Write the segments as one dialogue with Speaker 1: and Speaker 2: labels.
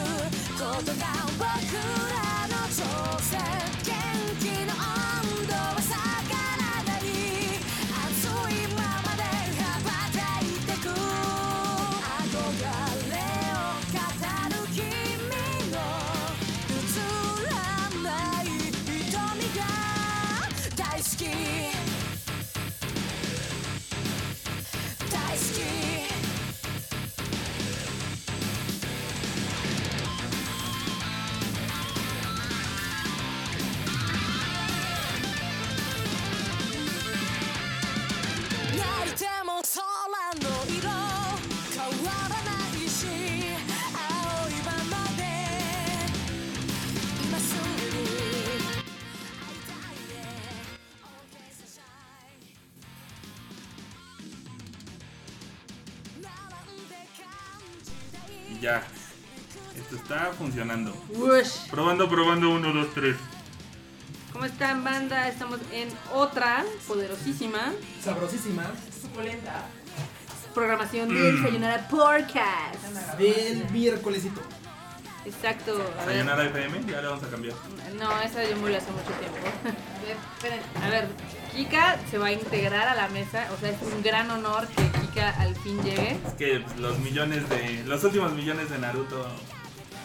Speaker 1: ことが僕らの挑戦元気の温度は魚に熱いままで羽ばたいてく憧れを語る君の映らない瞳が大好き大好き泣いても空の色変わらないし青いままで今すぐに会いたいね Okay, so shy 並んで感じたい
Speaker 2: Ya. Esto está funcionando.
Speaker 3: Ush.
Speaker 2: Probando, probando, 1, 2, 3.
Speaker 3: ¿Cómo están, banda? Estamos en otra poderosísima
Speaker 4: Sabrosísima.
Speaker 5: Suculenta.
Speaker 3: programación de
Speaker 2: Mm.
Speaker 3: Desayunada Podcast.
Speaker 4: Del miércolesito.
Speaker 3: Exacto. A ver.
Speaker 2: Sayonara FM, ya le vamos a cambiar.
Speaker 3: No, esa yo murió hace mucho tiempo. A ver, esperen. A ver, Kika se va a integrar a la mesa. O sea, es un gran honor que Kika al fin llegue.
Speaker 2: Es que pues, los millones de. Los últimos millones de Naruto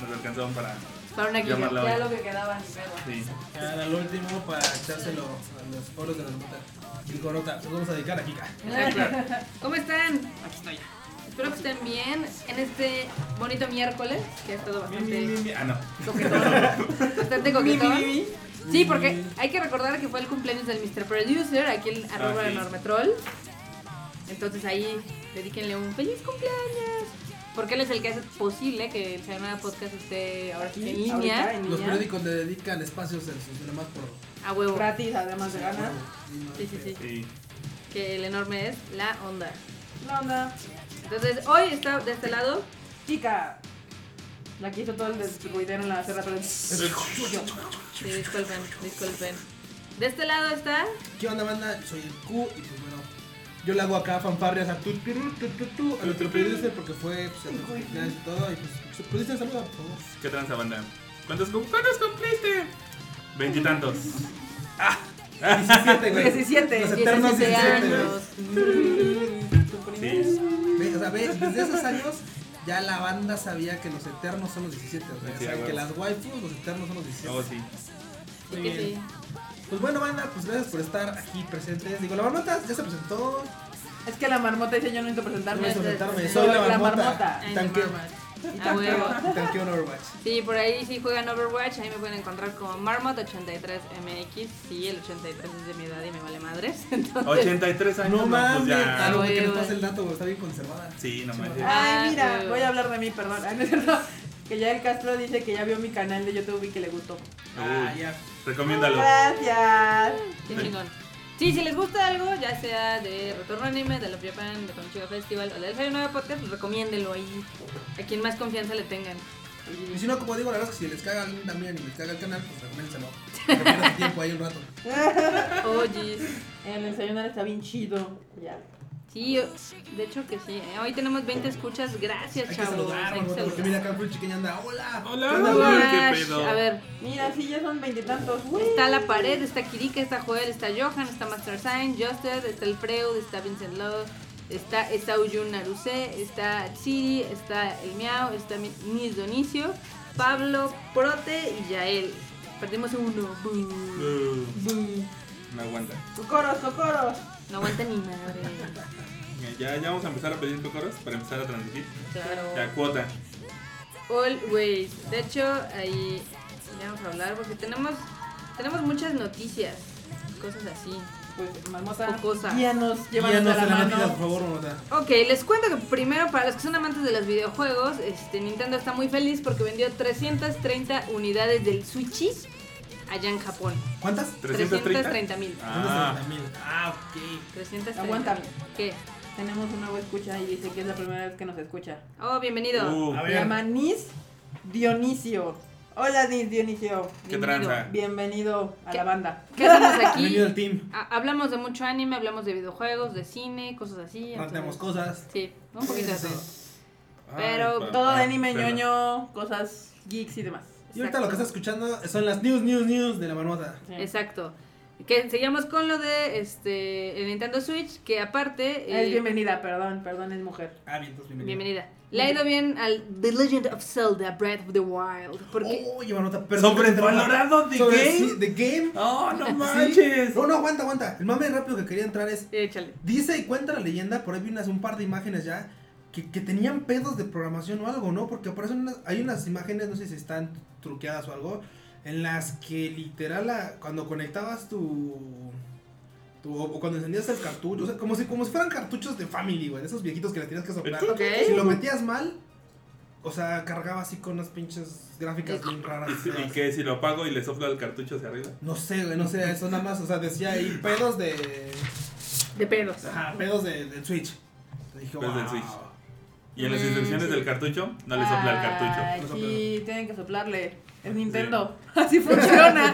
Speaker 2: nos alcanzaron para.
Speaker 3: Para una Kika.
Speaker 2: Llamarla
Speaker 5: Ya
Speaker 2: hoy.
Speaker 5: lo que quedaba ni pedo.
Speaker 2: Sí.
Speaker 4: Cada lo último para echárselo a los poros de las botas. Y Corota, nos vamos a dedicar a Kika.
Speaker 3: Exacto. ¿Cómo están? Aquí estoy. Espero que estén bien en este bonito miércoles, que ha estado
Speaker 2: Mi, mi, mi,
Speaker 3: bastante
Speaker 2: mi. Ah, no.
Speaker 3: coquetón. Bastante coquetón. Sí, porque hay que recordar que fue el cumpleaños del Mr. Producer, aquí en arroba
Speaker 2: sí.
Speaker 3: enorme troll. Entonces ahí dedíquenle un feliz cumpleaños. Porque él es el que hace posible que el Sayonara Podcast esté ahora sí en
Speaker 5: Ahorita
Speaker 3: línea.
Speaker 5: en
Speaker 4: Los
Speaker 5: línea.
Speaker 4: periódicos le dedican espacios en sus demás por.
Speaker 3: A huevo.
Speaker 5: Gratis, además de ganar.
Speaker 3: Sí, sí, sí.
Speaker 2: Sí.
Speaker 3: Que el enorme es la onda.
Speaker 5: La onda.
Speaker 3: Entonces hoy está de este lado.
Speaker 5: Chica. La que hizo todo el desruidero en la cerra, pero
Speaker 3: Sí, disculpen, disculpen. De este lado está.
Speaker 4: ¿Qué onda, banda? Soy el Q y pues bueno. Yo le hago acá fanfarrias a tu tu tu tu tu a nuestro producer porque fue pues, el cumpleaños y todo. Y pues, producer, saluda, por favor.
Speaker 2: ¿Qué tranza, banda? ¿Cuántos, cum- cuántos cumpliste? Veintitantos.
Speaker 4: 17, güey.
Speaker 5: 17,
Speaker 4: Los eternos
Speaker 3: 17
Speaker 4: 17, güey.
Speaker 3: años.
Speaker 2: Sí.
Speaker 4: Ve, o sea, ve, desde esos años ya la banda sabía que los eternos son los 17. O sea,
Speaker 2: Sí,
Speaker 4: saben
Speaker 2: a
Speaker 4: que
Speaker 2: huevo.
Speaker 4: las waifus, los eternos son los 17.
Speaker 2: Oh, sí.
Speaker 3: Sí, que sí.
Speaker 4: Pues bueno, banda, pues gracias por estar aquí presentes. Digo, la marmota ya se presentó.
Speaker 5: Es que la marmota dice yo no necesito
Speaker 4: No
Speaker 5: presentarme.
Speaker 4: necesito
Speaker 3: Gracias.
Speaker 4: presentarme.
Speaker 3: Soy
Speaker 4: Soy
Speaker 5: la
Speaker 4: la
Speaker 5: marmota.
Speaker 4: marmota.
Speaker 3: Ay,
Speaker 4: Y
Speaker 3: no
Speaker 4: tanqueo.
Speaker 3: mames.
Speaker 4: Y
Speaker 3: A huevo.
Speaker 4: tanqueo. Y tanqueo en Overwatch.
Speaker 3: Sí, por ahí si juegan Overwatch, ahí me pueden encontrar como Marmot83MX. Sí, el 83 es de mi edad y me vale madres. Entonces,
Speaker 2: 83 años.
Speaker 4: No mames.
Speaker 2: pues
Speaker 4: Ah, no,
Speaker 2: ya.
Speaker 4: porque no
Speaker 3: Huevo.
Speaker 4: pasa el dato, güey, Está bien conservada.
Speaker 2: Sí, no manches.
Speaker 5: Ay,
Speaker 3: Ah,
Speaker 5: mira,
Speaker 3: güey.
Speaker 5: voy a hablar de mí, perdón. Ay, no es cierto. Que ya el Castro dice que ya vio mi canal de YouTube y que le gustó.
Speaker 4: Ah, ya.
Speaker 2: Recomiéndalo.
Speaker 5: Gracias.
Speaker 3: qué chingón. Sí, si les gusta algo, ya sea de Retorno Anime, de la Japan, de Conchiga Festival o del Sayonara Podcast, pues, recomiéndelo ahí a quien más confianza le tengan.
Speaker 4: Y si no, como digo, la verdad es que si les caga algún también y les caga el canal, pues recomiéndenselo. Que pierdan tiempo ahí un rato.
Speaker 3: Oh, jeez.
Speaker 5: El desayunar está bien chido. Ya.
Speaker 3: Sí, de hecho que sí. ¿eh? Hoy tenemos 20 escuchas. Gracias,
Speaker 4: Hay que
Speaker 3: chavos.
Speaker 4: saludar,
Speaker 3: Hay que
Speaker 4: marmota, porque
Speaker 3: saludar.
Speaker 4: mira acá el full chiqueño anda. Hola.
Speaker 2: Hola,
Speaker 4: ¿Qué onda, güey?
Speaker 2: hola.
Speaker 3: Ash,
Speaker 2: ¿Qué pedo?
Speaker 3: A ver,
Speaker 5: Mira, sí, ya son veintitantos. Uy.
Speaker 3: está la pared, está Kirika, está Joel, está Johan, está Master Sign, Justed, está el Freud, está Vincent Love, está Sauyun Naruse, está Tsiri, está el Miau, está Mi- Miss Donicio, Pablo, Prote y Yael. Perdimos uno. Buu.
Speaker 2: Uh,
Speaker 3: Buu.
Speaker 2: No aguanta.
Speaker 5: Cocoros, cocoros.
Speaker 3: No aguanta ni madre.
Speaker 2: Mira, Ya, ya vamos a empezar a pedir cocoros para empezar a transmitir.
Speaker 3: Claro.
Speaker 2: Ya, cuota.
Speaker 3: Always. De hecho, ahí ya vamos a hablar porque tenemos, tenemos muchas noticias, cosas así.
Speaker 5: Pues, marmota.
Speaker 3: Jocosa.
Speaker 5: Ya nos llevan
Speaker 4: Guíanos
Speaker 5: hasta
Speaker 4: en
Speaker 5: la
Speaker 4: la noticias, por
Speaker 5: mano.
Speaker 4: favor, marmota.
Speaker 3: Ok, les cuento que primero para los que son amantes de los videojuegos, este, Nintendo está muy feliz porque vendió 330 unidades del Switch allá en Japón.
Speaker 4: ¿Cuántas?
Speaker 2: 330.
Speaker 3: 330 mil.
Speaker 2: Ah,
Speaker 4: 330,000. Ah, ok.
Speaker 3: 330.
Speaker 5: Aguántame.
Speaker 3: ¿Qué?
Speaker 5: Tenemos un nuevo escucha y dice que es la primera vez que nos escucha.
Speaker 3: Oh, bienvenido.
Speaker 2: uh,
Speaker 4: A ver.
Speaker 5: Llama Nis Dionisio. Hola, Nis Dionisio.
Speaker 2: qué
Speaker 3: bienvenido.
Speaker 2: tranza.
Speaker 5: Bienvenido a
Speaker 3: ¿Qué?
Speaker 5: la banda.
Speaker 3: ¿Qué hacemos
Speaker 4: Bienvenido
Speaker 3: aquí?
Speaker 4: al team.
Speaker 3: Ha- hablamos de mucho anime, hablamos de videojuegos, de cine, cosas así. entonces-
Speaker 4: Planteamos cosas.
Speaker 3: Sí, un poquito de
Speaker 4: Sí, sí,
Speaker 3: todo.
Speaker 4: sí.
Speaker 3: Pero
Speaker 2: pa-
Speaker 5: Todo de
Speaker 2: ah,
Speaker 5: anime,
Speaker 2: perdón.
Speaker 5: ñoño, cosas geeks y demás.
Speaker 4: Y ahorita lo que estás escuchando son las news, news, news de la marmota.
Speaker 5: Sí.
Speaker 3: Exacto. Que seguimos con lo de este el Nintendo Switch, que aparte. eh,
Speaker 5: Es bienvenida, perdón, perdón, es mujer.
Speaker 4: Ah, bien, entonces bienvenido.
Speaker 3: bienvenida. Le ha ido bien al The Legend of Zelda Breath of the Wild.
Speaker 2: Oh.
Speaker 3: Porque
Speaker 4: Oye, marmota,
Speaker 2: Sobrevalorado de
Speaker 4: Sobre-
Speaker 2: game.
Speaker 4: sí, de game.
Speaker 2: Oh, no
Speaker 4: Sí.
Speaker 2: manches.
Speaker 4: No, no, aguanta, aguanta. El mame rápido que quería entrar es.
Speaker 3: Échale.
Speaker 4: Dice y cuenta la leyenda, por ahí vi unas un par de imágenes ya, que, que tenían pedos de programación o algo, ¿no? Porque aparecen unas, hay unas imágenes, no sé si están truqueadas o algo, en las que literal la- cuando conectabas tu... tu- o cuando encendías el cartucho, o sea, como si, como si fueran cartuchos de Family, güey, de esos viejitos que le tenías que soplar.
Speaker 3: Ok.
Speaker 4: Si lo metías mal, o sea, cargaba así con unas pinches gráficas bien raras.
Speaker 2: ¿Y, si- y
Speaker 4: feas.
Speaker 2: qué si lo apago y le soplo el cartucho hacia arriba?
Speaker 4: No sé, güey, no sé, eso nada más, o sea, decía ahí pedos de...
Speaker 3: De pedos.
Speaker 4: Ajá, pedos de- del Switch. Te dije,
Speaker 2: Pedos del
Speaker 4: "Wow".
Speaker 2: Switch. Y en las
Speaker 3: Mm,
Speaker 2: instrucciones
Speaker 3: sí.
Speaker 2: del cartucho, no le sopla el cartucho.
Speaker 5: Ay,
Speaker 4: No sopla.
Speaker 5: sí, tienen que soplarle. Es Nintendo. Así funciona.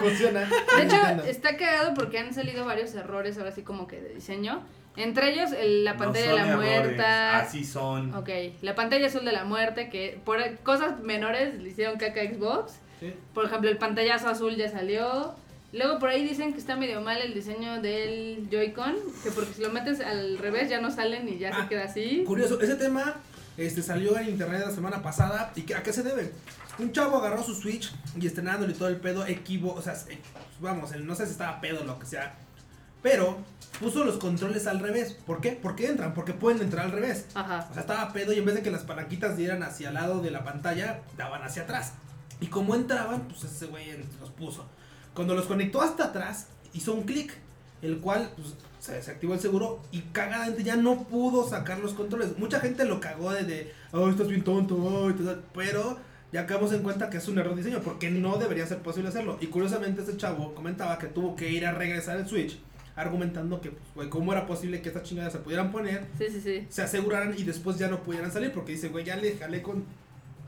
Speaker 4: Funciona.
Speaker 3: De hecho,
Speaker 4: Entiendo.
Speaker 3: está cagado porque han salido varios errores ahora sí como que de diseño. Entre ellos, el- la
Speaker 2: No
Speaker 3: pantalla de
Speaker 2: son
Speaker 3: la
Speaker 2: errores, Ah,
Speaker 3: muerta.
Speaker 2: Así son.
Speaker 3: Ok, la pantalla azul de la muerte, que por cosas menores le hicieron caca a Xbox.
Speaker 4: Sí.
Speaker 3: Por ejemplo, el pantallazo azul ya salió. Luego por ahí dicen que está medio mal el diseño del Joy-Con, que porque si lo metes al revés ya no salen y ya se
Speaker 4: Ah,
Speaker 3: queda así.
Speaker 4: Curioso, ese tema este, salió en internet la semana pasada. ¿Y qué- a qué se debe? Un chavo agarró su Switch y estrenándole todo el pedo, equivo, o sea, eh, vamos, él no sé si estaba pedo o lo que sea, pero puso los controles al revés. ¿Por qué? Porque entran, porque pueden entrar al revés.
Speaker 3: Ajá.
Speaker 4: O sea, estaba pedo y en vez de que las palanquitas dieran hacia el lado de la pantalla, daban hacia atrás. Y como entraban, pues ese güey en- los puso. Cuando los conectó hasta atrás, hizo un clic, el cual pues, se desactivó el seguro y cagadamente ya no pudo sacar los controles. Mucha gente lo cagó de, de oh, estás bien tonto, oh", y todo, pero ya acabamos en cuenta que es un error de diseño, porque no debería ser posible hacerlo. Y curiosamente este chavo comentaba que tuvo que ir a regresar el Switch, argumentando que, pues, güey, ¿cómo era posible que estas chingadas se pudieran poner?
Speaker 3: Sí, sí, sí.
Speaker 4: se aseguraran y después ya no pudieran salir porque dice, güey, ya le jalé con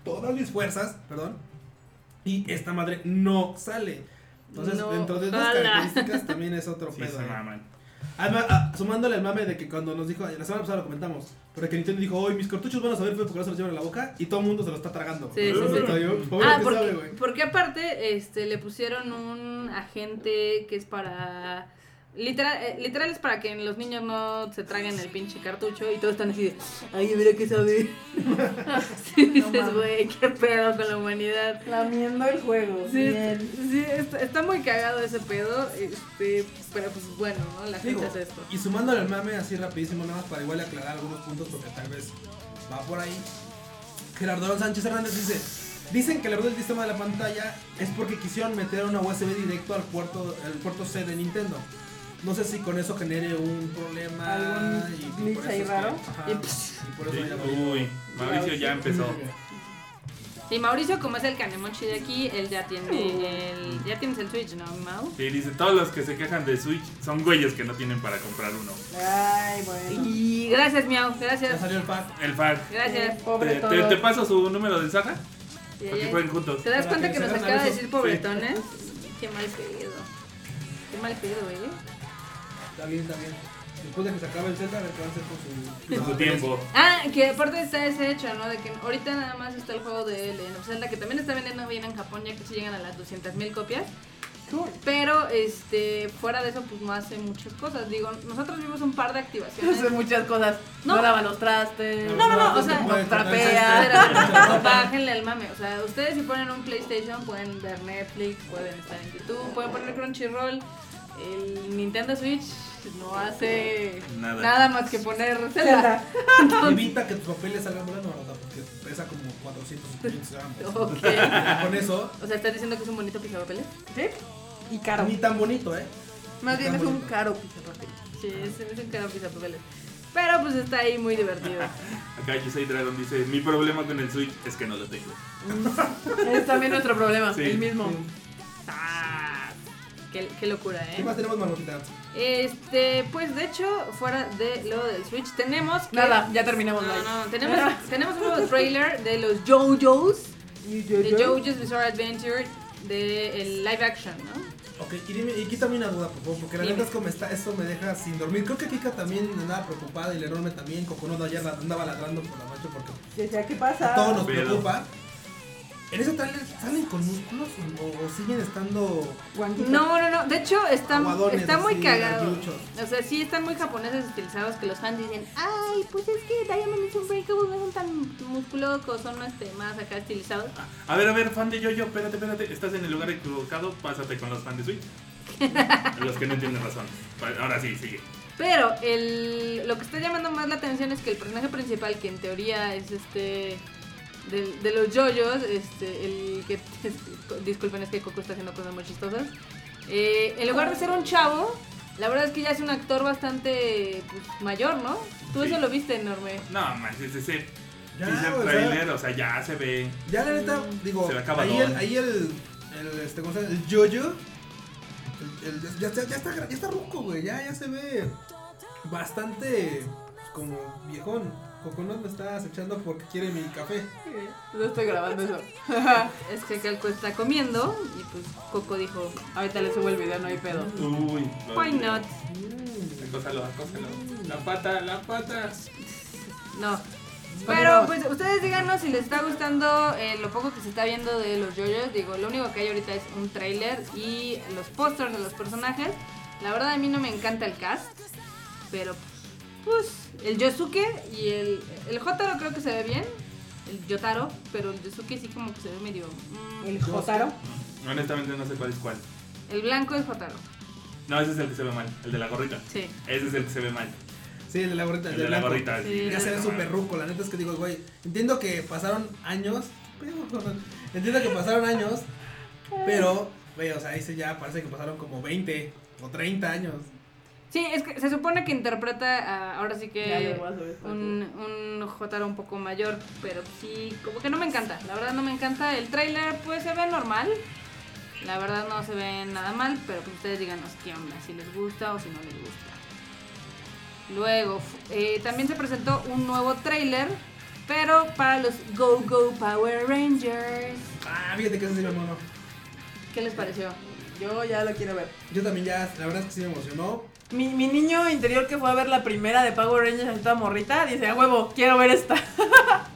Speaker 4: todas mis fuerzas, perdón, y esta madre no sale. Entonces,
Speaker 3: No
Speaker 4: dentro de estas
Speaker 3: jala.
Speaker 4: características también es otro
Speaker 2: Sí,
Speaker 4: pedo.
Speaker 2: se
Speaker 4: ¿eh?
Speaker 2: maman.
Speaker 4: Además, ah, sumándole el mame de que cuando nos dijo, la semana pasada lo comentamos, pero que Nintendo dijo, hoy mis cartuchos van a saber feo porque no se los llevan a la boca y todo el mundo se los está tragando.
Speaker 3: Sí, sí, sí.
Speaker 4: Yo, pobre
Speaker 3: Ah,
Speaker 4: que sabe,
Speaker 3: porque,
Speaker 4: güey.
Speaker 3: porque aparte este, le pusieron un agente que es para... Literal, eh, literal es para que los niños no se traguen el pinche cartucho y todos están así de, ay, mira qué sabe. sí, dices,
Speaker 5: mames.
Speaker 3: güey, qué pedo con la humanidad.
Speaker 5: Lamiendo el juego.
Speaker 3: Sí,
Speaker 5: bien.
Speaker 3: sí, está, está muy cagado ese pedo, este, pero pues bueno, ¿no? La gente
Speaker 4: Digo,
Speaker 3: hace esto.
Speaker 4: y sumándole el mame así rapidísimo, nada más para igual aclarar algunos puntos porque tal vez va por ahí. Gerardo Sánchez Hernández dice, dicen que el error del sistema de la pantalla es porque quisieron meter una USB directo al puerto, al puerto C de Nintendo. No sé si con eso genere un problema.
Speaker 5: Algún glitch
Speaker 4: por eso
Speaker 5: ahí
Speaker 4: es que-
Speaker 5: raro.
Speaker 4: ajá,
Speaker 3: Y
Speaker 4: y
Speaker 3: pss.
Speaker 4: por eso
Speaker 2: Sí,
Speaker 4: ya valió.
Speaker 2: Uy, Mauricio ya empezó.
Speaker 3: Y Mauricio, como es el canemochi de aquí, él ya tiene el, ya tienes el Switch, ¿no, Mau?
Speaker 2: Sí, dice, todos los que se quejan de Switch son güeyes que no tienen para comprar uno.
Speaker 5: Ay, bueno.
Speaker 3: Y gracias, Miau,
Speaker 4: Ya
Speaker 3: gracias,
Speaker 4: salió el pack.
Speaker 2: El FAC.
Speaker 3: gracias.
Speaker 5: Pobre
Speaker 2: ¿Te, te-
Speaker 5: todo.
Speaker 2: te paso su número de Saga?
Speaker 3: Y
Speaker 2: Para que
Speaker 3: ahí-
Speaker 2: jueguen juntos.
Speaker 3: ¿Te das
Speaker 4: Para
Speaker 3: cuenta
Speaker 4: que
Speaker 3: que nos
Speaker 4: se hagan
Speaker 3: acaba de
Speaker 4: avisos.
Speaker 3: decir pobretones? Qué mal pedo. Qué mal pedo, ¿eh?
Speaker 4: Está bien, está bien. Después de que se acabe el Zelda, a ver qué va a hacer con su,
Speaker 2: Con su tiempo.
Speaker 3: Ah, que aparte está ese hecho, ¿no? De que ahorita nada más está el juego de Legend of Zelda, que también está vendiendo bien en Japón, ya que si llegan a las 200.000 copias. Pero este fuera de eso, pues no hace muchas cosas. Digo, nosotros vimos un par de
Speaker 5: Yo sé
Speaker 3: activaciones.
Speaker 5: muchas cosas. No,
Speaker 3: No.
Speaker 5: lava los trastes.
Speaker 3: No, no, no, o sea,
Speaker 4: No puede tratar el
Speaker 5: trapea.
Speaker 4: Zelda.
Speaker 3: Espera, Bájenle el mame. O sea, ustedes si ponen un PlayStation pueden ver Netflix, pueden estar en YouTube, pueden poner Crunchyroll. El Nintendo Switch no hace
Speaker 2: Nada.
Speaker 3: más que poner Zelda.
Speaker 5: Zelda.
Speaker 4: Evita que tus papeles salgan volando, Marota, porque pesa como 400 o 500 gramos.
Speaker 3: Ok.
Speaker 4: Con eso,
Speaker 3: O sea, ¿estás diciendo que es un bonito pisapapeles?
Speaker 5: ¿Sí? Y caro.
Speaker 4: ni tan bonito, ¿eh?
Speaker 5: Más bien es
Speaker 4: Está
Speaker 5: un
Speaker 4: bonito.
Speaker 5: caro pizarrote.
Speaker 3: Sí, es, es un cara pisapapeles. Pero pues está ahí muy divertido.
Speaker 2: Acá Yusei Dragon dice, mi problema con el Switch es que no lo tengo.
Speaker 5: Es también nuestro problema,
Speaker 2: Sí.
Speaker 5: el mismo.
Speaker 3: Ah, qué, qué locura,
Speaker 4: ¿Qué
Speaker 3: ¿eh?
Speaker 4: más tenemos, Marotita?
Speaker 3: Este, pues de hecho, fuera de lo del Switch, tenemos que-
Speaker 5: Nada, ya terminamos.
Speaker 3: No,
Speaker 5: bye.
Speaker 3: no, tenemos, tenemos un nuevo trailer de los JoJo's,
Speaker 5: Y yo-
Speaker 3: de
Speaker 5: yo-
Speaker 3: JoJo's Bizarre Adventure, de el live action, ¿no?
Speaker 4: Ok, y, dime, y quítame una duda, por favor, porque la
Speaker 3: Dime.
Speaker 4: neta es como está, esto me deja sin dormir. Creo que Kika también andaba preocupada y el enorme también. Coconodo ya la- andaba ladrando por la noche porque
Speaker 5: Decía, ¿qué pasa?
Speaker 4: todo nos
Speaker 2: Pero-
Speaker 4: preocupa. ¿En ese trailer salen con músculos o, o siguen estando
Speaker 5: Guanguito.
Speaker 3: No, no, no. De hecho, está,
Speaker 4: Aguadones,
Speaker 3: está muy
Speaker 4: así,
Speaker 3: cagado.
Speaker 4: galluchos.
Speaker 3: O sea, sí, están muy japoneses estilizados que los fans dicen, ay, pues es que Diamond es un breakable, no son tan musculosos, son este, más acá estilizados.
Speaker 2: Ah. A ver, a ver, fan de Yoyo, espérate, espérate. Estás en el lugar equivocado, pásate con los fans de Switch. los que no entienden razón. Ahora sí, sigue.
Speaker 3: Pero el, lo que está llamando más la atención es que el personaje principal, que en teoría es este. De, de los yoyos, este, el que. disculpen, es que Coco está haciendo cosas muy chistosas. Eh, en lugar de ser un chavo, la verdad es que ya es un actor bastante pues, mayor, ¿no? Tú
Speaker 2: Sí.
Speaker 3: eso lo viste enorme.
Speaker 2: No, manches, ese
Speaker 4: Ya,
Speaker 2: teaser
Speaker 4: o sea,
Speaker 2: trailer, o sea, ya se ve.
Speaker 4: Ya la neta, digo,
Speaker 2: Se le acaba
Speaker 4: ahí,
Speaker 2: todo. ¿eh?
Speaker 4: el, ahí el, el, este, ¿cómo se llama? El yoyo, el- el- ya, está- ya está, ya está ruco, güey, ya, ya se ve bastante pues, como viejón. Coconut me está acechando porque quiere mi café.
Speaker 5: No estoy grabando eso.
Speaker 3: Es que Calco está comiendo y pues Coco dijo,
Speaker 5: Ahorita le subo el video, no hay pedo.
Speaker 2: Uy,
Speaker 3: why not?
Speaker 4: Mm.
Speaker 2: Acósalo, acósalo. La pata, la pata.
Speaker 3: No.
Speaker 5: Bueno.
Speaker 3: Pero pues ustedes díganos si les está gustando eh, lo poco que se está viendo de los yoyos. Digo, lo único que hay ahorita es un tráiler y los pósters de los personajes. La verdad a mí no me encanta el cast, pero pues el Yosuke y el... El Jotaro creo que se ve bien, el Yotaro, pero el Yosuke sí como que se ve medio... mm.
Speaker 5: El Jotaro.
Speaker 2: Honestamente no sé cuál es cuál.
Speaker 3: El blanco es Jotaro,
Speaker 2: No, ese es el que se ve mal, el de la gorrita.
Speaker 3: sí.
Speaker 2: Ese es el que se ve mal.
Speaker 4: Sí, el de la gorrita.
Speaker 2: El de la
Speaker 4: blanco.
Speaker 2: gorrita.
Speaker 3: Sí.
Speaker 4: Ya se ve súper ruco, la neta es que digo, güey, entiendo que pasaron años, pero- entiendo que pasaron años, pero, güey, o sea, ahí se ya parece que pasaron como 20 o 30 años.
Speaker 3: Sí, es que se supone que interpreta a- ahora sí que...
Speaker 5: Ya le voy a subir.
Speaker 3: un, un Jotaro un poco mayor, pero sí, como que no me encanta, la verdad no me encanta. El tráiler pues se ve normal, la verdad no se ve nada mal, pero pues ustedes díganos qué onda, si les gusta o si no les gusta. Luego, f- eh, también se presentó un nuevo tráiler, pero para los Go Go Power Rangers.
Speaker 4: Ah, fíjate que eso sí me mono.
Speaker 3: ¿Qué les pareció?
Speaker 5: Yo ya lo quiero ver.
Speaker 4: Yo también ya, la verdad es que sí me emocionó.
Speaker 5: Mi, mi niño interior que fue a ver la primera de Power Rangers, esta morrita, dice, a huevo, quiero ver esta.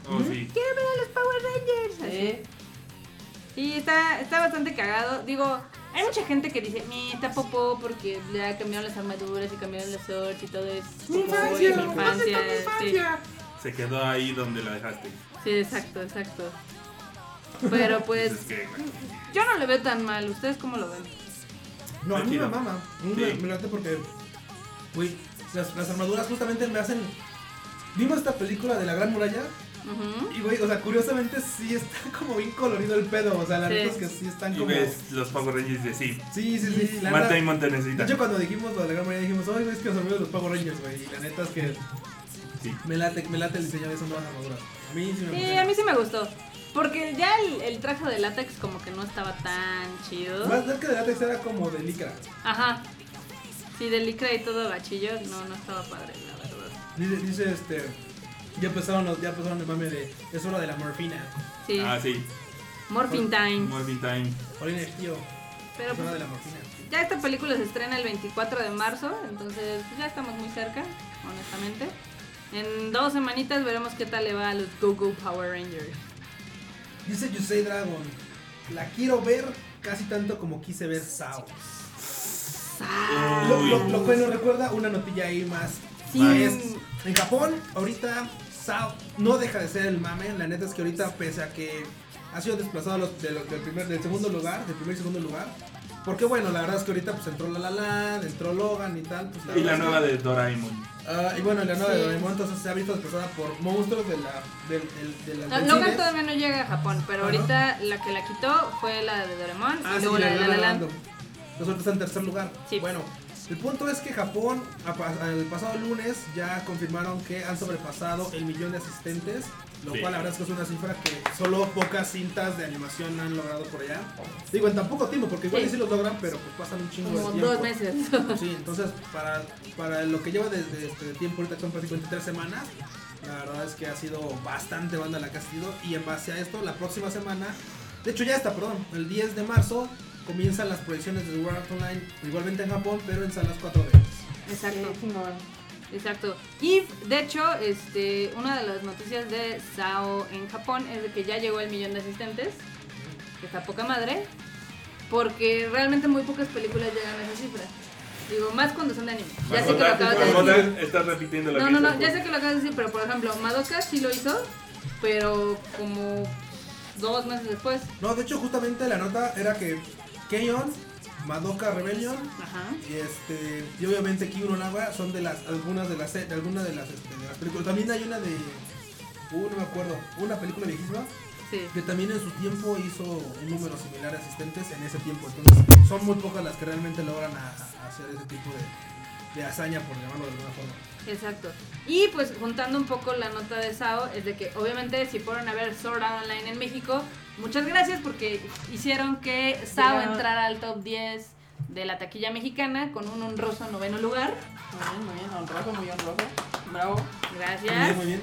Speaker 2: Oh, sí.
Speaker 3: Sí. Y está, está bastante cagado. Digo, hay mucha gente que dice, mi está popó porque ya cambiaron las armaduras y cambiaron los shorts y todo eso.
Speaker 4: Mi
Speaker 3: popó,
Speaker 4: infancia,
Speaker 3: y mi
Speaker 4: ¿dónde está mi
Speaker 3: sí.
Speaker 2: Se quedó ahí donde la dejaste.
Speaker 3: Sí, exacto, exacto. Pero pues,
Speaker 2: Es que, güey.
Speaker 3: yo no lo veo tan mal. ¿Ustedes cómo lo ven?
Speaker 4: No, a mí me
Speaker 2: Tranquilo.
Speaker 4: mama. A mí
Speaker 2: Sí.
Speaker 4: Me, me late porque, güey, las, las armaduras justamente me hacen. Vimos esta película de la Gran Muralla
Speaker 3: Ujú.
Speaker 4: y, güey, o sea, curiosamente sí está como bien colorido el pedo. O sea, la
Speaker 3: Sí.
Speaker 4: neta es que sí están
Speaker 2: Y
Speaker 4: como.
Speaker 2: ves los Power Rangers de sí.
Speaker 4: Sí, sí, sí. La
Speaker 2: Marta y
Speaker 4: neta,
Speaker 2: Monte
Speaker 4: de
Speaker 2: necesita.
Speaker 4: hecho, cuando dijimos lo de la Gran Muralla, dijimos, ay, güey, es que los amigos los Power Rangers, güey. Y la neta es que
Speaker 2: Sí.
Speaker 4: me late, me late el diseño de esas nuevas armaduras. A mí sí me
Speaker 3: Sí,
Speaker 4: emociona.
Speaker 3: a mí sí me gustó. Porque ya el, el traje de látex como que no estaba tan chido.
Speaker 4: Más, más que de látex era como de licra.
Speaker 3: Ajá. Sí, de licra y todo gachillo, no, no estaba padre, la verdad.
Speaker 4: Dice, dice este. Ya empezaron, los, ya empezaron el mame de. Es hora de la morfina.
Speaker 3: Sí.
Speaker 2: Ah, sí.
Speaker 3: Morphine Time.
Speaker 2: Morning Time.
Speaker 4: Olina el tío.
Speaker 3: Pero
Speaker 4: es hora
Speaker 3: pues,
Speaker 4: de la morfina.
Speaker 3: ya esta película se estrena el 24 de marzo, entonces pues, ya estamos muy cerca, honestamente. En dos semanitas veremos qué tal le va a los Go Go Power Rangers.
Speaker 4: Dice Yusei Dragon. La quiero ver casi tanto como quise ver Sao. Lo, lo- lo que nos recuerda una notilla ahí más.
Speaker 3: Sí.
Speaker 4: Es, en Japón, ahorita Sao no deja de ser el mame. La neta es que ahorita, pese a que ha sido desplazado los- de los- del, primer, del segundo lugar, del primer y segundo lugar. Porque bueno, la verdad es que ahorita pues entró La La Land, entró Logan y tal. pues,
Speaker 2: Y la
Speaker 4: verdad es que-
Speaker 2: nueva de Doraemon.
Speaker 4: Ah, y bueno, y la nueva
Speaker 3: Sí.
Speaker 4: de Doraemon entonces se ha visto desplazada por monstruos de la. del del- de la
Speaker 3: Ah, No,
Speaker 4: del
Speaker 3: Logan
Speaker 4: cine.
Speaker 3: todavía no llega a Japón, pero
Speaker 4: Ajá.
Speaker 3: ahorita la que la quitó fue la de Doraemon
Speaker 4: Ah,
Speaker 3: y
Speaker 4: sí,
Speaker 3: luego la de La La Land.
Speaker 4: Nosotros está en tercer lugar.
Speaker 3: Sí.
Speaker 4: Bueno, el punto es que Japón, a pa- el pasado lunes, ya confirmaron que han sobrepasado el millón de asistentes. Lo
Speaker 2: Sí.
Speaker 4: cual la verdad es que es una cifra que solo pocas cintas de animación han logrado por allá. Digo, en tan poco tiempo, porque igual
Speaker 3: Sí.
Speaker 4: sí, los logran, pero pues pasan un chingo
Speaker 3: Como
Speaker 4: de tiempo.
Speaker 3: dos meses.
Speaker 4: Sí, entonces para, para lo que lleva desde este tiempo, ahorita que son casi 53 semanas, la verdad es que ha sido bastante banda la que ha sido. Y en base a esto, la próxima semana, de hecho ya está, perdón, el 10 de marzo comienzan las proyecciones de Sword Art Online, igualmente en Japón, pero en salas 4D.
Speaker 3: Exacto.
Speaker 5: Qué chingón.
Speaker 3: Exacto. Y de hecho, este, una de las noticias de Sao en Japón es de que ya llegó el millón de asistentes, que está poca madre, porque realmente muy pocas películas llegan a esa cifra. Digo, más cuando son de anime. Ya sé que lo
Speaker 2: Marmota,
Speaker 3: acabas de
Speaker 2: Marmota,
Speaker 3: decir.
Speaker 2: estás repitiendo lo
Speaker 3: No,
Speaker 2: que
Speaker 3: no, no,
Speaker 2: dices, pues.
Speaker 3: ya
Speaker 2: güey.
Speaker 3: sé que lo acabas de decir, pero por ejemplo, Madoka sí lo hizo, pero como dos meses después.
Speaker 4: No, de hecho, justamente la nota era que Keion, Madoka Rebellion
Speaker 3: Ajá.
Speaker 4: y este y obviamente Kiuro Nawa son de las algunas de las se- de algunas de las, este, de las películas. También hay una de uh, no me acuerdo, una película viejísima
Speaker 3: Sí.
Speaker 4: que también en su tiempo hizo un número similar de asistentes en ese tiempo. Entonces, son muy pocas las que realmente logran a- a hacer ese tipo de, de hazaña, por llamarlo de alguna forma.
Speaker 3: Exacto. Y pues juntando un poco la nota de Sao, es de que obviamente si fueron a ver Sword Art Online en México, muchas gracias porque hicieron que Sao
Speaker 5: Llegaron.
Speaker 3: entrara al top 10 de la taquilla mexicana con un honroso noveno lugar.
Speaker 5: Muy bien, muy bien, honroso, muy honroso. Bravo.
Speaker 4: Muy bien,
Speaker 3: Gracias.
Speaker 4: muy bien.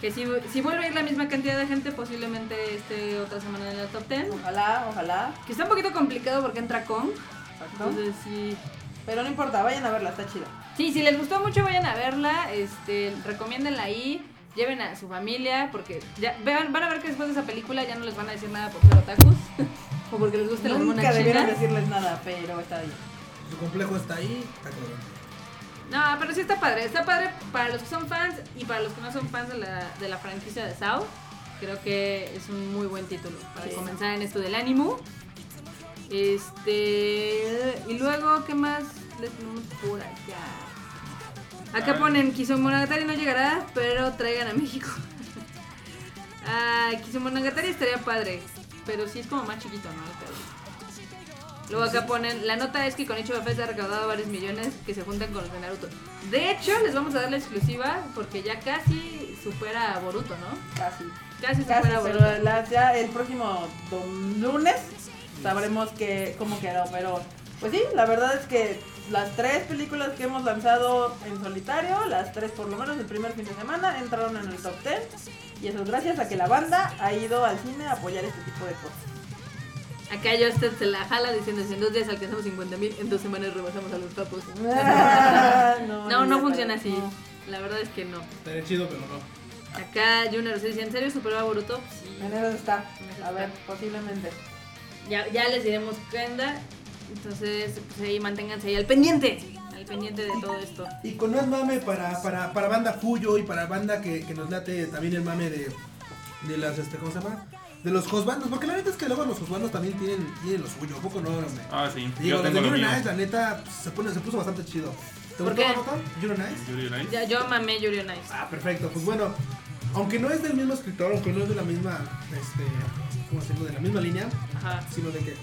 Speaker 3: Que si, si vuelve a ir la misma cantidad de gente, posiblemente esté otra semana en la top 10.
Speaker 5: Ojalá, ojalá.
Speaker 3: Que está un poquito complicado porque entra con.
Speaker 5: Exacto.
Speaker 3: Entonces sí.
Speaker 5: Pero no importa, vayan a verla, está chida.
Speaker 3: Sí, si les gustó mucho, vayan a verla, este, recomiéndenla ahí, lleven a su familia, porque ya vean, van a ver que después de esa película ya no les van a decir nada por ser otakus, o porque les gusten las
Speaker 5: Nunca
Speaker 3: monas
Speaker 5: debieron
Speaker 3: chinas.
Speaker 5: decirles nada, pero está bien.
Speaker 4: Su complejo está ahí, está claro.
Speaker 3: No, pero sí está padre, está padre para los que son fans y para los que no son fans de la, de la franquicia de Sao. Creo que es un muy buen título para
Speaker 5: Sí.
Speaker 3: comenzar en esto del ánimo. Este. Y luego, ¿qué más les tenemos por acá? Acá
Speaker 2: Ah.
Speaker 3: ponen: Kisomonogatari no llegará, pero traigan a México. ah, Kisomonogatari estaría padre, pero sí es como más chiquito, ¿no? El pedo. Luego acá ponen, la nota es que con Ichiba Fest ha recaudado varios millones que se juntan con los de Naruto. De hecho, les vamos a dar la exclusiva porque ya casi supera a Boruto, ¿no?
Speaker 5: Casi.
Speaker 3: Casi,
Speaker 5: Casi,
Speaker 3: supera a Boruto.
Speaker 5: pero la- ya el próximo dom- lunes sabremos que, cómo quedó. Pero pues sí, la verdad es que las tres películas que hemos lanzado en solitario, las tres por lo menos el primer fin de semana, entraron en el top 10. Y eso es gracias a que la banda ha ido al cine a apoyar este tipo de cosas.
Speaker 3: Acá Justin se la jala diciendo, si en dos días alcanzamos 50 mil, en dos semanas rebasamos a los papos.
Speaker 5: no,
Speaker 3: No, no
Speaker 5: olvídate,
Speaker 3: funciona así.
Speaker 5: no.
Speaker 3: La verdad es que no.
Speaker 4: Estaría chido, pero no.
Speaker 3: Acá Junior se dice, ¿en serio superó a Boruto? Sí.
Speaker 5: En eso está.
Speaker 3: En eso
Speaker 5: A ver,
Speaker 3: está.
Speaker 5: posiblemente.
Speaker 3: Ya, ya les diremos qué onda. Entonces, pues ahí manténganse ahí al pendiente. Al pendiente de todo esto.
Speaker 4: Y con más mame para, para, para banda Fuyo y para banda que, que nos late también el mame de, de las, este, ¿cómo se llama? De los Josbandos, porque la neta es que luego los Josbandos también tienen, tienen lo suyo, ¿a poco no, hombre?
Speaker 2: Ah, sí.
Speaker 4: Digo,
Speaker 2: yo
Speaker 4: los
Speaker 2: tengo
Speaker 4: de
Speaker 2: lo
Speaker 4: Yuri
Speaker 2: mío.
Speaker 4: Nice, la neta, pues, se, pone- se puso bastante chido. ¿Te
Speaker 3: ¿Por
Speaker 4: gustó
Speaker 3: qué?
Speaker 4: la nota? Yuri Nice?
Speaker 2: Yuri Nice.
Speaker 3: Ya, yo mamé Yuri on Ice.
Speaker 4: Ah, perfecto, pues bueno, aunque no es del mismo escritor, aunque no es de la misma, este, ¿cómo decirlo? De la misma línea,
Speaker 3: Ajá.
Speaker 4: sino de que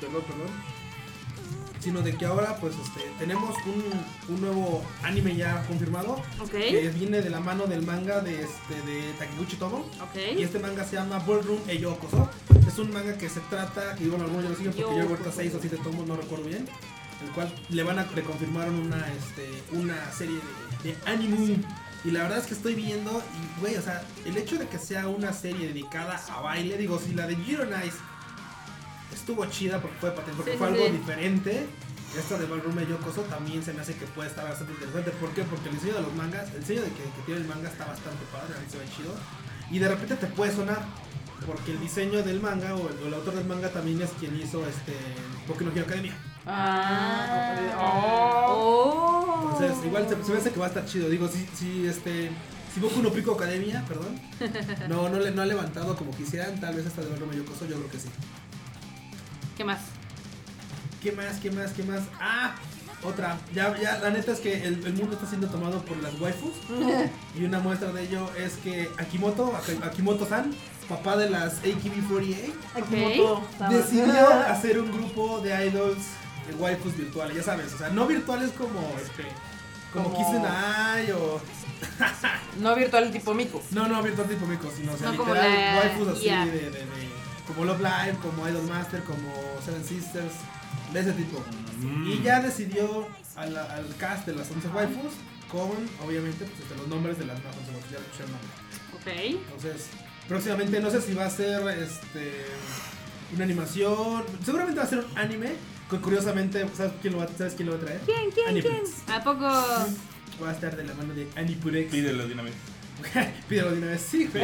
Speaker 4: perdón perdón sino de que ahora pues este tenemos un, un nuevo anime ya confirmado
Speaker 3: Ok,
Speaker 4: que viene de la mano del manga de este de Takiguchi Tomo y
Speaker 3: ok.
Speaker 4: este manga se llama Ballroom Eyokoso es un manga que se trata y bueno algunos ya lo siguen porque llevo ahorita
Speaker 3: Yokoso.
Speaker 4: 6 o 7 tomos no recuerdo bien el cual le van a le confirmaron una este una serie de, de anime y la verdad es que estoy viendo y güey o sea el hecho de que sea una serie dedicada a baile digo si la de Giro Nice estuvo chida porque fue patente porque
Speaker 3: Sí,
Speaker 4: fue
Speaker 3: sí,
Speaker 4: algo
Speaker 3: sí.
Speaker 4: diferente esta de Ballroom Yokoso también se me hace que puede estar bastante interesante ¿por qué? porque el diseño de los mangas el diseño de que, que tiene el manga está bastante padre a mí se ve chido y de repente te puede sonar porque el diseño del manga o el, o el autor del manga también es quien hizo este Boku no Hero Academia.
Speaker 5: Oh.
Speaker 3: Ah. Oh.
Speaker 4: Entonces, igual se, se me hace que va a estar chido. Digo, si, si este si Boku no Pico Academia, perdón, no no le- no ha levantado como quisieran, tal vez hasta de verlo medio coso, yo creo que sí.
Speaker 3: ¿Qué más?
Speaker 4: ¿Qué más? ¿Qué más? ¿Qué más? Ah, otra. Ya ya la neta es que el, el mundo está siendo tomado por las waifus y una muestra de ello es que Akimoto, Ak- Akimoto-san, papá de las AKB48
Speaker 5: Akimoto Sama.
Speaker 4: decidió hacer un grupo de idols de waifus virtuales, ya sabes, o sea, no virtuales como este como,
Speaker 5: Como-
Speaker 4: Kiss and I o
Speaker 5: No virtual tipo Miku.
Speaker 4: no, no, virtual tipo mico, sino o sea,
Speaker 3: No, como
Speaker 4: literal
Speaker 3: la-
Speaker 4: waifus así
Speaker 3: ya.
Speaker 4: de, de, de- como Love Live, como Idol Master, como Seven Sisters, de ese tipo.
Speaker 2: Mm.
Speaker 4: Y ya decidió a la- al cast de las 11 waifus con obviamente pues, este, los nombres de las más 11 waifus, ya le pusieron nombre.
Speaker 3: Ok.
Speaker 4: Entonces, próximamente no sé si va a ser este una animación. Seguramente va a ser un anime. Que curiosamente, ¿sabes quién lo va, sabes quién lo va a traer?
Speaker 3: ¿Quién, quién,
Speaker 4: Aniplex.
Speaker 3: quién? ¿A poco? Ah,
Speaker 4: Va a estar de la mano de Anipurex.
Speaker 2: Pídelo de una vez.
Speaker 4: Pídelo de una vez, sí, güey.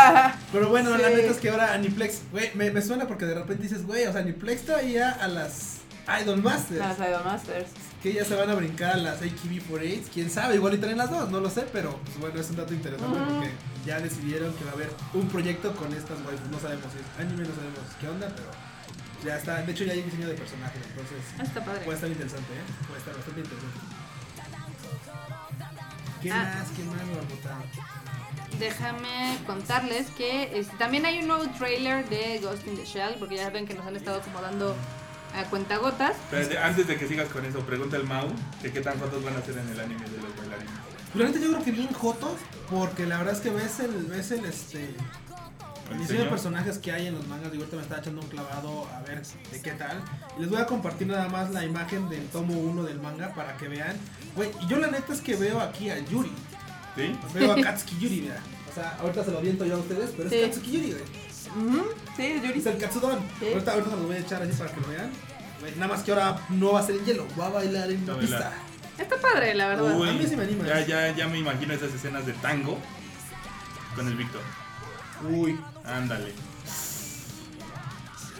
Speaker 4: Pero bueno, la
Speaker 5: Sí.
Speaker 4: neta es que ahora Aniplex, güey, me, me suena porque de repente dices, güey, o sea, Aniplex traía a las Idol Masters.
Speaker 5: Las Idolmasters.
Speaker 4: Que ya se van a brincar a las AKB48, quién sabe, igual y traen las dos, no lo sé, pero pues bueno, es un dato interesante
Speaker 5: Ujú.
Speaker 4: porque ya decidieron que va a haber un proyecto con estas waifus, no sabemos si es anime, no sabemos qué onda, pero ya está, de hecho ya hay diseño de personajes,
Speaker 3: Ah,
Speaker 4: entonces
Speaker 3: Está padre.
Speaker 4: puede estar interesante, ¿eh? Puede estar bastante interesante. ¿Qué
Speaker 3: Ah.
Speaker 4: más? ¿Qué más, Barbota?
Speaker 3: Déjame contarles que este, también hay un nuevo trailer de Ghost in the Shell, porque ya ven que nos han estado como dando a cuentagotas.
Speaker 2: Pero de- antes de que sigas con eso, pregunta el Mau que qué tan fotos van a hacer en el anime de los bailarines.
Speaker 4: Pero Pues, la neta yo creo que bien jotos, porque la verdad es que ves el, ves el este... El diseño de
Speaker 2: Señor.
Speaker 4: personajes que hay en los mangas, digo, ahorita me estaba echando un clavado a ver de qué tal. Y les voy a compartir nada más la imagen del tomo 1 del manga para que vean. Güey, y yo la neta es que veo aquí a Yuri.
Speaker 2: ¿Sí?
Speaker 4: Pues veo a Katsuki Yuri, mira. O sea, ahorita se lo aviento yo a ustedes, pero
Speaker 3: Sí.
Speaker 4: es Katsuki Yuri, güey.
Speaker 5: Ujú, Sí, Yuri.
Speaker 4: Es el Katsudon.
Speaker 5: Sí.
Speaker 4: Ahorita, ahorita se los voy a echar así para que lo vean. Güey, nada más que ahora no va a ser en hielo, va a bailar en
Speaker 2: Va a
Speaker 4: una
Speaker 2: bailar.
Speaker 4: pista.
Speaker 3: Está padre, la verdad.
Speaker 4: a mí sí me anima.
Speaker 2: Ya, ya, ya me imagino esas escenas de tango con el Víctor.
Speaker 4: Uy,
Speaker 2: Ándale.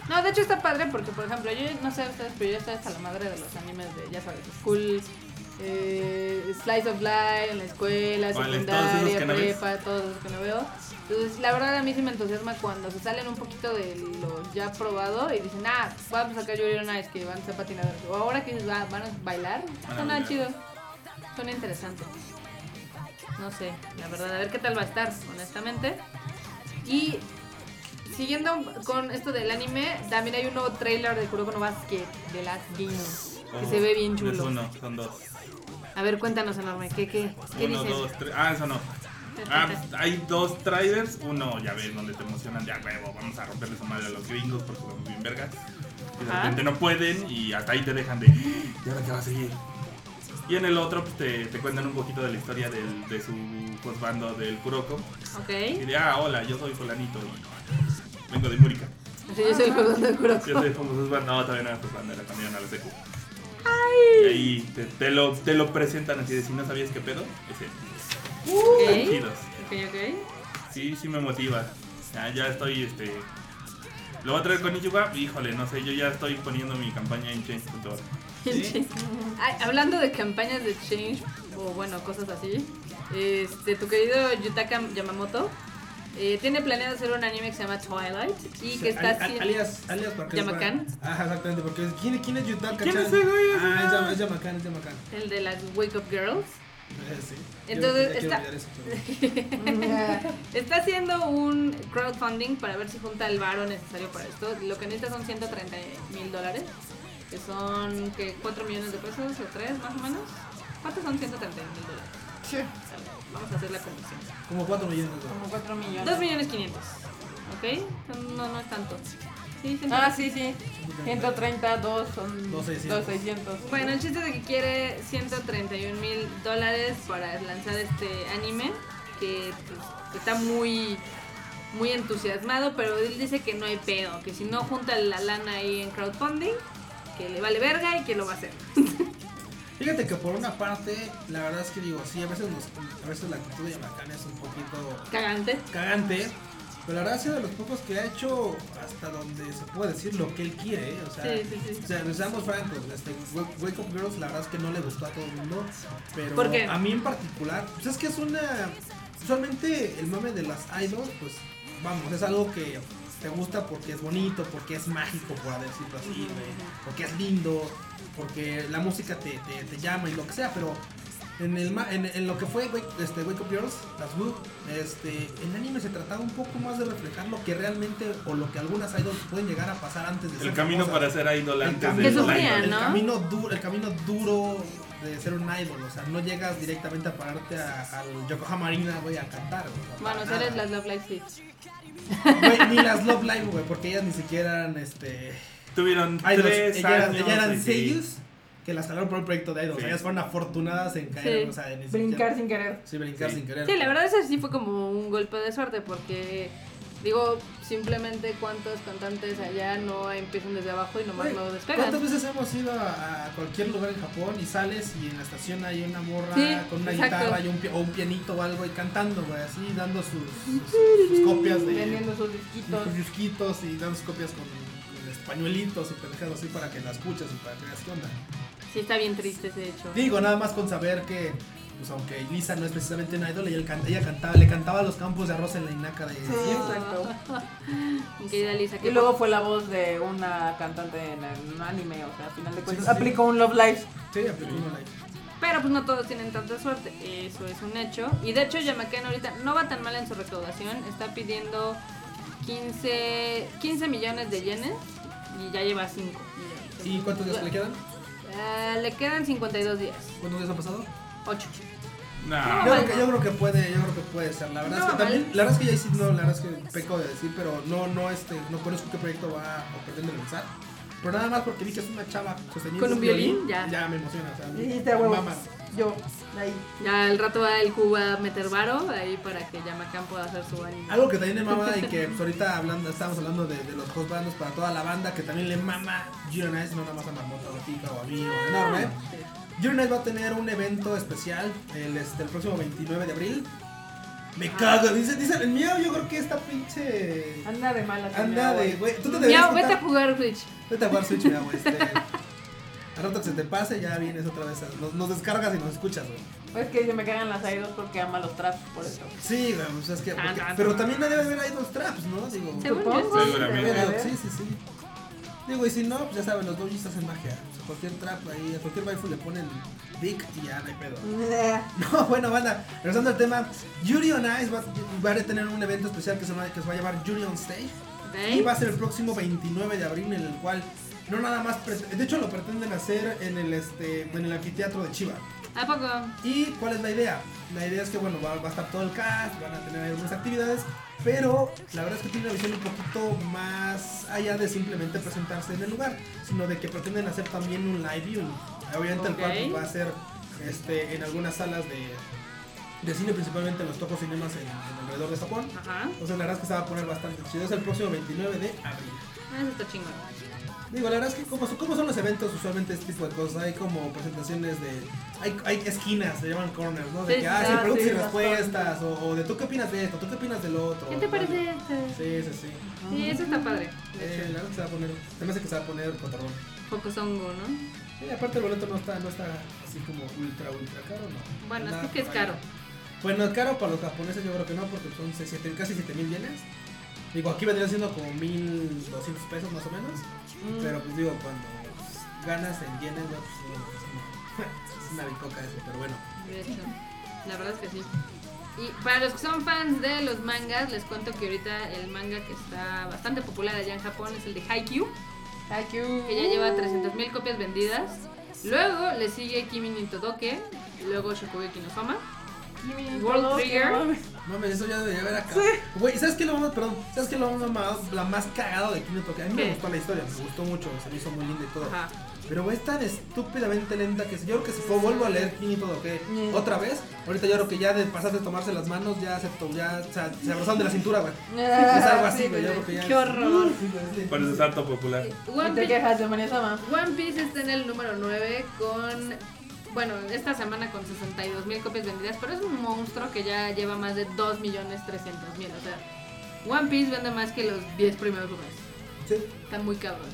Speaker 3: No, de hecho está padre porque, por ejemplo, yo no sé ustedes, pero yo estoy hasta la madre de los animes de, ya sabes, school, eh, slice of life en la escuela,
Speaker 2: Vale, todos esos
Speaker 3: secundaria,
Speaker 2: que no ves.
Speaker 3: prepa, todos los que no veo. Entonces, la verdad a mí sí me entusiasma cuando se salen un poquito de lo ya probado y dicen, ah, vamos a sacar Yuri on Ice, que van a ser patinadores. O ahora que dices, "Ah, van a bailar,
Speaker 2: Van a
Speaker 3: suena
Speaker 2: bailar.
Speaker 3: chido, suena interesante. No sé, la verdad, a ver qué tal va a estar, honestamente. Y Siguiendo con esto del anime, también hay un nuevo trailer de Kuroko no Basket, de las Games, que
Speaker 2: Oh,
Speaker 3: se ve bien
Speaker 2: no Es
Speaker 3: chulo.
Speaker 2: uno, son dos.
Speaker 3: A ver, cuéntanos, enorme, ¿qué, qué, qué
Speaker 2: uno,
Speaker 3: dices?
Speaker 2: dos, tres. Ah, eso no. Ah, pues, hay dos trailers. Uno, ya ves, donde te emocionan de a huevo, vamos a romperle su madre a los gringos porque vamos bien vergas. Y de
Speaker 3: Ajá.
Speaker 2: repente no pueden y hasta ahí te dejan de. ¿Y ahora qué va a seguir? Y en el otro pues, te, te cuentan un poquito de la historia del- de su cosbando del Kuroko. Y
Speaker 3: Ok,
Speaker 2: de, ah, hola, yo soy fulanito y vengo de Múrica.
Speaker 3: así yo soy el jugador de
Speaker 2: Yo
Speaker 3: Kuroko.
Speaker 2: soy como sus bandas, no, todavía no era sus bandas, la cambiaron a la secu. Y ahí te, te lo, te lo presentan así de si no sabías qué pedo, ese. Están
Speaker 3: Ok,
Speaker 2: chidos.
Speaker 3: ok, ok.
Speaker 2: Sí, sí me motiva. Ya, ya estoy, este... Lo voy a traer con Ichiba, híjole, no sé, yo ya estoy poniendo mi campaña en Change.org.
Speaker 4: ¿sí?
Speaker 3: Ay, hablando de campañas de Change, o bueno, cosas así, este, tu querido Yutaka Yamamoto eh, tiene planeado hacer un anime que se llama Twilight y que está
Speaker 4: Al- al-
Speaker 3: haciendo...
Speaker 4: alias, alias porque
Speaker 3: Yamakan.
Speaker 4: Ajá, exactamente, porque es- ¿quién, quién es Yutaka?
Speaker 2: ¿Quién es
Speaker 4: chan?
Speaker 2: ese güey?
Speaker 4: Ah, es Yam- es Yamakan, es Yamakan.
Speaker 3: El de las Wake Up Girls.
Speaker 4: Eh, sí. Yo
Speaker 3: Entonces,
Speaker 4: ya quiero
Speaker 3: está-
Speaker 4: olvidar eso, pero-
Speaker 5: Mm,
Speaker 3: Está haciendo un crowdfunding para ver si junta el varo necesario para esto. Lo que necesita son 130 mil dólares, que son que 4 millones de pesos o 3 más o menos. ¿Cuántos son 130 mil dólares? A ver, Vamos a hacer la conversión.
Speaker 4: Como 4 millones de dólares.
Speaker 5: Como 4 millones.
Speaker 3: 2 millones 500. ¿Ok? No, no es tanto. Sí,
Speaker 5: Ah,
Speaker 3: 130.
Speaker 5: sí, sí. 130, 2 son
Speaker 4: 2,600.
Speaker 5: 2,600.
Speaker 3: Bueno, el chiste es de que quiere 131 mil dólares para lanzar este anime, que pues, está muy, muy entusiasmado, pero él dice que no hay pedo, que si no junta la lana ahí en crowdfunding, que le vale verga y que lo va a hacer.
Speaker 4: Fíjate que por una parte, la verdad es que digo, sí, a veces, nos- a veces la actitud de Yamakan es un poquito
Speaker 3: Cagante.
Speaker 4: cagante, pero la verdad es que es de los pocos que ha hecho hasta donde se puede decir lo que él quiere, ¿eh? o sea,
Speaker 3: Sí, sí, sí.
Speaker 4: o sea, seamos francos, este, Wake- Wake Up Girls la verdad es que no le gustó a todo el mundo, pero
Speaker 3: ¿Por qué?
Speaker 4: a mí en particular, pues es que es una, usualmente el mame de las idols, pues vamos, es algo que te gusta porque es bonito, porque es mágico, por decirlo así,
Speaker 3: Ujú,
Speaker 4: güey,
Speaker 3: ujú.
Speaker 4: porque es lindo, porque la música te, te, te llama y lo que sea, pero en, el, ma- en, en lo que fue Wake, este, Wake Up Girls, las Woo, este, el anime se trataba un poco más de reflejar lo que realmente o lo que algunas idols pueden llegar a pasar antes de
Speaker 2: El camino
Speaker 4: famosas.
Speaker 2: para ser idol
Speaker 4: el
Speaker 2: antes
Speaker 4: camino,
Speaker 2: de
Speaker 3: Que sufrían,
Speaker 4: el
Speaker 3: ¿no?
Speaker 4: camino duro, el camino duro de ser un idol, o sea, no llegas directamente a pararte a- al Yokohama Arena, güey, a cantar, güey, o sea,
Speaker 3: Bueno,
Speaker 4: para
Speaker 3: si eres
Speaker 4: nada.
Speaker 3: las Love Live Hits.
Speaker 4: Güey, ni las Love Live, güey, porque ellas ni siquiera eran, este,
Speaker 2: Tuvieron
Speaker 4: idols,
Speaker 2: tres
Speaker 4: ellas, eran-
Speaker 2: años.
Speaker 4: ellas eran
Speaker 2: de-
Speaker 4: sellos que las salieron por un proyecto de idols,
Speaker 2: Sí.
Speaker 4: ellas fueron afortunadas en caer,
Speaker 3: Sí.
Speaker 4: o sea, ni siquiera-
Speaker 5: Brincar sin querer.
Speaker 4: Sí, brincar
Speaker 2: Sí.
Speaker 4: sin querer.
Speaker 3: Sí, la verdad eso sí fue como un golpe de suerte porque Digo, simplemente cuántos cantantes allá no empiezan desde abajo y nomás
Speaker 4: Güey,
Speaker 3: no despegan.
Speaker 4: ¿Cuántas veces hemos ido a, a cualquier lugar en Japón y sales y en la estación hay una morra
Speaker 3: Sí,
Speaker 4: con una
Speaker 3: exacto.
Speaker 4: guitarra y un, pi- o un pianito o algo y cantando, güey, así dando sus, sus- sus copias de
Speaker 5: Vendiendo sus
Speaker 4: sus
Speaker 5: disquitos.
Speaker 4: disquitos y dando sus copias con, con españuelitos y pendejadas así para que la escuches y para que veas qué onda.
Speaker 3: Sí, está bien triste ese hecho.
Speaker 4: Digo, nada más con saber que, pues aunque Lisa no es precisamente una ídola, ella, can- ella cantaba, le cantaba los campos de arroz en la inaca de...
Speaker 5: Sí, exacto.
Speaker 3: Mi querida Lisa,
Speaker 5: Y
Speaker 3: que
Speaker 5: luego fue la voz de una cantante en en un anime, o sea, al final de cuentas
Speaker 4: sí.
Speaker 5: aplicó un Love Live.
Speaker 4: Sí, aplicó una like.
Speaker 3: Pero pues no todos tienen tanta suerte, eso es un hecho. Y de hecho Yamaken ahorita no va tan mal en su recaudación, está pidiendo 15, 15 millones de yenes y ya lleva 5.
Speaker 4: ¿Y cuántos días le quedan?
Speaker 3: eh, le quedan 52 días,
Speaker 4: ¿Cuántos días han pasado?
Speaker 3: 8.
Speaker 2: No.
Speaker 4: Yo creo, que, yo creo que puede, yo creo que puede ser. La verdad
Speaker 3: No,
Speaker 4: es que también,
Speaker 3: mal.
Speaker 4: la verdad es que ya hicimos, no, la verdad es que peco de decir, pero no, no, este, no conozco qué proyecto va o pretende lanzar. Pero nada más porque vi que es una chava sosteniendo
Speaker 3: Con un violín, ya.
Speaker 4: Ya me emociona, o sea, me-
Speaker 5: Dijiste,
Speaker 4: me
Speaker 5: huevo,
Speaker 4: mama.
Speaker 5: yo, ahí.
Speaker 3: Ya el rato va el Cuba a meter varo ahí para que Yamaken pueda hacer su anime.
Speaker 4: Algo que también le mama y que pues, ahorita hablando, estábamos hablando de, de los host bandos para toda la banda, que también le mama Gironais, no nada más a Marmota o a Tica o a mí o a Enorme.
Speaker 3: Ah,
Speaker 4: Gironais va a tener un evento especial el, este, el próximo 29 de abril. Me
Speaker 3: Ah.
Speaker 4: cago, dice, dice el mío, yo creo que esta pinche...
Speaker 5: Anda de mala
Speaker 4: Anda de, güey. Tú te deberías.
Speaker 3: Ya, vete a
Speaker 4: quitar-
Speaker 3: jugar Rich.
Speaker 4: vete a jugar Switch, mira, güey. Este, al rato que se te pase, ya vienes otra vez. a- nos, nos descargas y nos escuchas, güey.
Speaker 5: Pues que se me cagan las idols porque ama los traps, por eso.
Speaker 4: Sí, güey. pues, es que,
Speaker 3: Tan,
Speaker 4: porque-
Speaker 3: tan,
Speaker 4: pero
Speaker 3: tan.
Speaker 4: también debe haber ahí dos traps, ¿no? Digo,
Speaker 3: Según yo,
Speaker 5: Supongo.
Speaker 3: sí.
Speaker 2: Seguramente.
Speaker 4: debe haber-
Speaker 5: a ver.
Speaker 4: sí, sí, sí. Digo, y si no, pues ya saben, los dojis hacen magia. O sea, cualquier trap ahí, a cualquier waifu le ponen Dick y ya no hay pedo. No, bueno, banda, regresando al tema, Yuri on Ice va, va a tener un evento especial que se va, que se va a llamar Yuri on Stage. Y
Speaker 3: ¿Ve?
Speaker 4: va a ser el próximo 29 de abril en el cual no nada más pre- de hecho lo pretenden hacer en el este en el anfiteatro de Chiva.
Speaker 3: ¿A poco?
Speaker 4: ¿Y cuál es la idea? La idea es que bueno, va, va a estar todo el cast, van a tener algunas actividades, pero la verdad es que tiene una visión un poquito más allá de simplemente presentarse en el lugar, sino de que pretenden hacer también un live viewing. Obviamente
Speaker 3: Ok.
Speaker 4: el cual va a ser este en algunas salas de de cine, principalmente en los tocos cinemas en, en alrededor de Japón.
Speaker 3: Ajá.
Speaker 4: Entonces la verdad es que se va a poner bastante chido. Es el próximo 29 de abril.
Speaker 3: Ah, Eso está chingón.
Speaker 4: Digo, la verdad es que como, como son los eventos, usualmente este tipo de cosas, hay como presentaciones de... Hay, hay esquinas, se llaman corners, ¿no? De
Speaker 3: Sí,
Speaker 4: que,
Speaker 3: sí,
Speaker 4: ah,
Speaker 3: sí,
Speaker 4: sí, preguntas
Speaker 5: sí,
Speaker 4: y
Speaker 5: los
Speaker 4: respuestas, o, o de tú qué opinas de esto, tú qué opinas del otro.
Speaker 3: ¿Qué te parece esto?
Speaker 4: Sí, sí, sí.
Speaker 3: Sí, eso está padre. De
Speaker 4: Eh,
Speaker 3: hecho,
Speaker 4: la verdad que se va a poner, se me hace que se va a poner cotarrón.
Speaker 3: Focusongo, ¿no?
Speaker 4: Y aparte el boleto no está, no está así como ultra, ultra caro, ¿no?
Speaker 3: Bueno, es
Speaker 4: Nada
Speaker 3: que es
Speaker 4: por ahí.
Speaker 3: caro.
Speaker 4: Bueno, caro para los japoneses yo creo que no, porque son seis, siete- casi 7 mil yenes. Digo, aquí vendría siendo como 1200 pesos más o menos.
Speaker 3: Mm.
Speaker 4: Pero pues digo, cuando pues, ganas en yenes, no, pues digo, es una- es una bicoca eso, pero bueno.
Speaker 3: De hecho, la verdad es que sí. Y para los que son fans de los mangas, les cuento que ahorita el manga que está bastante popular allá en Japón es el de Haikyuu,
Speaker 5: Thank you.
Speaker 3: que ya lleva 300.000 copias vendidas. Luego le sigue Kimi no Todoke, luego Shokugeki no Soma. World
Speaker 5: Todos,
Speaker 3: Trigger.
Speaker 5: que mames.
Speaker 4: Mames, eso ya debería haber acá. Güey, ¿sabes qué lo vamos, perdón? ¿Sabes qué lo vamos más, la más cagado de Kino Toque? A mí
Speaker 3: ¿Qué?
Speaker 4: me gustó la historia, me gustó mucho, se me hizo muy linda y todo.
Speaker 3: Ajá.
Speaker 4: Pero güey, es tan estúpidamente lenta que si- yo creo que si fue, vuelvo a leer Kino Toque otra vez, ahorita yo creo que ya de pasar de tomarse las manos, ya se, to- ya, o sea, se abrazaron de la cintura, güey.
Speaker 5: Ah,
Speaker 4: Es algo así, güey, yo creo que ya.
Speaker 3: Qué horror.
Speaker 2: Por eso es harto popular.
Speaker 5: No
Speaker 3: One
Speaker 5: te
Speaker 3: Piece,
Speaker 5: quejas de María Sama.
Speaker 3: One Piece está en el número 9 con... Bueno, esta semana con 62.000 copias vendidas, pero es un monstruo que ya lleva más de 2.300.000. O sea, One Piece vende más que los 10 primeros lugares.
Speaker 4: Sí.
Speaker 3: Está muy cabrón.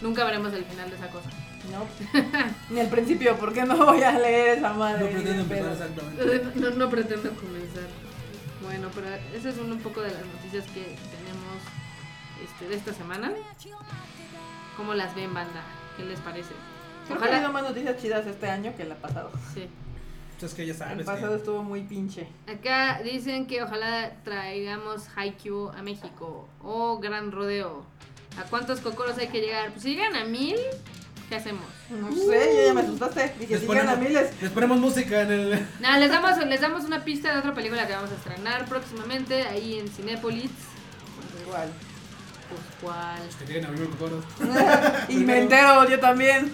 Speaker 3: Nunca veremos el final de esa cosa.
Speaker 5: No. Ni al principio, porque no voy a leer esa madre.
Speaker 4: No pretendo
Speaker 5: Pero-
Speaker 4: empezar exactamente.
Speaker 3: No, no pretendo comenzar. Bueno, pero esa es un poco de las noticias que tenemos este, de esta semana. ¿Cómo las ven, banda? ¿Qué les parece?
Speaker 5: Creo que ha habido
Speaker 3: Ojalá.
Speaker 5: más noticias chidas este año que el pasado.
Speaker 3: Sí.
Speaker 4: Entonces Pues que ya
Speaker 5: El
Speaker 4: sabes.
Speaker 5: pasado
Speaker 4: que-
Speaker 5: estuvo muy pinche.
Speaker 3: Acá dicen que ojalá traigamos Haikyuu a México o Gran Rodeo. ¿A cuántos cocoros hay que llegar? Pues si llegan a mil, ¿qué hacemos?
Speaker 5: No sé, yo ya me asustaste. Dije,
Speaker 4: Les
Speaker 5: si llegan a
Speaker 4: ponemos-
Speaker 5: miles.
Speaker 4: Les ponemos música en el.
Speaker 3: Nada, les damos, les damos una pista de otra película que vamos a estrenar próximamente ahí en Cinépolis.
Speaker 5: Igual.
Speaker 3: Pues cuál.
Speaker 4: Que lleguen a abrir el coro.
Speaker 5: y me entero yo también.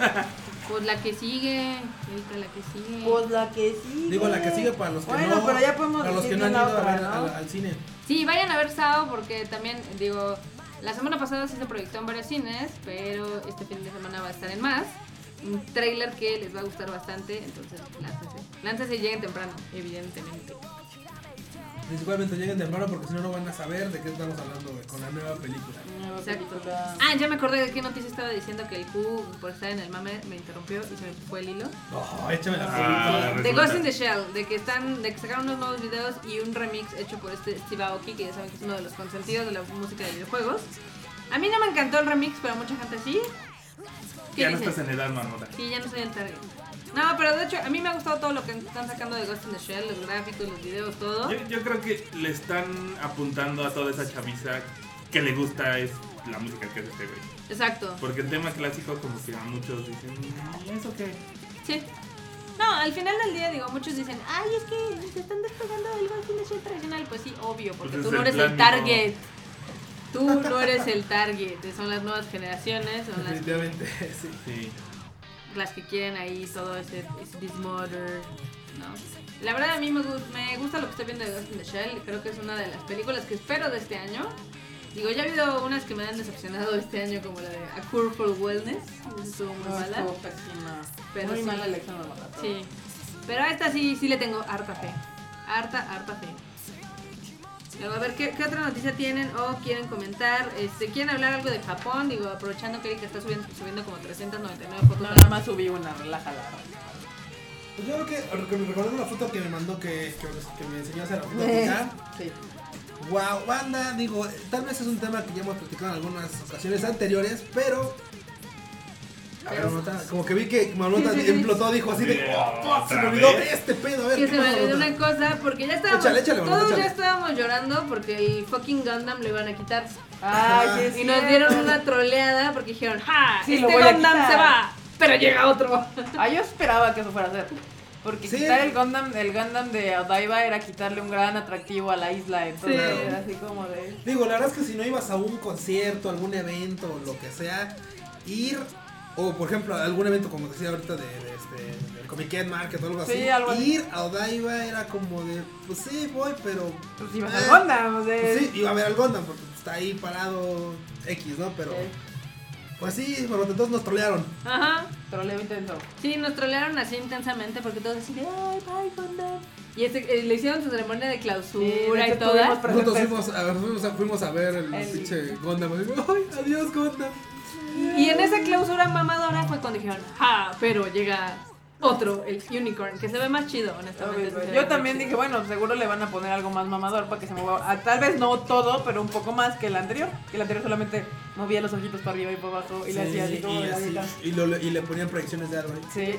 Speaker 3: Pues la que sigue, Erika, la que sigue.
Speaker 5: Pues la que sigue.
Speaker 4: Digo, la que sigue para los que
Speaker 5: bueno,
Speaker 4: no.
Speaker 5: pero ya podemos
Speaker 4: para los que
Speaker 5: decir
Speaker 4: no han
Speaker 5: la
Speaker 4: ido a
Speaker 5: otra,
Speaker 4: ver
Speaker 5: ¿no?
Speaker 4: al, al cine.
Speaker 3: Sí, vayan a ver Sao porque también, digo, la semana pasada sí se proyectó en varios cines, pero este fin de semana va a estar en más. Un trailer que les va a gustar bastante, entonces láncense. Láncense y lleguen temprano, evidentemente.
Speaker 4: Principalmente lleguen temprano porque si no, no van a saber de qué estamos hablando güey, con la nueva película.
Speaker 5: Nueva
Speaker 3: Exacto.
Speaker 5: película.
Speaker 3: Ah, ya me acordé de qué noticia estaba diciendo que el Q, por estar en el mame, me interrumpió y se me fue el hilo.
Speaker 4: No, échame la
Speaker 2: Ah,
Speaker 3: The
Speaker 2: resulta.
Speaker 3: Ghost in the Shell, de que están, de que sacaron unos nuevos videos y un remix hecho por este Steve Aoki, que ya saben que es uno de los consentidos de la música de videojuegos. A mí no me encantó el remix, pero a mucha gente sí. ¿Qué
Speaker 2: Ya no
Speaker 3: dices?
Speaker 2: estás en edad, marmota.
Speaker 3: Sí, ya no soy el target. No, pero de hecho, a mí me ha gustado todo lo que están sacando de Ghost in the Shell, los gráficos, los videos, todo.
Speaker 2: Yo, yo creo que le están apuntando a toda esa chaviza que le gusta es la música que hace este güey.
Speaker 3: Exacto.
Speaker 2: Porque el tema clásico, como que a muchos dicen, "Mm, ¿eso qué?
Speaker 3: Sí. No, al final del día, digo, muchos dicen, ay, es que se están despegando del Ghost in the Shell tradicional. Pues sí, obvio, porque
Speaker 2: Pues
Speaker 3: tú
Speaker 2: es
Speaker 3: no
Speaker 2: el
Speaker 3: eres el
Speaker 2: plan,
Speaker 3: target. Tú no eres el target. Son las nuevas generaciones, son las,
Speaker 4: Definitivamente, sí.
Speaker 2: Sí.
Speaker 3: las que quieren ahí todo ese, ese this murder, ¿no? La verdad, a mí me, gu- me gusta lo que estoy viendo de Ghost in the Shell. Creo que es una de las películas que espero de este año. Digo, ya ha habido unas que me han decepcionado este año, como la de A Cure for Wellness. que Estuvo muy
Speaker 5: No,
Speaker 3: mala.
Speaker 5: Ah, estuvo pésima.
Speaker 3: Pero
Speaker 5: Muy
Speaker 3: sí.
Speaker 5: mala elección de Bogotá.
Speaker 3: Sí. Pero a esta sí, sí le tengo harta fe. Harta, harta fe. Luego, a ver, ¿qué, qué otra noticia tienen o quieren comentar? Este, ¿Quieren hablar algo de Japón? Digo, aprovechando que Erika está subiendo, subiendo como 399 fotos.
Speaker 5: No,
Speaker 3: al-
Speaker 5: nada más subí una, relájala.
Speaker 4: Pues yo creo que rec- recordando la foto que me mandó que, que, que me enseñó a hacer la foto de acá,
Speaker 3: Eh.
Speaker 5: Sí.
Speaker 4: Wow, banda, digo, eh, tal vez es un tema que ya hemos platicado en algunas ocasiones anteriores, pero. A ver, Marmota, como que vi que Marmota
Speaker 3: Sí, sí, sí.
Speaker 4: explotó, dijo así de.
Speaker 2: Otra
Speaker 4: "Oh, se me olvidó
Speaker 2: vez.
Speaker 4: este pedo, a ver.
Speaker 3: Que
Speaker 4: ¿qué
Speaker 3: se me
Speaker 4: pasa,
Speaker 3: olvidó
Speaker 4: Marmota?".
Speaker 3: una cosa, porque ya estábamos.
Speaker 4: Échale, échale,
Speaker 3: todos
Speaker 4: Manolo, échale.
Speaker 3: ya estábamos llorando porque el fucking Gundam lo iban a quitar.
Speaker 5: Ay, sí, es
Speaker 3: Y nos
Speaker 5: cierto.
Speaker 3: dieron una troleada porque dijeron, ¡ja!
Speaker 5: Sí, lo
Speaker 3: este
Speaker 5: voy a
Speaker 3: Gundam
Speaker 5: quitar".
Speaker 3: se va, pero llega otro.
Speaker 5: Ah, yo esperaba que eso fuera a ser. Porque
Speaker 4: Sí.
Speaker 5: quitar el Gundam, el Gundam de Odaiba era quitarle un gran atractivo a la isla. Entonces
Speaker 4: Sí.
Speaker 5: era así como de.
Speaker 4: Digo, la verdad es que si no ibas a un concierto, algún evento, lo que sea, ir. O por ejemplo, a algún evento como decía ahorita de, de este, del Comic Market o algo así.
Speaker 5: Sí, algo así.
Speaker 4: ir a Odaiba era como de, pues sí, voy, pero.
Speaker 5: Pues ibas
Speaker 4: eh,
Speaker 5: al Gundam, o sea.
Speaker 4: Pues sí, iba a ver al Gondam porque está ahí parado X, ¿no? Pero. Pues sí, bueno, entonces nos trolearon.
Speaker 3: Ajá.
Speaker 5: Troleo intenso.
Speaker 3: Sí, nos trolearon así intensamente porque todos así de, ay, bye, Gundam. Y este, eh, le hicieron su ceremonia de
Speaker 5: Sí, de
Speaker 3: clausura
Speaker 5: hecho,
Speaker 3: y todas.
Speaker 5: tuvimos- Pero
Speaker 4: Nosotros
Speaker 5: después-
Speaker 4: fuimos a ver, fuimos a, fuimos a ver el,
Speaker 5: El-
Speaker 4: pinche Gondam. así, Ay, adiós, Gondam.
Speaker 3: Y en esa clausura mamadora fue cuando dijeron, ja, pero llega otro, el unicorn, que se ve más chido, honestamente. sí se ve
Speaker 5: Yo
Speaker 3: más
Speaker 5: también
Speaker 3: chido.
Speaker 5: dije, bueno, seguro le van a poner algo más mamador para que se mueva. Ah, tal vez no todo, pero un poco más que el anterior. Que el anterior solamente movía los ojitos para arriba y para abajo y le hacía así como
Speaker 4: y,
Speaker 5: de
Speaker 4: así,
Speaker 5: ladita.
Speaker 4: y, lo- y le ponían proyecciones de árbol.
Speaker 5: Sí.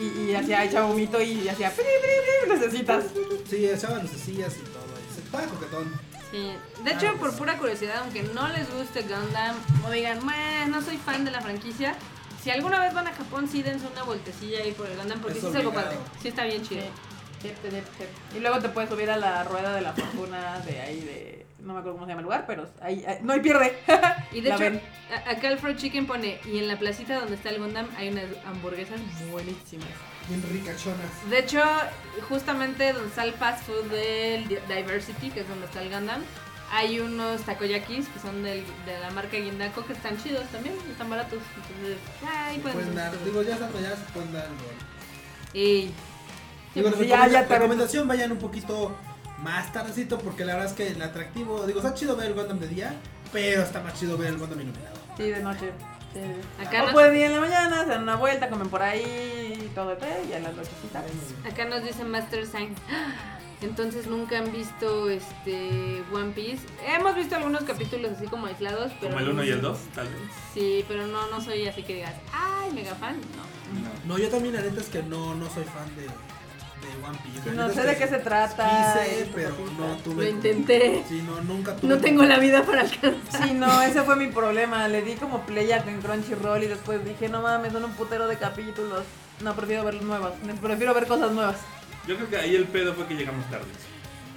Speaker 5: Y, y hacía echaba humito y hacía pri, pri, pri, necesitas.
Speaker 4: Sí, echaban lucecillas y todo. Y se estaba coquetón.
Speaker 3: Sí.
Speaker 5: "Ah,
Speaker 3: De hecho,
Speaker 5: pues".
Speaker 3: por pura curiosidad, aunque no les guste Gundam, o digan, "Meh, no soy fan de la franquicia, si alguna vez van a Japón, sí dense una vueltecilla ahí por el Gundam, porque
Speaker 4: Es
Speaker 3: sí es algo
Speaker 4: obligado.
Speaker 3: padre. Sí está bien chido.
Speaker 5: Y luego te puedes subir a la rueda de la fortuna de ahí de. No me acuerdo cómo se llama el lugar, pero ahí. ahí- no, y pierde.
Speaker 3: Y de
Speaker 5: La
Speaker 3: hecho,
Speaker 5: ven.
Speaker 3: a- acá el Fried Chicken pone, y en la placita donde está el Gundam hay unas hamburguesas buenísimas.
Speaker 4: Bien ricachonas.
Speaker 3: De hecho, justamente donde está el fast food del Di- Diversity, que es donde está el Gundam, hay unos takoyakis que son del- de la marca Guindaco que están chidos también, están baratos. Entonces, ay,
Speaker 4: Se
Speaker 5: pues,
Speaker 4: pueden dar, digo, ya estando allá se pueden dar el gol.
Speaker 3: Y
Speaker 4: Digo,
Speaker 5: pues ya,
Speaker 4: recomenda-
Speaker 5: ya te-
Speaker 4: recomendación, vayan un poquito más tardecito porque la verdad es que el atractivo, digo, está chido ver el Gondam de día, pero está más chido ver el Gondam iluminado.
Speaker 5: Sí, de noche. Sí.
Speaker 3: Acá
Speaker 5: o
Speaker 3: no-
Speaker 5: pueden ir en la mañana, se dan una vuelta, comen por ahí y todo el té, y a las nochecitas.
Speaker 3: acá nos dice Master Sign. "Ah, Entonces nunca han visto este One Piece. Hemos visto algunos capítulos así como aislados, pero
Speaker 2: Como el 1 y el 2, tal vez.
Speaker 3: Sí, pero no, no soy así que digas, ay, mega fan. No.
Speaker 2: No.
Speaker 4: No, yo también la neta es que no, no soy fan de, de One Piece. La
Speaker 5: No
Speaker 4: neta
Speaker 5: sé
Speaker 4: es
Speaker 5: de
Speaker 4: que
Speaker 5: qué se trata. este
Speaker 4: Quise, pero no
Speaker 3: Lo
Speaker 4: tuve. como-
Speaker 3: intenté.
Speaker 4: Sí, no, nunca tuve.
Speaker 3: No
Speaker 4: como-
Speaker 3: tengo la vida para alcanzar.
Speaker 5: Sí, no, ese fue mi problema. Le di como play en Crunchyroll y después dije, no mames, son un putero de capítulos. No, prefiero ver nuevas. Prefiero ver cosas nuevas.
Speaker 2: Yo creo que ahí el pedo fue que llegamos tarde.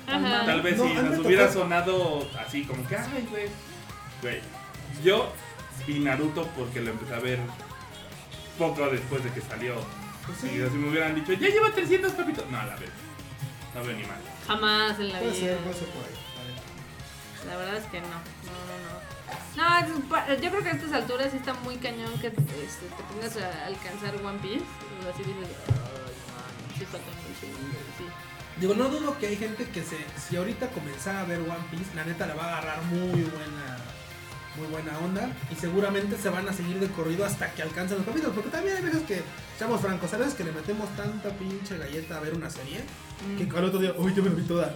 Speaker 3: Ajá.
Speaker 2: Tal vez
Speaker 4: No,
Speaker 2: si
Speaker 4: a mí me
Speaker 2: nos
Speaker 4: tocó-
Speaker 2: hubiera sonado así, como que, ay, güey. Güey, yo vi Naruto porque lo empecé a ver poco después de que salió.
Speaker 4: Pues
Speaker 2: Y si me hubieran dicho, ya lleva 300 capítulos. No, la verdad. No veo ni mal.
Speaker 3: Jamás en la
Speaker 4: Puede
Speaker 3: vida.
Speaker 4: ser, puede ser por ahí. Vale.
Speaker 3: La verdad es que no. No, no, no. No, es pa- yo creo que a estas alturas sí está muy cañón que este, te pongas a alcanzar One Piece. O sea, así dices, "Ay, no, sí falta mucho", sí.
Speaker 4: Digo, no dudo que hay gente que se, si ahorita comenzara a ver One Piece, la neta la va a agarrar muy buena, muy buena onda. Y seguramente se van a seguir de corrido hasta que alcancen los capítulos. Porque también hay veces que, seamos francos, hay veces que le metemos tanta pinche galleta a ver una serie
Speaker 5: Mm.
Speaker 4: que al otro día, uy, yo me lo vi toda.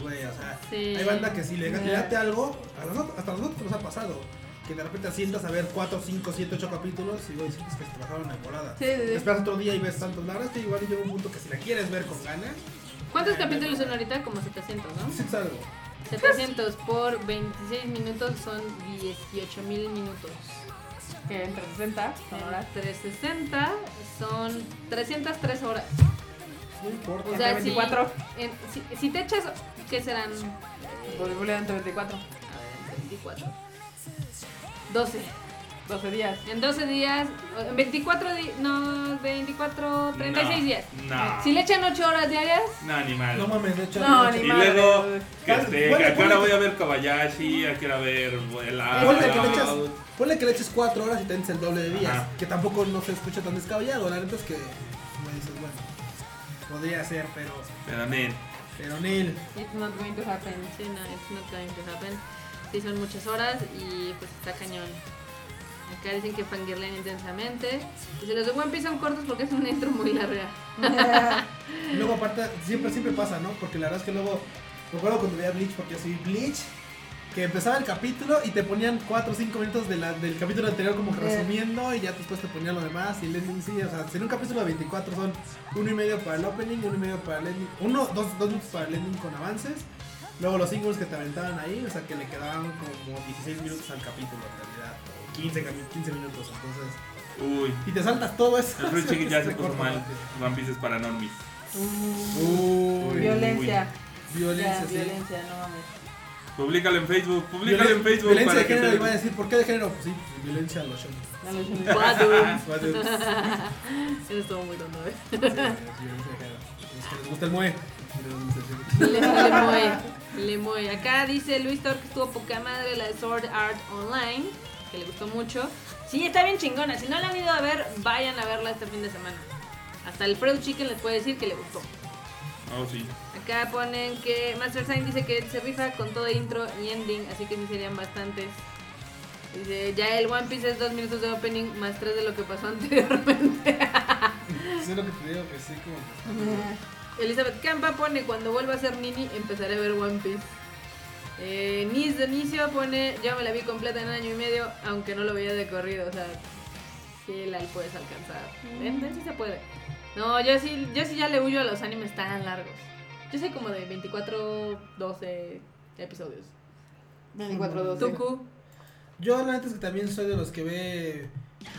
Speaker 4: Güey, o sea,
Speaker 3: Sí.
Speaker 4: hay banda que si le le late algo, a nosotros- hasta a nosotros nos ha pasado. Que de repente sientas a ver 4, 5, 7, 8 capítulos y güey, sientes que se te bajaron en volada.
Speaker 5: Sí, sí, sí.
Speaker 4: Esperas otro día y ves tantos. La verdad es que igual llega un punto que si la quieres ver con ganas,
Speaker 3: ¿Cuántos capítulos son ahorita? Como 700, ¿no?
Speaker 4: sí es algo.
Speaker 3: 700 por 26 minutos son 18 mil minutos.
Speaker 5: Que entre 60 son
Speaker 3: Ahora
Speaker 5: horas.
Speaker 3: 360 son 303 horas.
Speaker 4: No importa.
Speaker 3: O sea, si,
Speaker 5: 24.
Speaker 3: en- si, si te echas, ¿qué serán?
Speaker 5: Pues Julia entre 24.
Speaker 3: A ver, 24. 12.
Speaker 5: 12 días.
Speaker 3: En 12 días, o en 24 días, no, 24, 36
Speaker 2: No,
Speaker 3: días.
Speaker 2: no.
Speaker 3: Si le echan 8 horas diarias,
Speaker 2: No, ni mal.
Speaker 4: no mames, de hecho.
Speaker 5: No,
Speaker 4: de
Speaker 5: ni
Speaker 4: hecho-
Speaker 2: y
Speaker 5: madre.
Speaker 2: luego, que
Speaker 4: Claro,
Speaker 2: este,
Speaker 4: bueno,
Speaker 2: que a qué hora
Speaker 4: ponle-
Speaker 2: voy a ver Kobayashi, a qué hora ver el
Speaker 4: Ponle que,
Speaker 2: Out.
Speaker 4: le echas, ponle que le eches 4 horas y te entes el doble de días.
Speaker 2: Ajá.
Speaker 4: Que tampoco no se escucha tan descabellado. La neta es que me dices, bueno, podría ser, pero.
Speaker 2: Pero nen,
Speaker 4: Pero Neil.
Speaker 5: It's not going to happen.
Speaker 3: sí, no, it's not going to happen. Sí, son muchas horas y pues está cañón. Acá dicen que fangirlen intensamente. Dice, los de One Piece son cortos porque es una intro muy larga.
Speaker 4: Y Luego aparte, siempre, siempre pasa, ¿no? Porque la verdad es que luego, recuerdo cuando veía Bleach, porque así Bleach, que empezaba el capítulo y te ponían 4 o 5 minutos de la- del capítulo anterior como que
Speaker 5: Eh.
Speaker 4: resumiendo y ya después te ponían lo demás y el ending sí, o sea, si en un capítulo de 24 son uno y medio para el opening, uno y medio para el ending, uno, dos, dos minutos para el ending con avances, luego los singles que te aventaban ahí, o sea, que le quedaban como 16 minutos al capítulo en realidad, o 15, capi- 15 minutos, entonces,
Speaker 2: uy,
Speaker 4: y te saltas todo eso.
Speaker 2: el Fruit Chicken ya se
Speaker 4: te
Speaker 2: puso
Speaker 4: corta
Speaker 2: mal.
Speaker 4: bastante.
Speaker 2: One Piece es para normies.
Speaker 5: Uh,
Speaker 4: Uy.
Speaker 5: violencia.
Speaker 4: Violencia,
Speaker 5: Ya,
Speaker 4: sí.
Speaker 5: violencia, no mames.
Speaker 2: Públicalo en Facebook, públicalo en Facebook.
Speaker 4: Violencia de
Speaker 2: para que
Speaker 4: género,
Speaker 2: te-
Speaker 4: iba a decir, ¿por qué de género? Pues sí, violencia a los shonen.
Speaker 5: No lo sé.
Speaker 3: Guadu.
Speaker 4: pues, Violencia de género.
Speaker 3: Eso estuvo muy tonto, ¿eh?
Speaker 4: Los que les gusta el mue.
Speaker 3: Le, le mueve, le mueve. Acá dice Luis Tor que estuvo poca madre la de Sword Art Online, que le gustó mucho. Sí, está bien chingona. Si no la han ido a ver, vayan a verla este fin de semana. Hasta el Fred Chicken les puede decir que le gustó.
Speaker 2: Oh, sí.
Speaker 3: Acá ponen que Master Sign dice que se rifa con todo intro y ending, así que sí serían bastantes. Dice, ya el One Piece es dos minutos de opening más tres de lo que pasó anteriormente.
Speaker 4: Sé lo que te digo, que sí, como.
Speaker 3: Elizabeth Campa pone cuando vuelva a ser Nini empezaré a ver One Piece. Eh, Nis Donicio pone yo me la vi completa en un año y medio aunque no lo veía de corrido, o sea, sí la puedes alcanzar. ¿Ven? ¿Ven? Sí se puede. No, yo sí, yo sí ya le huyo a los animes tan largos. Yo soy como de 24, 12 episodios.
Speaker 5: 24-12.
Speaker 3: Tuku,
Speaker 4: Yo, la neta es que también soy de los que ve.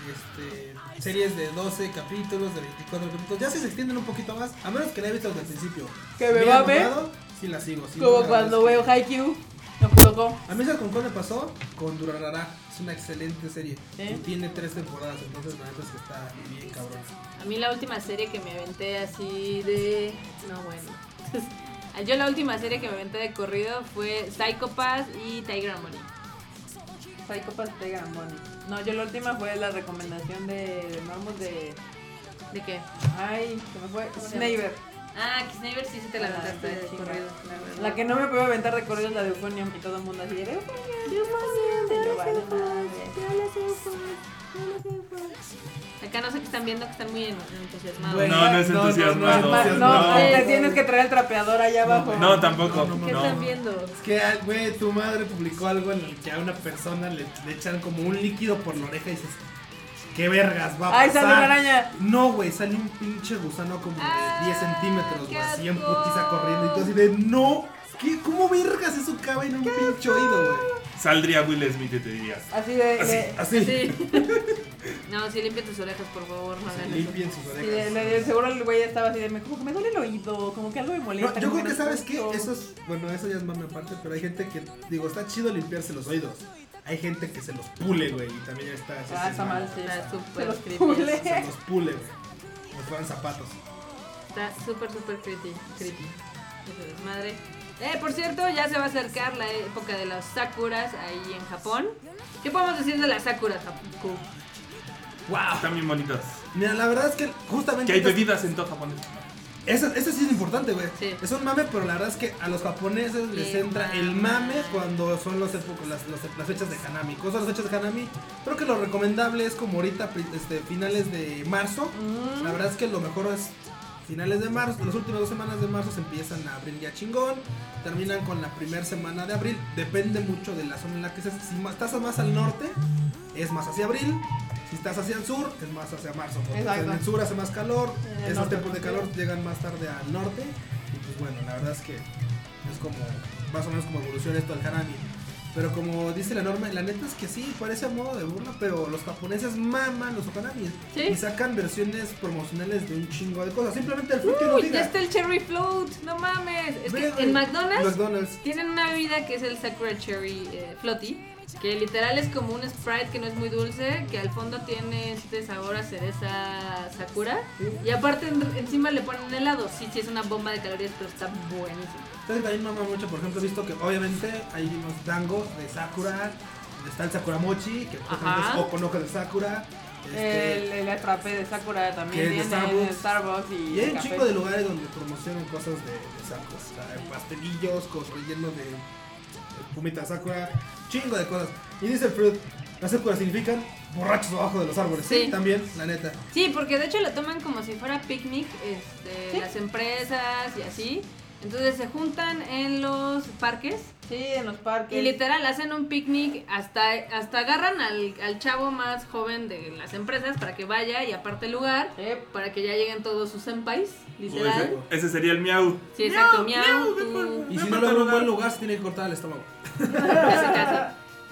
Speaker 4: Este, series de 12 capítulos, de 24 capítulos. Ya si se extienden un poquito más, a menos que la he visto desde el principio.
Speaker 5: Que me
Speaker 4: Bien
Speaker 5: va a ver.
Speaker 4: anotado, Sí, la sigo. sí, la verdad
Speaker 5: Como
Speaker 4: es
Speaker 5: cuando
Speaker 4: que-
Speaker 5: veo Haikyuu. Nos colocó.
Speaker 4: A mí, ¿sabes con cuál me pasó? Con Durarara. Es una excelente serie.
Speaker 5: ¿Eh?
Speaker 4: Y tiene tres temporadas, entonces la neta es que está bien cabrón.
Speaker 3: a mí la última serie que me aventé así de... No, bueno. Yo la última serie que me aventé de corrido fue Psychopath y Tiger Money.
Speaker 5: Psychopath de Gamboni. No, yo la última fue la recomendación de, de Marmos de.
Speaker 3: ¿De qué?
Speaker 5: Ay, se me fue.
Speaker 3: ¿Cómo se llama?
Speaker 5: Neighbor.
Speaker 3: Ah, Kisneiber sí, sí te la
Speaker 5: Ah,
Speaker 3: aventaste
Speaker 5: está
Speaker 3: de
Speaker 5: chingón.
Speaker 3: corrido. la verdad.
Speaker 5: La que no me puedo aventar de corrido es la de Euphonium y todo el mundo así de Euphonium. Y yo, vale, madre.
Speaker 3: Acá no sé qué están viendo, que están muy en- entusiasmados.
Speaker 2: Bueno, No, no es entusiasmado.
Speaker 5: Ma-
Speaker 4: entusiasmado.
Speaker 5: No,
Speaker 3: no.
Speaker 5: te tienes que traer el trapeador allá abajo.
Speaker 2: No, tampoco.
Speaker 4: No, no,
Speaker 3: ¿Qué
Speaker 4: no.
Speaker 3: están viendo?
Speaker 4: Es que, ah, güey, tu madre publicó algo en el que a una persona le, le echan como un líquido por la oreja y dices, ¿qué vergas va a
Speaker 5: Ay,
Speaker 4: pasar?
Speaker 5: sale una araña.
Speaker 4: No, güey, sale un pinche gusano como
Speaker 3: Ah,
Speaker 4: de 10 centímetros,
Speaker 3: qué
Speaker 4: güey, así en
Speaker 3: asco.
Speaker 4: putiza corriendo. Y tú así de, no, ¿qué? ¿cómo vergas eso cabe en un pinche oído, güey?
Speaker 2: Saldría Will Smith y te diría.
Speaker 5: Así de.
Speaker 2: Así,
Speaker 5: de-
Speaker 4: Así,
Speaker 3: No, sí, limpia tus orejas, por favor, no hagan eso.
Speaker 4: limpien sus
Speaker 5: Sí,
Speaker 4: orejas.
Speaker 5: de- de- de- seguro el güey estaba así de, me- como que me duele el oído, como que algo me molesta.
Speaker 4: No, yo
Speaker 5: como
Speaker 4: creo que
Speaker 5: no
Speaker 4: sabes que
Speaker 5: escucho".
Speaker 4: eso es, bueno, eso ya es mame aparte, pero hay gente que, digo, está chido limpiarse los oídos. hay gente que se los pule, güey. Y también está. ese
Speaker 5: Ah, está
Speaker 4: mal.
Speaker 5: mal, sí.
Speaker 3: Está
Speaker 5: Se
Speaker 3: súper
Speaker 5: los
Speaker 3: creepy.
Speaker 5: pule.
Speaker 4: Se los pule, güey. Nos fueran zapatos.
Speaker 3: Está súper, súper creepy. creepy. Ese desmadre. Eh, por cierto, ya se va a acercar la época de las sakuras ahí en Japón. ¿Qué podemos decir de las sakuras, Haku?
Speaker 4: ¡Wow!
Speaker 2: Están bien bonitos.
Speaker 4: Mira, la verdad es que justamente.
Speaker 2: Que hay
Speaker 4: estas-
Speaker 2: bebidas en todo japonés.
Speaker 4: Eso, eso sí es importante, güey.
Speaker 3: Sí.
Speaker 4: Es un mame, pero la verdad es que a los japoneses les
Speaker 3: Qué
Speaker 4: entra
Speaker 5: Ah.
Speaker 4: el
Speaker 3: mame.
Speaker 4: mame cuando son los épo- las, los- las fechas de Hanami. ¿Cuáles son las fechas de Hanami? Creo que lo recomendable es como ahorita, pri- este, finales de marzo.
Speaker 5: Mm.
Speaker 4: La verdad es que lo mejor es finales de marzo. Las últimas dos semanas de marzo se empiezan a abrir ya chingón. Terminan con la primera semana de abril. Depende mucho de la zona en la que estés. Si ma- estás más al norte, es más hacia abril. Si estás hacia el sur, es más hacia marzo. Porque
Speaker 5: Exacto.
Speaker 4: en el sur hace más calor,
Speaker 3: Eh,
Speaker 5: En el
Speaker 4: esos
Speaker 5: norte
Speaker 4: tiempos de
Speaker 5: también.
Speaker 4: calor llegan más tarde al norte. Y pues bueno, la verdad es que es como, más o menos como evoluciona esto al hanami. Pero como dice la norma, la neta es que sí, parece a modo de burla, pero los japoneses maman los hanamis.
Speaker 3: Sí.
Speaker 4: Y sacan versiones promocionales de un chingo de cosas. Simplemente el fruto lo
Speaker 3: Uy, ya
Speaker 4: diga.
Speaker 3: está el cherry float, no mames. Es que
Speaker 4: Ve, güey,
Speaker 3: en McDonald's
Speaker 4: McDonald's.
Speaker 3: tienen una bebida que es el Sakura Cherry eh, Floaty, que literal es como un Sprite que no es muy dulce, que al fondo tiene este sabor a cereza Sakura. Y aparte en- encima le ponen helado. Sí, sí, es una bomba de calorías, pero está buenísimo.
Speaker 4: Entonces también mama mucho, por ejemplo, he visto que obviamente hay unos dangos de Sakura. Está el Sakura Mochi, que por ejemplo
Speaker 3: Ajá.
Speaker 4: es Okonoke de Sakura. Este,
Speaker 5: El, el frappé de Sakura también
Speaker 4: Que
Speaker 5: tiene
Speaker 4: es de Starbucks.
Speaker 5: Starbucks y,
Speaker 4: Y hay un
Speaker 5: café.
Speaker 4: chico de lugares donde promocionan cosas de, de Sakura. O sea, hay pastelillos, cosas rellenos de, de pumita Sakura, chingo de cosas. Y dice el Fruit, las Sakura significan borrachos abajo de los árboles.
Speaker 3: Sí.
Speaker 4: Sí, también, la neta.
Speaker 3: Sí, porque de hecho la toman como si fuera picnic este,
Speaker 5: Sí.
Speaker 3: las empresas y así. Entonces se juntan en los parques
Speaker 5: Sí, en los parques.
Speaker 3: y literal hacen un picnic hasta, hasta agarran al, al chavo más joven de las empresas para que vaya y aparte el lugar
Speaker 5: Eh,
Speaker 3: para que ya lleguen todos sus senpais, literal.
Speaker 2: Ese, ese sería el miau.
Speaker 3: Sí, exacto, miau,
Speaker 2: miau,
Speaker 3: tú.
Speaker 2: miau.
Speaker 4: Y
Speaker 2: No,
Speaker 4: si no
Speaker 2: pero
Speaker 4: lo ven en un
Speaker 2: lugar-
Speaker 4: buen lugar, se tiene que cortar el estómago.
Speaker 3: Casi, casi.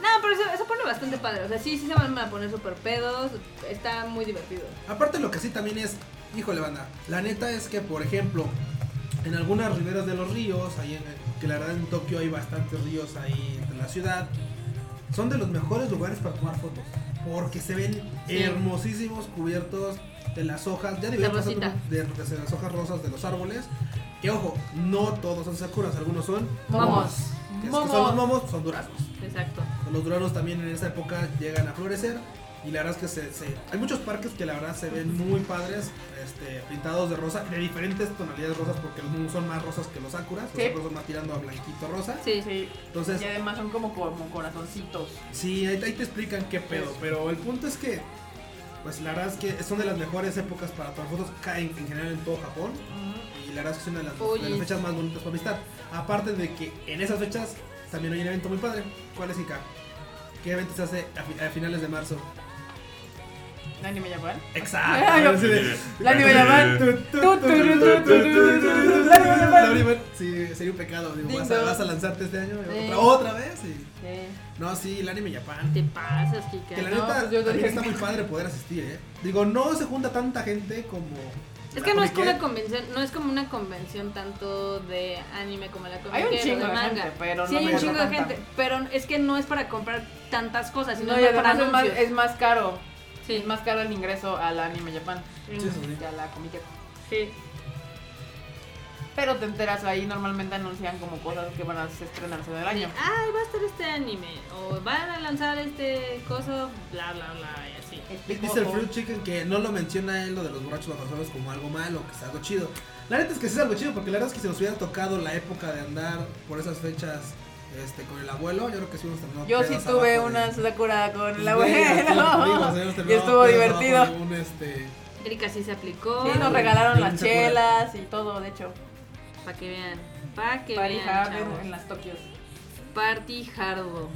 Speaker 3: No, pero eso, eso pone bastante padre. O sea, sí, sí se van a poner súper pedos. Está muy divertido.
Speaker 4: Aparte, lo que sí también es, híjole, banda. La neta es que, por ejemplo, en algunas riberas de los ríos, ahí en- que la verdad en Tokio hay bastantes ríos ahí en la ciudad, son de los mejores lugares para tomar fotos. Porque se ven
Speaker 3: Sí.
Speaker 4: hermosísimos cubiertos de las hojas, ya dividimos
Speaker 3: rosita.
Speaker 4: nosotros de, de las hojas rosas de los árboles. Que ojo, no todos son sakuras, algunos son
Speaker 3: Momos.
Speaker 4: Que es que
Speaker 5: Momos.
Speaker 4: son los momos, son duraznos.
Speaker 3: Exacto.
Speaker 4: Pues Los duranos también en esa época llegan a florecer y la verdad es que se, se- hay muchos parques que la verdad se ven muy padres, este, pintados de rosa, de diferentes tonalidades rosas porque los mumos son más rosas que los sakuras, los
Speaker 5: Sí.
Speaker 4: sakuras son más tirando a blanquito rosa.
Speaker 3: Sí, sí.
Speaker 5: sí.
Speaker 4: Entonces,
Speaker 5: Y además son como, como corazoncitos.
Speaker 4: sí, ahí, ahí te explican qué pedo, pero el punto es que, pues la verdad es que son de las mejores épocas para tomar fotos caen en general en todo Japón y la verdad es que es una de las,
Speaker 3: Oye.
Speaker 4: de las fechas más bonitas para visitar. Aparte de que en esas fechas también hay un evento muy padre. ¿Cuál es Ika? ¿Qué evento se hace a, fi- a finales de marzo?
Speaker 5: Dani me llaman.
Speaker 3: Pues
Speaker 4: Exacto.
Speaker 5: Ay, yo-
Speaker 4: Así de-
Speaker 5: La nieve de mar.
Speaker 2: "Eh,
Speaker 4: Tu, tu, tu, tu, tu, tu, tu, tu, tu.
Speaker 5: La nieve de mar.
Speaker 4: La nieve- Sí, sería un pecado. digo,
Speaker 5: Ding
Speaker 4: vas, a,
Speaker 5: dong.
Speaker 4: vas a lanzarte este año
Speaker 5: Sí.
Speaker 4: otra, otra vez. y-
Speaker 5: Sí.
Speaker 4: No, sí, el anime Japón.
Speaker 3: Te pasas, Kika.
Speaker 4: Que la
Speaker 5: No,
Speaker 4: neta,
Speaker 5: pues yo te
Speaker 4: también
Speaker 5: dije
Speaker 4: está
Speaker 5: que-
Speaker 4: muy padre poder asistir, ¿eh? Digo, no se junta tanta gente como.
Speaker 3: Es
Speaker 4: la
Speaker 3: que no es
Speaker 4: Comic-Con.
Speaker 3: como una convención, no es como una convención tanto de anime como la
Speaker 5: Hay
Speaker 3: convención
Speaker 5: un chingo
Speaker 3: de
Speaker 5: de
Speaker 3: manga.
Speaker 5: gente, pero
Speaker 3: sí
Speaker 5: no
Speaker 3: hay
Speaker 5: me
Speaker 3: un
Speaker 5: gusta
Speaker 3: chingo de
Speaker 5: tanta.
Speaker 3: gente, pero es que no es para comprar tantas cosas, sino
Speaker 5: No, y
Speaker 3: es para
Speaker 5: además es más,
Speaker 3: anuncios.
Speaker 5: es más caro.
Speaker 3: Sí.
Speaker 5: Es más caro el ingreso al anime Japan
Speaker 4: Sí, eso sí.
Speaker 5: que a la Comic
Speaker 3: Sí.
Speaker 5: Pero te enteras ahí, normalmente anuncian como cosas que van a estrenarse del año.
Speaker 3: Ay, va a estar este anime o van a lanzar este coso, bla bla bla y así.
Speaker 4: Dice el Fruit Chicken que no lo menciona él lo de los borrachos bajo los árboles como algo malo, que es algo chido. La neta es que sí es algo chido, porque la verdad es que si nos hubiera tocado la época de andar por esas fechas este, con el abuelo, yo creo que sí hubiéramos terminado.
Speaker 5: Yo sí
Speaker 4: pedos
Speaker 5: tuve
Speaker 4: abajo de-
Speaker 5: una Sakura con
Speaker 4: Pues,
Speaker 5: la
Speaker 4: güey, ¿eh? aquí lo que digo, o sea,
Speaker 5: abuela.
Speaker 4: hubiéramos
Speaker 5: Y
Speaker 4: terminado
Speaker 5: estuvo
Speaker 4: pedos
Speaker 5: divertido.
Speaker 4: abajo de un, este,
Speaker 3: Erika sí se aplicó,
Speaker 5: Sí,
Speaker 4: no.
Speaker 5: nos regalaron
Speaker 4: de
Speaker 5: las
Speaker 4: un Sakura.
Speaker 5: chelas y todo, de hecho.
Speaker 3: para que vean, para que
Speaker 5: Party
Speaker 3: vean,
Speaker 5: Hard en-
Speaker 3: chavos.
Speaker 5: en las Tokios.
Speaker 3: Party Hardo.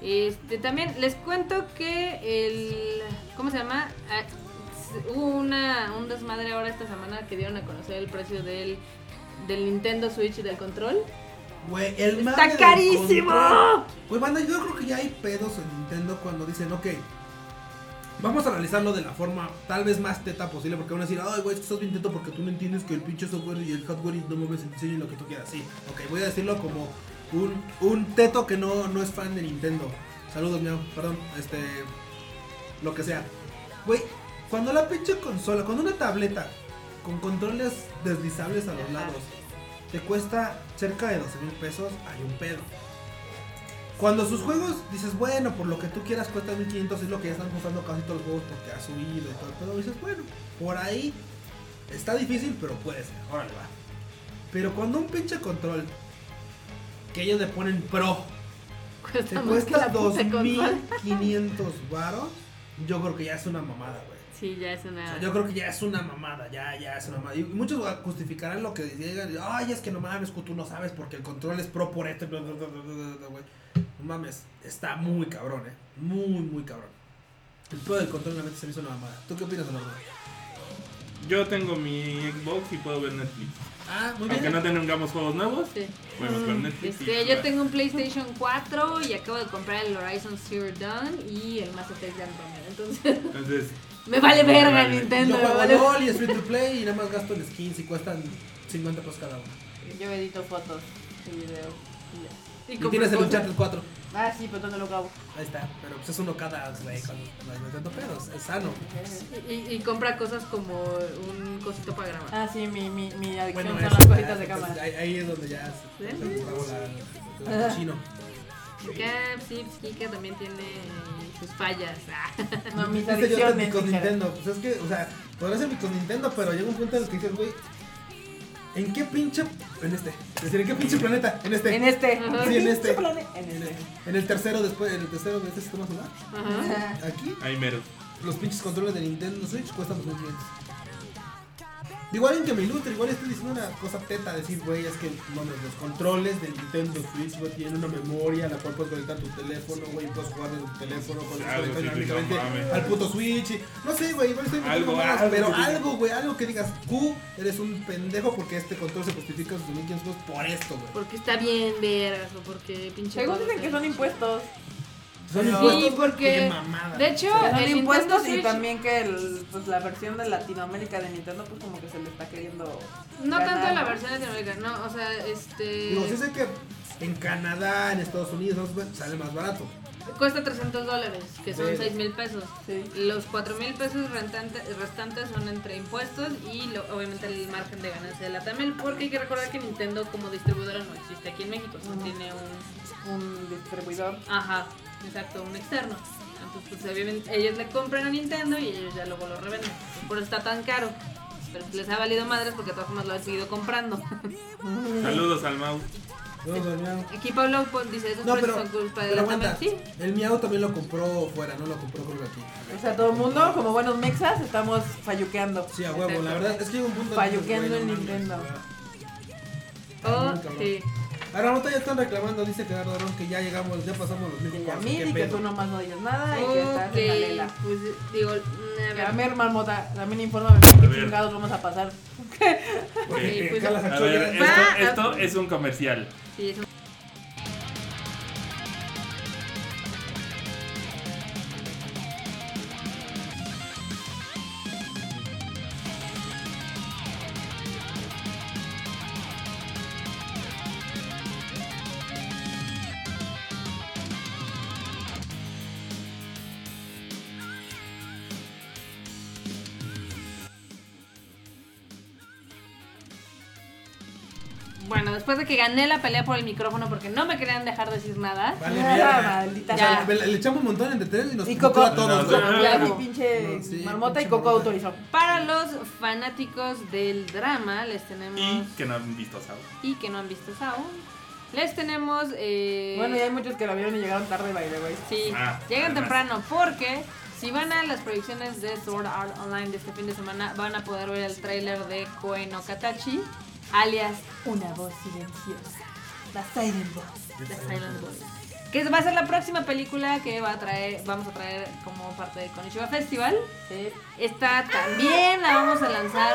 Speaker 5: Sí.
Speaker 3: Este, también les cuento que el. ¿Cómo se llama? Ah, s- Hubo una, un desmadre ahora esta semana que dieron a conocer el precio del, del Nintendo Switch y del control.
Speaker 4: Güey, el
Speaker 3: ¡Está
Speaker 4: mame del
Speaker 3: carísimo!
Speaker 4: control. Güey, Pues, banda, yo creo que ya hay pedos en Nintendo cuando dicen, ok, vamos a analizarlo de la forma tal vez más teta posible, porque van a decir, ay, güey, es que estás bien teto porque tú no entiendes que el pinche software y el hardware y no mueves el diseño y lo que tú quieras. Sí, ok, voy a decirlo como un, un teto que no, no es fan de Nintendo. Saludos, miau. Perdón, este. Lo que sea. Güey, cuando la pinche consola, cuando una tableta con controles deslizables a los
Speaker 3: Ajá.
Speaker 4: lados te cuesta cerca de 12 mil pesos, hay un pedo. Cuando sus juegos dices, bueno, por lo que tú quieras cuesta 1500, es lo que ya están costando casi todos los juegos porque ha subido y todo el pedo. Dices, bueno, por ahí está difícil, pero puede ser, órale, va. Pero cuando un pinche control que ellos le ponen pro te
Speaker 3: Cuesta Ah, más que
Speaker 4: cuesta
Speaker 3: la puta consola.
Speaker 4: 2500 varos. Yo creo que ya es una mamada, güey.
Speaker 3: Sí, ya es
Speaker 4: O
Speaker 3: una.
Speaker 4: sea, yo creo que ya es una mamada, ya, ya es una mamada. Y muchos justificarán lo que digan, ay, es que no mames, que tú no sabes porque el control es pro por esto, bla, bla, bla, bla, bla, bla, güey. No mames, está muy cabrón, eh. Muy, muy cabrón. El pedo del control realmente se me hizo una mamada. ¿Tú qué opinas, Alonso?
Speaker 2: Yo tengo mi Xbox y puedo ver Netflix.
Speaker 4: Ah, muy
Speaker 2: Aunque
Speaker 4: bien.
Speaker 2: no tengamos juegos nuevos,
Speaker 3: Sí.
Speaker 2: podemos ver Netflix. y
Speaker 3: Este, yo
Speaker 2: jugar.
Speaker 3: tengo un PlayStation 4 y acabo de comprar el Horizon Zero Dawn y el Mass Effect Andromeda. Entonces,
Speaker 2: Entonces,
Speaker 3: me vale
Speaker 2: Me
Speaker 3: verga
Speaker 2: vale.
Speaker 4: Yo
Speaker 3: Nintendo. me
Speaker 4: juego
Speaker 3: vale-
Speaker 4: LOL y es free to play y nada más gasto en skins y cuestan 50 pesos cada uno.
Speaker 5: Yo edito fotos y videos. y ya.
Speaker 3: Y
Speaker 4: Y
Speaker 3: compré
Speaker 4: tienes el
Speaker 3: cosas.
Speaker 4: Uncharted 4.
Speaker 5: Ah, sí, pero ¿dónde lo acabo?
Speaker 4: Ahí está, pero pues es uno cada, güey, cuando no hay tanto pedo, es- es sano.
Speaker 3: Y, y compra cosas como un cosito para grabar.
Speaker 5: Ah, sí, mi, mi, mi adicción son
Speaker 4: es-
Speaker 5: las cositas de
Speaker 4: pues,
Speaker 5: cámara. Ah,
Speaker 4: Ahí, ahí es donde ya se
Speaker 3: ¿Ven?
Speaker 4: se acabó la- la cochino.
Speaker 3: Acá, sí, pues, Kika también tiene sus fallas. Ah,
Speaker 5: No, mis
Speaker 4: Viste, Este, yo con mi
Speaker 5: adicciones.
Speaker 4: con
Speaker 5: dijera.
Speaker 4: Nintendo, pues es que, o sea, podrá ser mi con Nintendo, pero llega un punto en el que dices, güey, ¿en qué pinche, en este, es decir, ¿en qué pinche planeta? En este.
Speaker 5: En este.
Speaker 3: Ajá.
Speaker 4: Sí, en este.
Speaker 5: plane- En
Speaker 4: En
Speaker 5: este.
Speaker 4: este. En el tercero después, en el tercero de este sistema solar,
Speaker 3: Ajá.
Speaker 4: aquí,
Speaker 2: ahí mero.
Speaker 4: los pinches controles de Nintendo Switch cuestan 2500. Digo, alguien que me ilustre, igual estoy diciendo una cosa teta, decir, güey, es que no, mames, los controles de Nintendo Switch, güey, tienen una memoria a la cual puedes conectar tu teléfono, güey, puedes jugar desde tu teléfono, puedes
Speaker 2: Algo
Speaker 4: conectar
Speaker 2: sí,
Speaker 4: inalámbricamente
Speaker 2: no mames.
Speaker 4: al puto Switch, y- no sé, güey, igual estoy metiendo
Speaker 2: Algo,
Speaker 4: mamadas,
Speaker 2: algo que
Speaker 4: pero
Speaker 2: diga.
Speaker 4: algo, güey, algo que digas, Q, eres un pendejo porque este control se justifica en sus 2500 por esto, güey.
Speaker 3: Porque está bien, vergas, o porque pinche.
Speaker 5: Según
Speaker 3: todo,
Speaker 5: dicen que
Speaker 3: o sea.
Speaker 5: son impuestos.
Speaker 4: Son
Speaker 5: Sí,
Speaker 4: impuestos,
Speaker 3: porque-
Speaker 4: qué mamada.
Speaker 3: De hecho, el
Speaker 5: Que son
Speaker 3: Nintendo
Speaker 5: impuestos y
Speaker 3: Switch-
Speaker 5: también que el- pues, la versión de Latinoamérica de Nintendo, pues como que se le está queriendo.
Speaker 3: No
Speaker 5: ganar,
Speaker 3: tanto la
Speaker 5: ¿no?
Speaker 3: versión latinoamericana, no, o sea, este.
Speaker 4: Digo, sí sé que en Canadá, en Estados Unidos, güey, sale más barato.
Speaker 3: Cuesta 300 dólares, que son
Speaker 4: Sí.
Speaker 3: 6 mil pesos.
Speaker 5: Sí.
Speaker 3: Los 4 mil pesos restante- restantes son entre impuestos y lo- obviamente el margen de ganancia de la Tamel, porque hay que recordar que Nintendo como distribuidora no existe aquí en México, o sea,
Speaker 5: Ujú.
Speaker 3: tiene un...
Speaker 5: Un distribuidor.
Speaker 3: Ajá, exacto, un externo. Entonces, pues obviamente ellos le compran a Nintendo y ellos ya luego lo revenden. Por eso está tan caro. Pero les ha valido madres porque de todas formas lo han seguido comprando.
Speaker 2: Saludos al Mau.
Speaker 4: Vamos, Damián.
Speaker 3: Aquí Pablo pues, dice, esos
Speaker 4: No,
Speaker 3: precios
Speaker 4: pero,
Speaker 3: son culpa de
Speaker 4: pero
Speaker 3: la
Speaker 4: aguanta.
Speaker 3: Tamel. Sí,
Speaker 4: El Miau también lo compró fuera, no lo compró creo que aquí.
Speaker 5: O sea, todo el mundo, como buenos mexas, estamos falluqueando.
Speaker 4: Sí, a huevo,
Speaker 3: Exacto.
Speaker 4: la verdad es que llega un punto que dices,
Speaker 5: Falluqueando
Speaker 4: güey, no
Speaker 5: en
Speaker 4: mames,
Speaker 5: Nintendo.
Speaker 4: ah,
Speaker 3: oh,
Speaker 4: muy cabrón.
Speaker 3: sí.
Speaker 4: Ahora ahorita ya están reclamando, dice Gerardo Arón, que ya llegamos, ya pasamos los
Speaker 5: Que ya
Speaker 4: 1400.
Speaker 5: mil y
Speaker 4: ¿qué
Speaker 5: que
Speaker 4: pedo?
Speaker 5: tú nomás no dices nada y que estás en la
Speaker 3: Ok,
Speaker 5: lela.
Speaker 3: pues digo, a ver,
Speaker 5: A ver, marmota, también infórmame qué
Speaker 2: A ver.
Speaker 5: chingados vamos a pasar.
Speaker 2: Ok.
Speaker 4: Eh,
Speaker 3: pues-
Speaker 4: calas
Speaker 2: A
Speaker 4: a
Speaker 2: ver,
Speaker 4: chollas.
Speaker 3: Va,
Speaker 2: esto, esto es un comercial.
Speaker 3: sí, es un- Bueno, después de que gané la pelea por el micrófono porque no me querían dejar decir nada.
Speaker 4: Vale,
Speaker 5: Ah,
Speaker 4: mierda.
Speaker 5: maldita
Speaker 4: O sea,
Speaker 3: sea.
Speaker 4: le, le echamos un montón entre tres y nos
Speaker 5: Y
Speaker 4: puteó
Speaker 5: Coco.
Speaker 4: Pues a todos, güey.
Speaker 2: No, no,
Speaker 5: Ya,
Speaker 2: no.
Speaker 5: mi pinche
Speaker 4: No, sí,
Speaker 5: marmota
Speaker 4: pinche
Speaker 5: y Coco
Speaker 4: marmota.
Speaker 5: autorizó.
Speaker 3: Para los fanáticos del drama, les
Speaker 2: Y
Speaker 3: tenemos.
Speaker 2: que no han visto Sao.
Speaker 3: Y que no han visto aún. Les tenemos. eh,
Speaker 5: Bueno, y hay muchos que la vieron y llegaron tarde, by the way.
Speaker 3: Sí,
Speaker 2: Ah,
Speaker 3: llegan
Speaker 2: además.
Speaker 3: temprano porque si van a las proyecciones de Sword Art Online de este fin de semana, van a poder ver el tráiler de Koe no Katachi, alias Una voz silenciosa. La Silent Voice. La Silent Voice. Que va a ser la próxima película que va a traer, vamos a traer como parte de Konishiba Festival.
Speaker 5: Sí.
Speaker 3: Esta también la vamos a lanzar.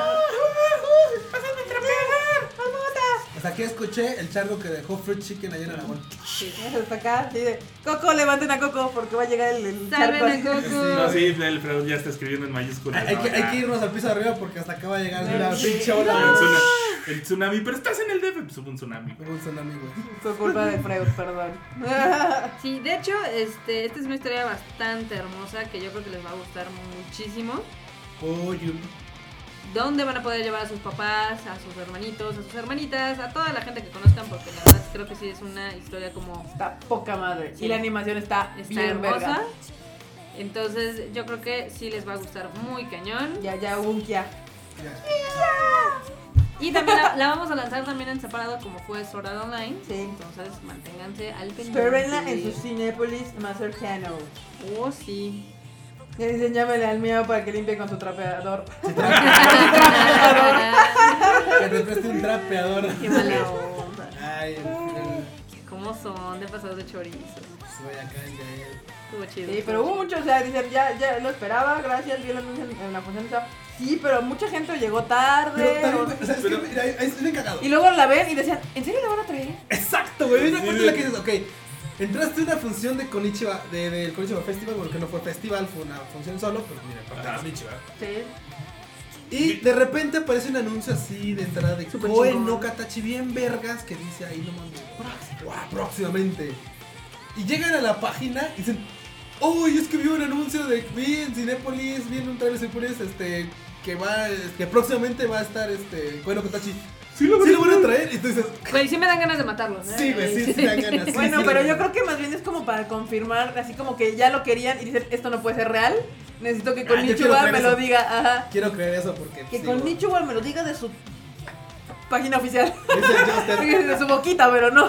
Speaker 4: Hasta aquí escuché el chargo que dejó Fruit Chicken allá en Aragón.
Speaker 3: Sí.
Speaker 5: Hasta acá, así de, Coco, levanten a Coco porque va a llegar el, el
Speaker 3: Salven a
Speaker 5: charco.
Speaker 2: No,
Speaker 3: Goku.
Speaker 2: sí, el Freud ya está escribiendo en mayúsculas.
Speaker 4: Hay
Speaker 2: ¿no?
Speaker 4: que, hay
Speaker 2: Ya.
Speaker 4: que irnos al piso de arriba porque hasta acá va a llegar
Speaker 5: Sí.
Speaker 4: una pinche ola.
Speaker 2: Es
Speaker 4: de-
Speaker 2: una- El tsunami, pero estás en el DF, pues hubo un tsunami. güey.
Speaker 4: Hubo un tsunami, güey.
Speaker 5: Fue culpa de Freud, perdón.
Speaker 3: Sí, de hecho, este, esta es una historia bastante hermosa que yo creo que les va a gustar muchísimo.
Speaker 4: Oh, you.
Speaker 3: ¿Dónde van a poder llevar a sus papás, a sus hermanitos, a sus hermanitas, a toda la gente que conozcan? Porque la verdad creo que sí es una historia como
Speaker 5: Está poca madre.
Speaker 3: Sí.
Speaker 5: Y la animación está,
Speaker 3: está
Speaker 5: bien
Speaker 3: hermosa.
Speaker 5: verga.
Speaker 3: Entonces yo creo que sí les va a gustar muy cañón.
Speaker 5: Ya, ya, Unkia.
Speaker 4: Ya.
Speaker 3: Y también la, la vamos a lanzar también en separado como fue Sword Art Online.
Speaker 5: Sí.
Speaker 3: Entonces manténganse al pendiente.
Speaker 5: Espérenla en su Cinépolis más cercano.
Speaker 3: Oh, sí.
Speaker 5: Y enséñamele al mío para que limpie con su trapeador.
Speaker 4: Te refresco un trapeador.
Speaker 3: Qué mala onda.
Speaker 4: Ay, el, el,
Speaker 3: ¿Cómo son de pasados de chorizo?
Speaker 4: soy acá el de él.
Speaker 3: Estuvo chido.
Speaker 5: Sí, pero hubo mucho, o sea, dicen, ya, ya lo esperaba, gracias, vi el anuncio en en la función. o sea, Sí, pero mucha gente llegó
Speaker 4: Pero
Speaker 5: tarde.
Speaker 4: también,
Speaker 5: o-
Speaker 4: güey, o sea, es que,
Speaker 2: Pero-
Speaker 4: mira, ahí- ahí es bien cagado.
Speaker 5: Y luego la ven y decían, ¿en serio la van a traer?
Speaker 4: Exacto, güey. Una
Speaker 2: Sí,
Speaker 4: parte
Speaker 2: güey.
Speaker 4: en la que dices, ok, entraste a una función de Konichiwa, de, del Konichiwa Festival, bueno, que no fue festival, fue una función solo, pues mira, parte de
Speaker 2: Ajá.
Speaker 4: Konichiwa.
Speaker 5: Sí.
Speaker 4: Y de repente aparece un anuncio así de entrada de
Speaker 3: Súper
Speaker 4: Koe
Speaker 3: chingón.
Speaker 4: no Katachi, bien vergas, que dice ahí, no mames, guau, próximamente. Y llegan a la página y dicen, uy, es que vi un anuncio de, vi en Cinépolis, vi en un trailer de Cinépolis, este, que va, que próximamente va a estar, este, Koe no Katachi.
Speaker 2: Sí,
Speaker 4: Sí lo van a traer, y tú dices,
Speaker 3: Güey, sí me dan ganas de matarlos. ¿eh?
Speaker 4: sí, güey, sí, sí, te dan ganas. sí,
Speaker 5: Bueno,
Speaker 4: sí,
Speaker 5: pero
Speaker 4: le-
Speaker 5: yo creo que más bien es como para confirmar, así como que ya lo querían y dicen, esto no puede ser real. Necesito que
Speaker 4: Ah,
Speaker 5: con
Speaker 4: yo quiero traer
Speaker 5: me lo
Speaker 4: eso.
Speaker 5: diga. Ajá.
Speaker 4: Quiero creer eso porque...
Speaker 5: Que
Speaker 4: sí,
Speaker 5: con
Speaker 4: güey.
Speaker 5: Michuwa me lo diga de su página oficial.
Speaker 4: Dice el Justin.
Speaker 5: de su boquita, pero no.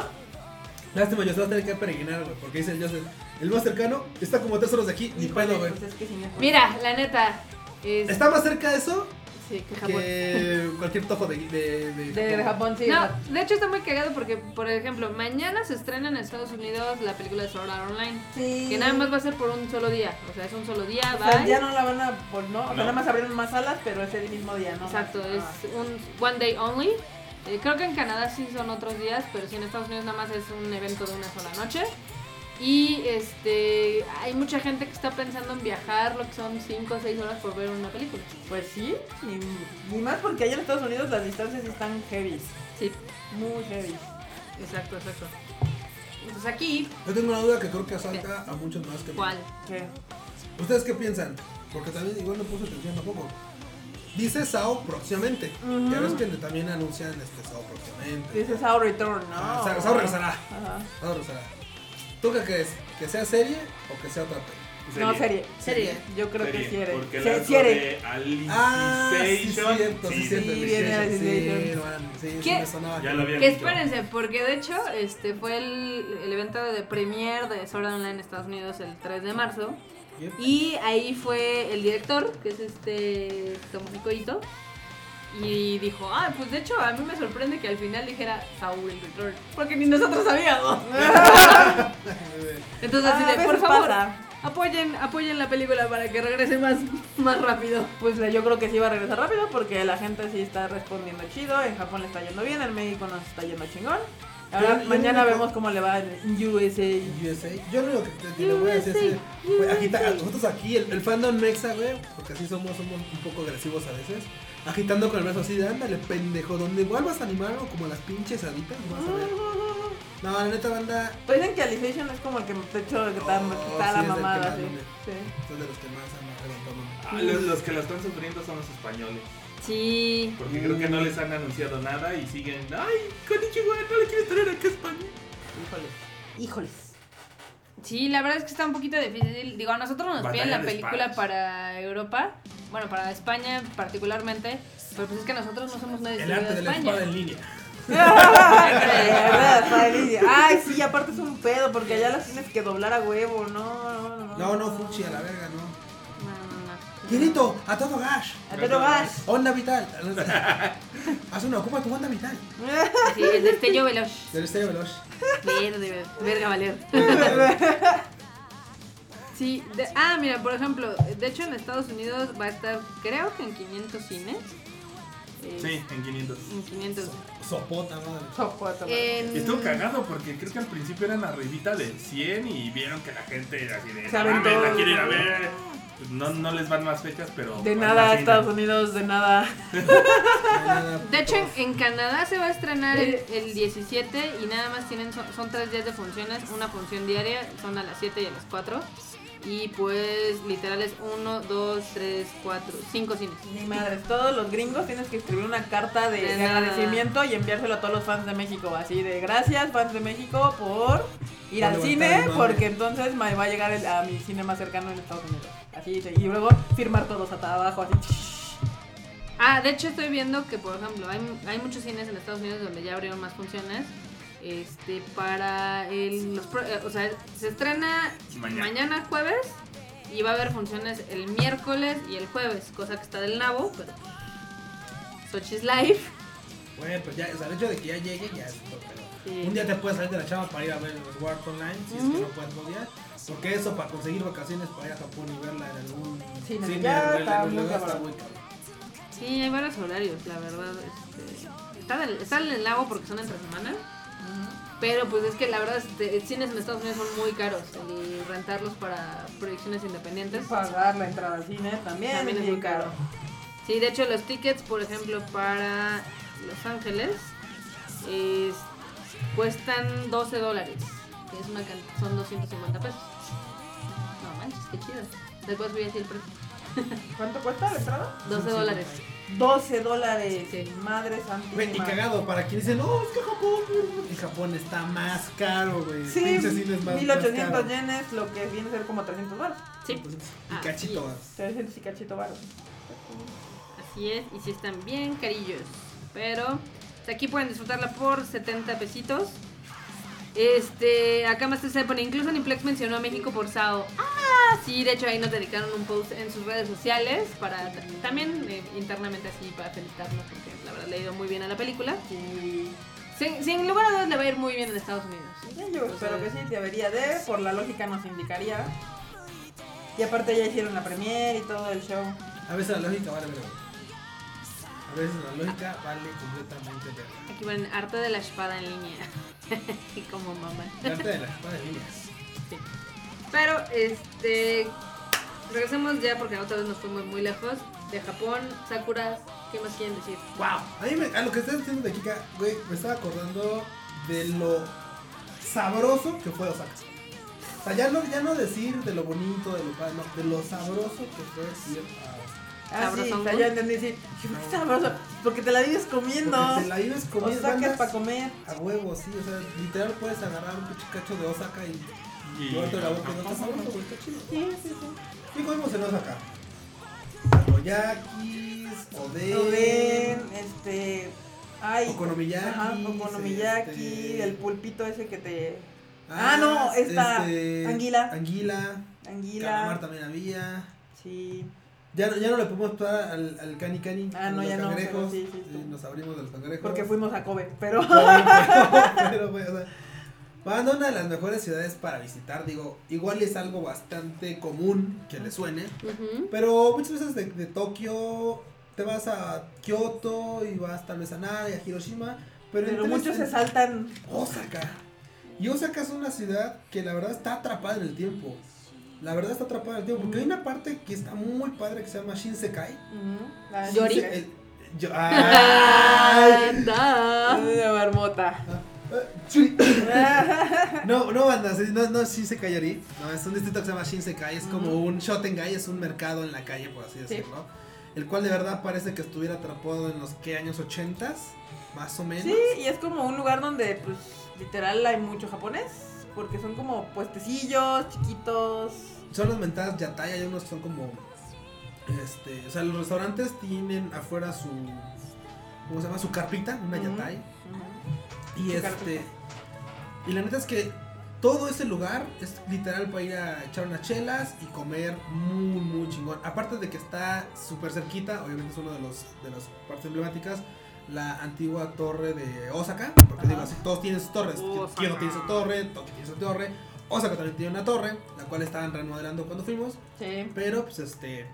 Speaker 4: Lástima, yo se va a tener que peregrinar, güey, porque dice el Justin. El más cercano está como a tres horas de aquí, ni pedo, güey.
Speaker 5: Pues es que sí me-
Speaker 3: Mira, la neta. es-
Speaker 4: Está más cerca eso
Speaker 3: Sí, que Japón.
Speaker 4: que cualquier tojo de, de, de,
Speaker 5: De, de Japón, sí.
Speaker 3: No, de hecho está muy cagado porque, por ejemplo, mañana se estrena en Estados Unidos la película de Sword Art Online.
Speaker 5: Sí.
Speaker 3: Que nada más va a ser por un solo día. O sea, es un solo día,
Speaker 5: O
Speaker 3: bye.
Speaker 5: sea, ya no la van a. Por, no, o sea,
Speaker 2: No.
Speaker 5: nada más abrieron más salas, pero es el mismo día, ¿no?
Speaker 3: Exacto,
Speaker 5: Ah.
Speaker 3: es un one day only. Eh, creo que en Canadá sí son otros días, pero sí en Estados Unidos nada más es un evento de una sola noche. Y este hay mucha gente que está pensando en viajar, lo que son 5 o 6 horas por ver una película.
Speaker 5: Pues sí, ni, ni más porque allá en Estados Unidos las distancias están heavy.
Speaker 3: Sí,
Speaker 5: Muy heavy.
Speaker 3: exacto, exacto. Entonces aquí,
Speaker 4: Yo tengo una duda que creo que asalta a muchos más que
Speaker 3: ¿cuál?
Speaker 5: ¿Qué?
Speaker 4: ¿Ustedes qué piensan? Porque también igual no puse atención tampoco. Dice Sao próximamente.
Speaker 5: Ujú.
Speaker 4: Ya ves que también anuncian este Sao próximamente.
Speaker 5: Dices Sao Oh. Return, ¿no?
Speaker 4: Ah, Sao- Sao regresará.
Speaker 5: Ajá.
Speaker 4: Sao regresará. ¿Tú qué crees? ¿Que sea serie o que sea otra peli?
Speaker 5: No, serie.
Speaker 3: Serie.
Speaker 5: Yo creo que
Speaker 2: Serie,
Speaker 5: quiere.
Speaker 2: Porque
Speaker 5: Se-
Speaker 2: la
Speaker 5: quiere.
Speaker 2: de Alicization.
Speaker 4: Ah, sí, cierto, sí,
Speaker 2: sí,
Speaker 4: cierto.
Speaker 5: sí,
Speaker 4: Sí,
Speaker 5: viene
Speaker 4: cierto,
Speaker 5: Alicization.
Speaker 4: sí, hermano, sí, sí,
Speaker 3: ¿Qué?
Speaker 4: me sonaba.
Speaker 2: Ya lo había
Speaker 3: Que
Speaker 2: visto.
Speaker 3: espérense, porque de hecho este fue el, el evento de premier de Sword Art Online en Estados Unidos el 3 de marzo.
Speaker 4: Yep.
Speaker 3: Y ahí fue el director, que es este Tomohiko Ito, y dijo, ah, pues de hecho a mí me sorprende que al final dijera Saul el Return, porque ni nosotros sabíamos. Entonces
Speaker 5: Ah, a
Speaker 3: así de,
Speaker 5: veces
Speaker 3: pues, por favor,
Speaker 5: pasa.
Speaker 3: apoyen, apoyen la película para que regrese más, más rápido.
Speaker 5: Pues la- yo creo que sí va a regresar rápido porque la gente sí está respondiendo chido. En Japón le está yendo bien, en México nos está yendo chingón. Ahora,
Speaker 4: Yo- yo
Speaker 5: mañana
Speaker 4: no-
Speaker 5: vemos cómo le va en USA.
Speaker 4: USA. Yo lo único que te, te lo voy a decir es que güey, agita- nosotros aquí, el, el fandom mexa, güey, porque así somos, somos un poco agresivos a veces, agitando con el brazo así de ándale, pendejo, donde vuelvas a animarlo como las pinches aditas, vas a ver. No, la neta banda
Speaker 5: Pues dicen que Alicization es como el que de hecho que está,
Speaker 4: Oh,
Speaker 5: está
Speaker 4: sí,
Speaker 5: la
Speaker 4: es el que
Speaker 5: mamada.
Speaker 4: más
Speaker 5: Sí.
Speaker 4: vende.
Speaker 5: Sí.
Speaker 4: son de los que más han levantado.
Speaker 2: Ah, los, los que la están sufriendo son los españoles.
Speaker 3: Sí.
Speaker 2: Porque creo que no les han anunciado nada y siguen. ¡Ay, Konichiwa! No le quieres traer acá a España.
Speaker 5: Híjoles. Híjoles.
Speaker 3: Sí, la verdad es que está un poquito difícil. Digo, a nosotros nos
Speaker 2: Batalla
Speaker 3: piden la
Speaker 2: de
Speaker 3: película
Speaker 2: espadas.
Speaker 3: para Europa, bueno, para España particularmente, pero pues es que nosotros no somos nadie
Speaker 4: El arte de la
Speaker 3: España.
Speaker 4: espada en línea.
Speaker 5: Ay, sí, aparte es un pedo porque allá las tienes que doblar a huevo, no, no, no.
Speaker 4: No, no, Fuchi, a la verga, no.
Speaker 3: No, no, no.
Speaker 4: Kirito, a todo gas.
Speaker 5: A todo gas.
Speaker 4: Onda vital. Haz una, ocupa tu onda vital.
Speaker 3: Sí, el destello veloz.
Speaker 4: Del Estadio Veloz.
Speaker 3: Verde, verga valer. Sí, de- ah, mira, por ejemplo, de hecho en Estados Unidos va a estar, creo que en 500 cines. Eh,
Speaker 2: Sí, en 500.
Speaker 3: En 500.
Speaker 4: Sopota, madre. Eh,
Speaker 3: En-
Speaker 2: Y estuvo cagado porque creo que al principio era la revista del 100 y vieron que la gente era así de.
Speaker 5: Se
Speaker 2: "No mames,
Speaker 5: aventó".
Speaker 2: la quiere ir a ver. Pues No, no les van más fechas, pero.
Speaker 5: De
Speaker 2: van
Speaker 5: nada
Speaker 2: más
Speaker 5: a
Speaker 2: cine.
Speaker 5: Estados Unidos, de nada.
Speaker 3: De hecho, en, en Canadá se va a estrenar el, el 17 y nada más tienen, son, son tres días de funciones, una función diaria, son a las 7 y a las 4. Y pues literal es 1, 2, 3, 4, 5 cines.
Speaker 5: Ni madres, todos los gringos tienes que escribir una carta de,
Speaker 3: De
Speaker 5: de
Speaker 3: nada.
Speaker 5: agradecimiento y enviárselo a todos los fans de México. Así de gracias, fans de México, por ir
Speaker 4: Por
Speaker 5: al
Speaker 4: levantar
Speaker 5: cine,
Speaker 4: el mame.
Speaker 5: porque entonces me va a llegar el- a mi cine más cercano en Estados Unidos. Así, de- y luego firmar todos hasta abajo, así.
Speaker 3: Ah, de hecho estoy viendo que, por ejemplo, hay, hay muchos cines en Estados Unidos donde ya abrieron más funciones. Este, para el... los pro- eh, o sea, se estrena
Speaker 2: Mañana.
Speaker 3: mañana jueves y va a haber funciones el miércoles y el jueves, cosa que está del nabo, pero... Sochi's Life.
Speaker 4: Bueno, pues ya, o sea, el hecho de que ya llegue ya es otro pedo.
Speaker 3: Sí.
Speaker 4: Un día te puedes salir de la chava para ir a ver los Wars Online, si es que
Speaker 3: Ujú.
Speaker 4: no puedes odiar. Porque eso, para conseguir vacaciones para ir a Japón y verla en algún
Speaker 5: Cine,
Speaker 4: cine,
Speaker 5: ya
Speaker 4: verla en
Speaker 5: está
Speaker 4: algún
Speaker 5: muy
Speaker 4: lugar,
Speaker 5: cabrón.
Speaker 4: está muy cabrón.
Speaker 3: Sí, hay varios horarios, la verdad. Este, está, del- está en el lago porque son entre semana. Pero pues es que la verdad, este, cines en Estados Unidos son muy caros. Y rentarlos para proyecciones independientes.
Speaker 5: Pagar la entrada al cine también,
Speaker 3: También es
Speaker 5: bien
Speaker 3: muy caro. Sí, de hecho los tickets, por ejemplo, para Los Ángeles es- cuestan 12 dólares. que es una can- son 250 pesos. No manches, qué chido. Después voy a decir el precio.
Speaker 5: ¿Cuánto cuesta la entrada?
Speaker 3: 12 dólares.
Speaker 5: 12 dólares.
Speaker 3: Sí.
Speaker 5: Madre
Speaker 4: Güey, y
Speaker 5: santísima.
Speaker 4: cagado, para quien dice, no, es que Japón, güey". en Japón está más caro, güey.
Speaker 5: Sí,
Speaker 4: Pinche cine es más- más
Speaker 5: 1800
Speaker 4: caro. pues,
Speaker 5: yenes, lo que viene a ser como 300 baros.
Speaker 3: Sí,
Speaker 5: Ah,
Speaker 4: Y cachito, güey.
Speaker 5: 300 y cachito baros.
Speaker 3: Así es, y sí están bien carillos. Pero pues, aquí pueden disfrutarla por 70 pesitos. Este, acá más te pone, incluso Niplex mencionó a México por Sao. Ah, sí, de hecho ahí nos dedicaron un post en sus redes sociales para t- también eh, internamente así para felicitarnos porque la verdad le ha ido muy bien a la película.
Speaker 5: Sí.
Speaker 3: Sin, sin lugar a dudas le va a ir muy bien en Estados Unidos.
Speaker 5: Yo espero que sí, debería de, por la lógica nos indicaría. Y aparte ya hicieron la premiere y todo el show.
Speaker 4: ah. A veces la lógica vale verga. A veces la lógica vale completamente verga.
Speaker 3: Aquí van arte de la espada en línea. y como mamá.
Speaker 4: Parte de la espada de líneas.
Speaker 3: Pero, este. Regresemos ya porque otra vez nos fuimos muy lejos. De Japón, Sakura, ¿qué más quieren decir?
Speaker 4: Wow. A mí me- a lo que estás diciendo de Kika, güey, me estaba acordando de lo sabroso que fue Osaka. O sea, ya no, ya no decir de lo bonito, de lo padre, no, de lo sabroso que fue ir a Osaka.
Speaker 5: Ah, sí,
Speaker 3: Sabrosongo.
Speaker 5: o sea, ya entendí, sí. Dije, ¿por qué sabroso? Porque te la vives comiendo.
Speaker 4: Porque te la ibas
Speaker 5: O
Speaker 4: comiendo
Speaker 5: sacas
Speaker 4: bandas,
Speaker 5: para comer.
Speaker 4: a huevo, sí, o sea, literal puedes agarrar un pinche cacho de Osaka y
Speaker 2: Y-
Speaker 4: llevarte la boca y no está sabroso, güey, está chido.
Speaker 5: Sí, sí, sí.
Speaker 4: ¿Qué comimos en Osaka? Takoyakis, oden,
Speaker 5: Lo ven, este. Ay.
Speaker 4: okonomiyaki,
Speaker 5: Ajá, Okonomiyaki,
Speaker 4: este,
Speaker 5: el pulpito ese que te. Ah, no, esta, anguila.
Speaker 4: este, Anguila. Calamar
Speaker 5: Anguila.
Speaker 4: también había.
Speaker 5: Sí.
Speaker 4: Ya, no- ya no le podemos parar al, al cani cani.
Speaker 5: Ah, no,
Speaker 4: los
Speaker 5: ya no, pero
Speaker 4: cangrejos.
Speaker 5: sí, sí, estuvo.
Speaker 4: eh, nos abrimos de los cangrejos.
Speaker 5: Porque fuimos a Kobe, pero.
Speaker 4: Pero, pero, güey, o sea, Van a una de las mejores ciudades para visitar, digo, igual es algo bastante común que le suene, pero muchas veces de, de Tokio te vas a Kioto y vas tal vez a Naga, a Hiroshima, pero,
Speaker 5: Pero
Speaker 4: entras
Speaker 5: muchos
Speaker 4: en
Speaker 5: se saltan.
Speaker 4: Osaka. Y Osaka es una ciudad que la verdad está atrapada en el tiempo. La verdad está atrapada en el tiempo, porque hay una parte que está muy padre que se llama Shinsekai.
Speaker 5: Ujú, la-
Speaker 3: Yori.
Speaker 4: Shinse- el- yo- ¡Ay!
Speaker 3: ¡Anda!
Speaker 5: Una marmota.
Speaker 4: Chuli. No, no banda, sí, no, no es Shinsekai Yori. No, es un distrito que se llama Shinsekai. Es como un Shotengai, es un mercado en la calle, por así decirlo. El cual de verdad parece que estuviera atrapado en los que años 80 más o menos.
Speaker 5: Sí, y es como un lugar donde, pues, literal hay mucho japonés, porque son como puestecillos chiquitos.
Speaker 4: Son las mentadas yatai, hay unos que son como. Este, o sea, los restaurantes tienen afuera su. ¿Cómo se llama? Su carpita, una
Speaker 5: Ujú.
Speaker 4: yatai. Y
Speaker 5: Su
Speaker 4: este.
Speaker 5: carpita.
Speaker 4: Y la neta es que todo ese lugar es literal para ir a echar unas chelas y comer muy, muy chingón. Aparte de que está súper cerquita, obviamente es una de, los, de las partes emblemáticas. La antigua torre de Osaka, porque
Speaker 5: Ajá.
Speaker 4: digo así, todos tienen sus torres.
Speaker 3: Osaka.
Speaker 4: Kyoto tiene su torre, Tokio tiene su torre, Osaka también tiene una torre, la cual estaban remodelando cuando fuimos.
Speaker 5: Sí.
Speaker 4: Pero pues este.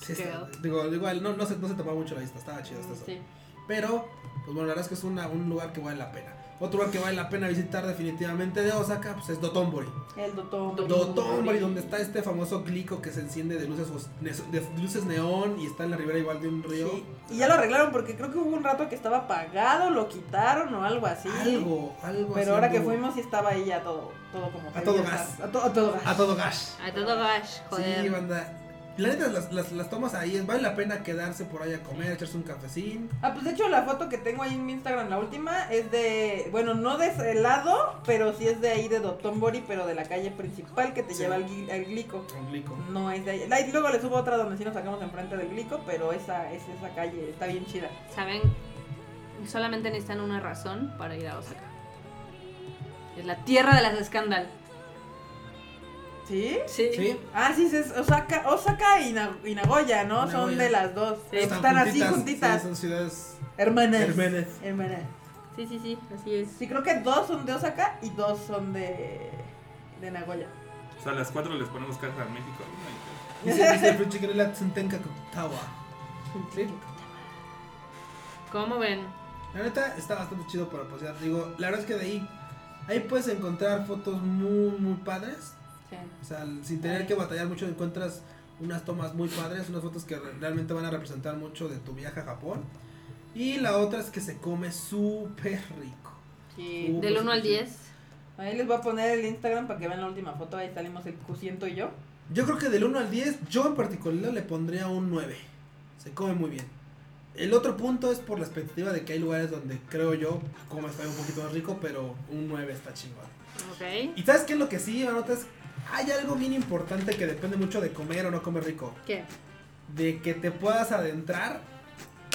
Speaker 4: sí está- digo, igual, no, no, se, no se tapaba mucho la vista, estaba chido hasta eso.
Speaker 5: Mm, Sí.
Speaker 4: Pero, pues bueno, la verdad es que es una- un lugar que vale la pena. Otro lugar que vale la pena visitar definitivamente de Osaka pues es Dotonbori.
Speaker 5: El doctor.
Speaker 4: Dotonbori, donde está este famoso glico que se enciende de luces, fos- de luces neón y está en la ribera igual de un río.
Speaker 5: Sí, y ya lo arreglaron porque creo que hubo un rato que estaba apagado, lo quitaron o algo así.
Speaker 4: Algo, algo
Speaker 5: Pero ahora que
Speaker 4: haciendo
Speaker 5: fuimos sí estaba ahí ya todo, todo como que
Speaker 4: todo
Speaker 5: ya
Speaker 4: gas.
Speaker 5: está- A, to- a todo gas.
Speaker 4: A todo gas.
Speaker 3: A todo gas,
Speaker 4: Sí,
Speaker 3: joder.
Speaker 4: banda. La neta, las, las, las tomas ahí, es- vale la pena quedarse por ahí a comer, echarse un cafecín.
Speaker 5: Ah, pues de hecho la foto que tengo ahí en mi Instagram, la última, es de, bueno, no de ese lado, pero sí es de ahí de Dotonbori, pero de la calle principal que te
Speaker 4: Sí.
Speaker 5: lleva al, gui- al glico.
Speaker 4: Con glico.
Speaker 5: No es de ahí. Ahí Luego le subo otra donde sí nos sacamos enfrente del glico, pero esa es esa calle, está bien chida.
Speaker 3: Saben, solamente necesitan una razón para ir a Osaka. Es la tierra de las escándal.
Speaker 5: ¿Sí?
Speaker 3: Sí.
Speaker 4: Sí.
Speaker 5: Ah, sí, sí, es Osaka, Osaka y, Na- y Nagoya, ¿no? Son
Speaker 4: Nagoya.
Speaker 5: de las dos.
Speaker 3: Sí.
Speaker 5: Están, así juntitas.
Speaker 4: sí, son ciudades
Speaker 5: Hermanas.
Speaker 4: hermanas.
Speaker 5: Hermanas.
Speaker 3: Sí, sí, sí, así es.
Speaker 5: Sí, creo que dos son de Osaka y dos son de, de Nagoya.
Speaker 2: O sea, a las 4 les ponemos caja a México. Ay,
Speaker 4: Dice, dice el pinche que no la tsentenka Tawa. Sí.
Speaker 3: ¿Cómo ven?
Speaker 4: La neta está bastante chido para pasear. Digo, la verdad es que de ahí, ahí puedes encontrar fotos muy, muy padres. O sea, sin tener que batallar mucho, encuentras unas tomas muy padres, unas fotos que re- realmente van a representar mucho de tu viaje a Japón. Y la otra es que se come súper rico.
Speaker 5: Sí.
Speaker 3: Del 1 al 10.
Speaker 5: Ahí les voy a poner el Instagram para que vean la última foto. Ahí salimos el Q100 y yo.
Speaker 4: Yo creo que del 1 al 10, yo en particular le pondría un 9. Se come muy bien. El otro punto es por la expectativa de que hay lugares donde creo yo comes todavía un poquito más rico, pero un 9 está chingón.
Speaker 3: Ok.
Speaker 4: Y sabes qué es lo que sí, anotas, hay algo bien importante que depende mucho de comer o no comer rico.
Speaker 3: ¿Qué?
Speaker 4: de que te puedas adentrar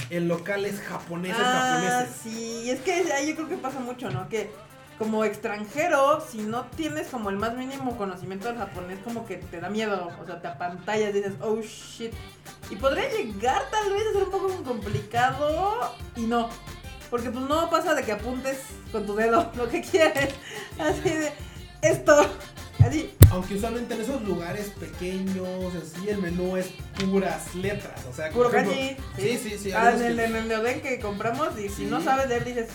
Speaker 4: en locales japoneses,
Speaker 5: Ah,
Speaker 4: japoneses.
Speaker 5: sí. Es que ahí yo creo que pasa mucho, ¿no? Que como extranjero, si no tienes como el más mínimo conocimiento del japonés, como que te da miedo. O sea, te apantallas, dices, oh shit. Y podría llegar tal vez a ser un poco complicado y no. Porque pues no pasa de que apuntes con tu dedo lo que quieres. Así de, esto. Así,
Speaker 4: Aunque usualmente en esos lugares pequeños, así el menú es puras letras. O sea, por
Speaker 5: Puro
Speaker 4: ejemplo,
Speaker 5: kanji.
Speaker 4: Sí, sí, sí.
Speaker 5: Ah,
Speaker 4: algunos
Speaker 5: en el,
Speaker 4: que-
Speaker 5: en el de Oden que compramos y si
Speaker 4: Sí.
Speaker 5: no sabes leer dices...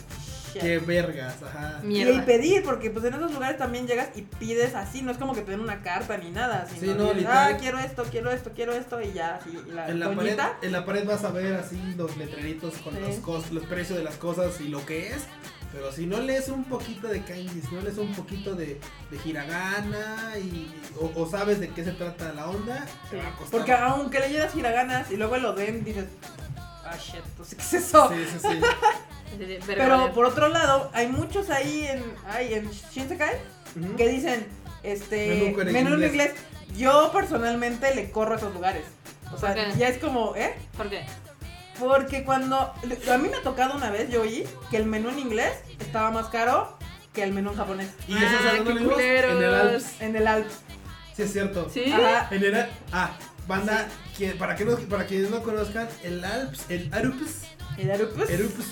Speaker 5: "Shit".
Speaker 4: Qué vergas, ajá.
Speaker 5: Y
Speaker 3: Mierda.
Speaker 5: pedir, porque pues en esos lugares también llegas y pides así, no es como que te den una carta ni nada, sino
Speaker 4: Sí, no,
Speaker 5: dices,
Speaker 4: literal.
Speaker 5: ah, quiero esto, quiero esto, quiero esto y ya, así, y la,
Speaker 4: En la, pared,
Speaker 5: doñita,
Speaker 4: en la pared vas a ver así los letreritos con
Speaker 5: Sí.
Speaker 4: los, cos- los precios de las cosas y lo que es. Pero si no lees un poquito de kanji, si no lees un poquito de, de hiragana y, o, o sabes de qué se trata la onda, te va a costar.
Speaker 5: porque aunque le llenas hiraganas y luego el Oden dices, ah, shit, pues, ¿qué es eso?
Speaker 4: Sí, sí, sí.
Speaker 3: Pero,
Speaker 5: Pero por otro lado, hay muchos ahí en, ay, en Shinsekai
Speaker 4: Ujú.
Speaker 5: que dicen, este,
Speaker 4: Menú en
Speaker 5: menú en
Speaker 4: inglés.
Speaker 5: inglés, yo personalmente le corro a esos lugares, o sea,
Speaker 3: Ok.
Speaker 5: ya es como, ¿eh?
Speaker 3: ¿Por qué?
Speaker 5: Porque cuando. A mí me ha tocado una vez, yo oí, que el menú en inglés estaba más caro que el menú en japonés.
Speaker 4: Y eso
Speaker 3: Ah,
Speaker 4: es algo
Speaker 3: qué
Speaker 4: nuevo en el
Speaker 3: culeros.
Speaker 4: Alps.
Speaker 5: En el Alps.
Speaker 4: Sí, es cierto.
Speaker 3: ¿Sí?
Speaker 5: Ajá.
Speaker 4: En el Al- ah, banda, que- para, que no- para quienes no conozcan, el Alps, el Arupes,
Speaker 5: El Arupus.
Speaker 4: Arupes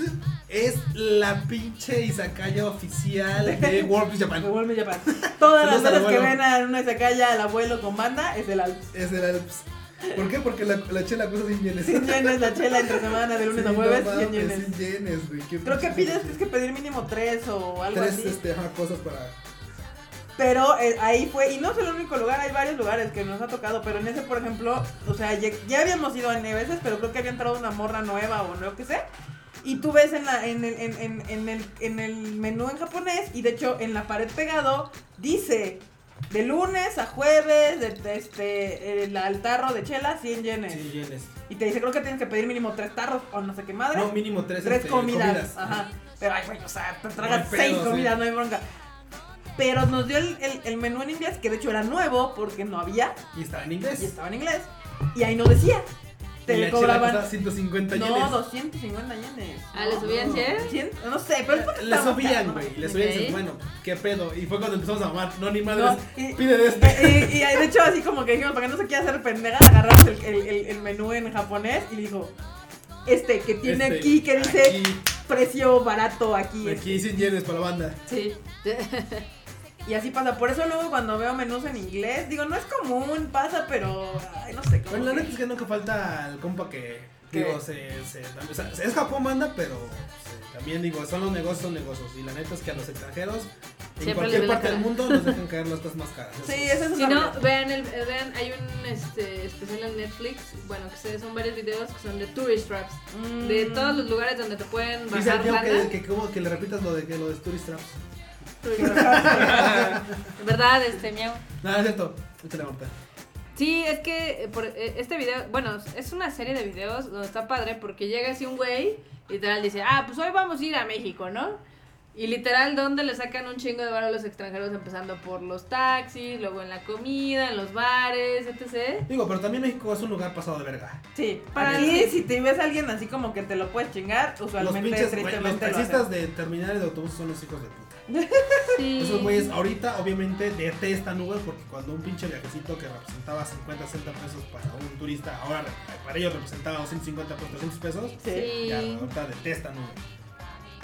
Speaker 4: es la pinche izakaya oficial de World Peace
Speaker 5: Me
Speaker 4: Japan.
Speaker 5: vuelve a llamar. Todas las
Speaker 4: Saludos al
Speaker 5: veces que
Speaker 4: abuelo.
Speaker 5: ven a una izakaya al abuelo con banda es el Alps.
Speaker 4: Es el Alps. ¿Por qué? Porque la, la chela cosa sin yenes.
Speaker 5: 100 yenes la chela entre semana, de lunes a jueves, 100
Speaker 4: mames,
Speaker 5: yenes.
Speaker 4: sin yenes, güey. qué
Speaker 5: Creo que
Speaker 4: pinche-
Speaker 5: pides, tienes que pedir mínimo tres o algo
Speaker 4: tres
Speaker 5: así.
Speaker 4: este, ajá, cosas para.
Speaker 5: Pero eh, ahí fue, y no es el único lugar, hay varios lugares que nos ha tocado, pero en ese, por ejemplo, o sea, ya, ya habíamos ido a veces, pero creo que había entrado una morra nueva o no que sé. Y tú ves en, la, en, el, en, en- en el, en el menú en japonés, y de hecho en la pared pegado, dice de lunes a jueves, de, de este, el al tarro de chela, 100 yenes.
Speaker 4: sin yenes.
Speaker 5: Y te dice, creo que tienes que pedir mínimo tres tarros o no sé qué madre
Speaker 4: No, mínimo tres,
Speaker 5: tres
Speaker 4: este,
Speaker 5: comidas. Ah. Ajá. Pero ay, güey, o sea, te tragas
Speaker 4: No hay pedo,
Speaker 5: seis comidas,
Speaker 4: sí.
Speaker 5: no hay bronca. Pero nos dio el, el- el menú en inglés, que de hecho era nuevo porque no había
Speaker 4: Y estaba en inglés.
Speaker 5: y estaba en inglés. Y ahí no decía. Te
Speaker 4: Y
Speaker 5: le
Speaker 4: la chela costaba
Speaker 5: cobraban.
Speaker 4: 150 yenes.
Speaker 5: No, 250 yenes.
Speaker 3: Ah, ¿le subían cien?
Speaker 5: 100? No sé, pero es porque
Speaker 4: Le
Speaker 5: estaba
Speaker 4: subían,
Speaker 5: caro.
Speaker 4: güey. Le subían y
Speaker 3: Ok.
Speaker 4: dices, bueno, qué pedo. Y fue cuando empezamos a amar. No, ni
Speaker 5: No,
Speaker 4: madres.
Speaker 5: y-
Speaker 4: Pide de este.
Speaker 5: Eh, Y, y de hecho, así como que dijimos, para que no se quiera hacer pendeja, agarramos el, el- el- el menú en japonés y dijo, este que tiene
Speaker 4: Este,
Speaker 5: aquí, que dice
Speaker 4: Aquí,
Speaker 5: precio barato aquí. este,
Speaker 4: aquí 100 yenes para la banda.
Speaker 3: Sí.
Speaker 5: Y así pasa, por eso luego cuando veo menús en inglés, digo, no es común, pasa, pero ay, no sé cómo.
Speaker 4: Bueno, Pues la neta es que nunca falta el compa que.
Speaker 5: ¿Qué?
Speaker 4: Digo, se, se- o sea, es Japón, banda, pero. se También digo, son los negocios, son negocios. Y la neta es que a los extranjeros, en
Speaker 3: Siempre
Speaker 4: cualquier
Speaker 3: les ve la
Speaker 4: parte del
Speaker 3: cara.
Speaker 4: mundo, nos dejan caer las cosas más caras.
Speaker 5: Sí, esa es
Speaker 3: Si
Speaker 5: una
Speaker 3: no, vean, el, eh, vean hay un este, especial en Netflix, bueno, que se- son varios videos que son de tourist traps,
Speaker 5: Mm.
Speaker 3: de todos los lugares donde te pueden
Speaker 4: Dice
Speaker 3: bajar
Speaker 4: Santiago
Speaker 3: banda.
Speaker 4: que, que, como que le repitas lo de que lo de Tourist Traps.
Speaker 3: ¿Verdad, este miau?
Speaker 4: Nada, es cierto. Échale, Marta.
Speaker 3: Sí, es que eh, por, eh, este video, bueno, es una serie de videos donde está padre porque llega así un güey y literal dice, ah, pues hoy vamos a ir a México, ¿no? Y literal, donde le sacan un chingo de bar a los extranjeros, empezando por los taxis, luego en la comida, en los bares, etc.
Speaker 4: Digo, pero también México es un lugar pasado de verga.
Speaker 5: Sí, para
Speaker 3: Ajá.
Speaker 5: mí, si te ves a alguien así como que te lo puedes chingar,
Speaker 4: Los
Speaker 5: usualmente,
Speaker 4: pinches, güey, los
Speaker 5: tristemente. lo hacen.
Speaker 4: taxistas de terminales de autobús son los hijos de puta.
Speaker 3: Sí.
Speaker 4: Esos güeyes ahorita obviamente detestan Uber porque cuando un pinche viajecito que representaba 50, 60 pesos para un turista, ahora re- para ellos representaba 250, pues, 300 pesos,
Speaker 5: Sí.
Speaker 3: Sí.
Speaker 4: ya ahorita detestan Uber.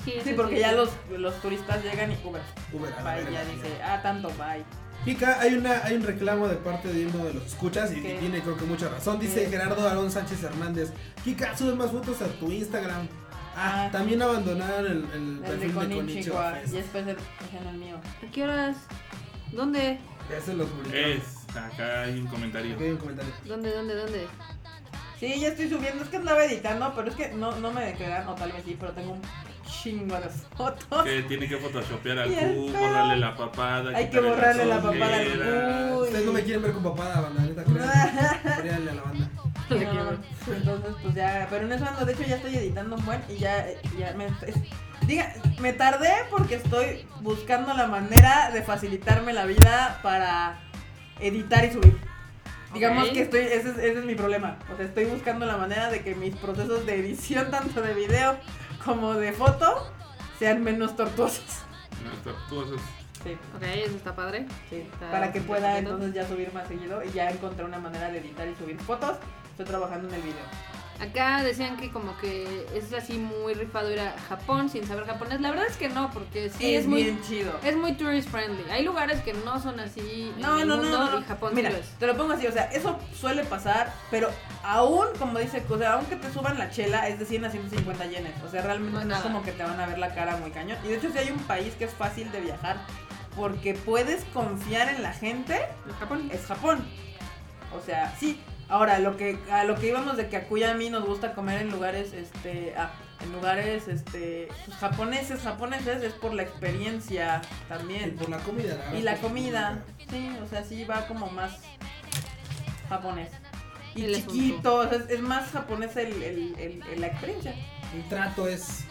Speaker 3: Sí,
Speaker 5: Sí,
Speaker 3: sí,
Speaker 5: porque
Speaker 3: sí.
Speaker 5: ya los, los turistas llegan y cubren.
Speaker 4: Uber, a la
Speaker 5: Bye, ya
Speaker 4: verga.
Speaker 5: dice, ah, tanto, bye.
Speaker 4: Kika, hay, una, hay un reclamo de parte de uno de los escuchas y, y
Speaker 5: ¿Qué?
Speaker 4: tiene creo que mucha razón. Dice
Speaker 5: ¿Qué?
Speaker 4: Gerardo Aarón Sánchez Hernández. Kika, sube más fotos a tu Instagram. Ah,
Speaker 5: Ah.
Speaker 4: también abandonaron el, el
Speaker 5: El de
Speaker 4: perfil de Konichiwa
Speaker 5: Konichiwa
Speaker 4: Fest.
Speaker 5: y después el, en el mío.
Speaker 3: ¿A qué horas? ¿Dónde?
Speaker 4: Ya se lo publicaron.
Speaker 2: Es, acá hay un comentario.
Speaker 4: Aquí hay un comentario.
Speaker 3: ¿Dónde, dónde, dónde?
Speaker 5: Sí, ya estoy subiendo, es que andaba editando, pero es que no, no me declaran, o tal vez sí, pero tengo un chingo de fotos.
Speaker 2: Que tiene que photoshopear al
Speaker 5: Y el
Speaker 2: Q,
Speaker 5: feo.
Speaker 2: borrarle la papada.
Speaker 5: Hay que
Speaker 2: quitarle las
Speaker 5: borrarle la papada al
Speaker 2: ojeras.
Speaker 5: Q.
Speaker 4: Ustedes no me quieren ver con papada, banda, neta, créanme. Créanle a la banda.
Speaker 5: No, entonces pues ya, pero en eso ando, de hecho ya estoy editando un buen y ya, ya me es- diga, me tardé porque estoy buscando la manera de facilitarme la vida para editar y subir. Digamos
Speaker 3: Ok.
Speaker 5: que estoy, ese es, ese es mi problema. O sea, estoy buscando la manera de que mis procesos de edición, tanto de video como de foto, sean menos tortuosos.
Speaker 2: No, tortuosos.
Speaker 5: Sí,
Speaker 3: Ok, eso está padre.
Speaker 5: sí.
Speaker 3: Está
Speaker 5: Para que pueda
Speaker 3: perfecto.
Speaker 5: entonces ya subir más seguido y ya encontré una manera de editar y subir fotos. Estoy trabajando en el video.
Speaker 3: Acá decían que como que es así muy rifado ir a Japón sin saber japonés. La verdad es que no, porque sí es, muy
Speaker 5: bien chido.
Speaker 3: es muy tourist friendly. Hay lugares que no son así. en
Speaker 5: No,
Speaker 3: el
Speaker 5: no, no,
Speaker 3: mundo,
Speaker 5: no, no.
Speaker 3: Y Japón
Speaker 5: Mira,
Speaker 3: sí lo es.
Speaker 5: te lo pongo así, o sea, eso suele pasar, pero aún, como dice, o sea, aunque te suban la chela, es de 100 a 150 yenes. O sea, realmente
Speaker 3: No es
Speaker 5: no, es
Speaker 3: Pues nada.
Speaker 5: como que te van a ver la cara muy cañón. Y de hecho, si hay un país que es fácil de viajar porque puedes confiar en la gente,
Speaker 3: En Japón.
Speaker 5: es Japón. O sea, sí. Ahora, lo que, a lo que íbamos de que a Kuya a mí nos gusta comer en lugares, este, ah, en lugares, este, pues, japoneses, japoneses, es por la experiencia
Speaker 4: Y
Speaker 5: también.
Speaker 4: por la comida, la verdad,
Speaker 5: Y la
Speaker 4: por
Speaker 5: comida, sí, o sea, sí va como más japonés. Y
Speaker 3: El
Speaker 5: chiquito, o sea, es- es más japonés el, el- el- el- la experiencia.
Speaker 4: El trato es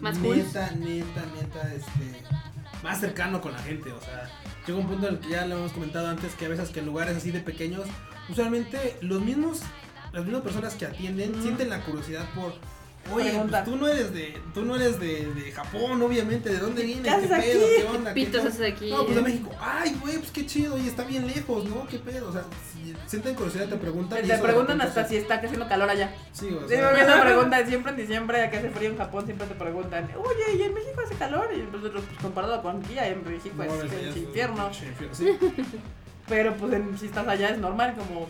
Speaker 3: Más cool.
Speaker 4: neta, neta, neta, este, más cercano con la gente, o sea, llega un punto en el que ya lo hemos comentado antes que a veces que en lugares así de pequeños, usualmente los mismos, las mismas personas que atienden
Speaker 5: Ujú.
Speaker 4: sienten la curiosidad por Oye, pues
Speaker 5: Preguntar.
Speaker 4: tú no eres de, tú no eres de, de Japón, obviamente, ¿de dónde vienes?
Speaker 5: haces
Speaker 4: ¿Qué
Speaker 5: aquí?
Speaker 4: pedo? ¿Qué onda? ¿Qué
Speaker 3: Pitos
Speaker 4: tal?
Speaker 3: haces aquí.
Speaker 4: No, pues de México. Ay, güey, pues qué chido, y está bien lejos, ¿no? ¿Qué pedo? O sea, si sienten curiosidad, te preguntan. y
Speaker 5: Te
Speaker 4: eso de
Speaker 5: preguntan
Speaker 4: repente
Speaker 5: hasta
Speaker 4: es-
Speaker 5: si está haciendo calor allá.
Speaker 4: Sí, o
Speaker 5: Sí,
Speaker 4: sea,
Speaker 5: porque esa pregunta siempre en diciembre, que hace frío en Japón, siempre te preguntan, oye, ¿y en México hace calor? Y nosotros, pues, comparado con aquí, en México
Speaker 4: no,
Speaker 5: es
Speaker 4: eso ya
Speaker 5: pues, el
Speaker 4: es un
Speaker 5: infierno.
Speaker 4: pinche infierno, sí.
Speaker 5: Pero pues en- si estás allá es normal, como...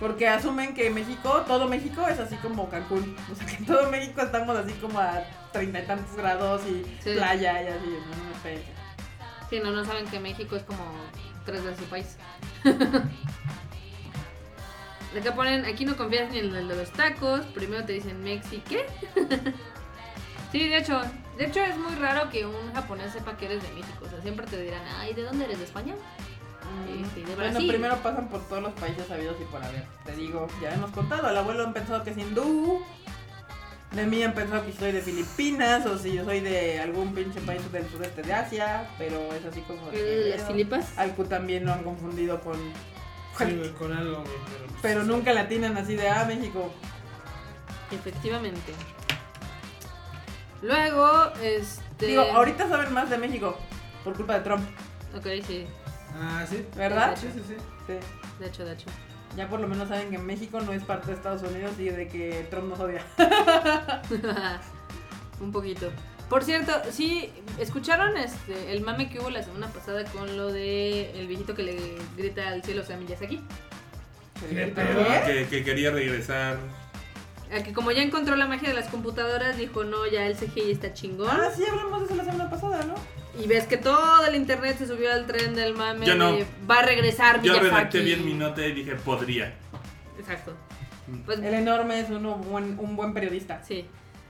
Speaker 5: Porque asumen que México, todo México es así como Cancún. O sea, que en todo México estamos así como a treinta y tantos grados y
Speaker 3: Sí.
Speaker 5: playa y así. No, no, espérense.
Speaker 3: Sí, no, no saben que México es como tres veces su país. De Acá ponen, aquí no confías ni en el de los tacos, primero te dicen Mexi, ¿qué? sí, de hecho, de hecho es muy raro que un japonés sepa que eres de México, o sea, siempre te dirán, ay, ¿de dónde eres? ¿De España? Este, de
Speaker 5: bueno,
Speaker 3: Brasil.
Speaker 5: primero pasan por todos los países sabidos y por haber. Te digo, ya hemos contado. El abuelo han pensado que es hindú. De mí han pensado que soy de Filipinas o si yo soy de algún pinche país del sudeste de Asia. Pero es así como...
Speaker 3: ¿Eres de las Filipas?
Speaker 5: Al Q también lo han confundido con...
Speaker 4: Sí, güey, con algo, güey, pues
Speaker 5: Pero nunca la atinan así de, ah, México.
Speaker 3: Efectivamente. Luego, este...
Speaker 5: Digo, ahorita saben más de México por culpa de Trump,
Speaker 3: Ok, sí,
Speaker 4: Ah, sí.
Speaker 5: ¿verdad?
Speaker 4: Sí, sí, sí.
Speaker 5: Sí.
Speaker 3: de hecho, de hecho.
Speaker 5: Ya por lo menos saben que México no es parte de Estados Unidos y de que Trump nos odia.
Speaker 3: Un poquito. Por cierto, sí, ¿escucharon este, el mame que hubo la semana pasada con lo de el viejito que le grita al cielo, o sea, Miyazaki?
Speaker 5: Se
Speaker 4: ¿Qué
Speaker 5: grita,
Speaker 2: Ah,
Speaker 4: pedo?
Speaker 5: ¿qué?
Speaker 2: Que, que quería regresar
Speaker 3: A que como ya encontró la magia de las computadoras, dijo, no, ya el CGI está chingón.
Speaker 5: Ah, sí, hablamos de eso la semana pasada, ¿no?
Speaker 3: Y ves que todo el internet se subió al tren del mame.
Speaker 2: Yo no.
Speaker 3: de, Va a regresar
Speaker 2: Yo
Speaker 3: Miyazaki".
Speaker 2: redacté bien mi nota y dije, podría.
Speaker 3: Exacto.
Speaker 2: Mm.
Speaker 3: Pues,
Speaker 5: El enorme es uno buen- un buen periodista.
Speaker 3: sí.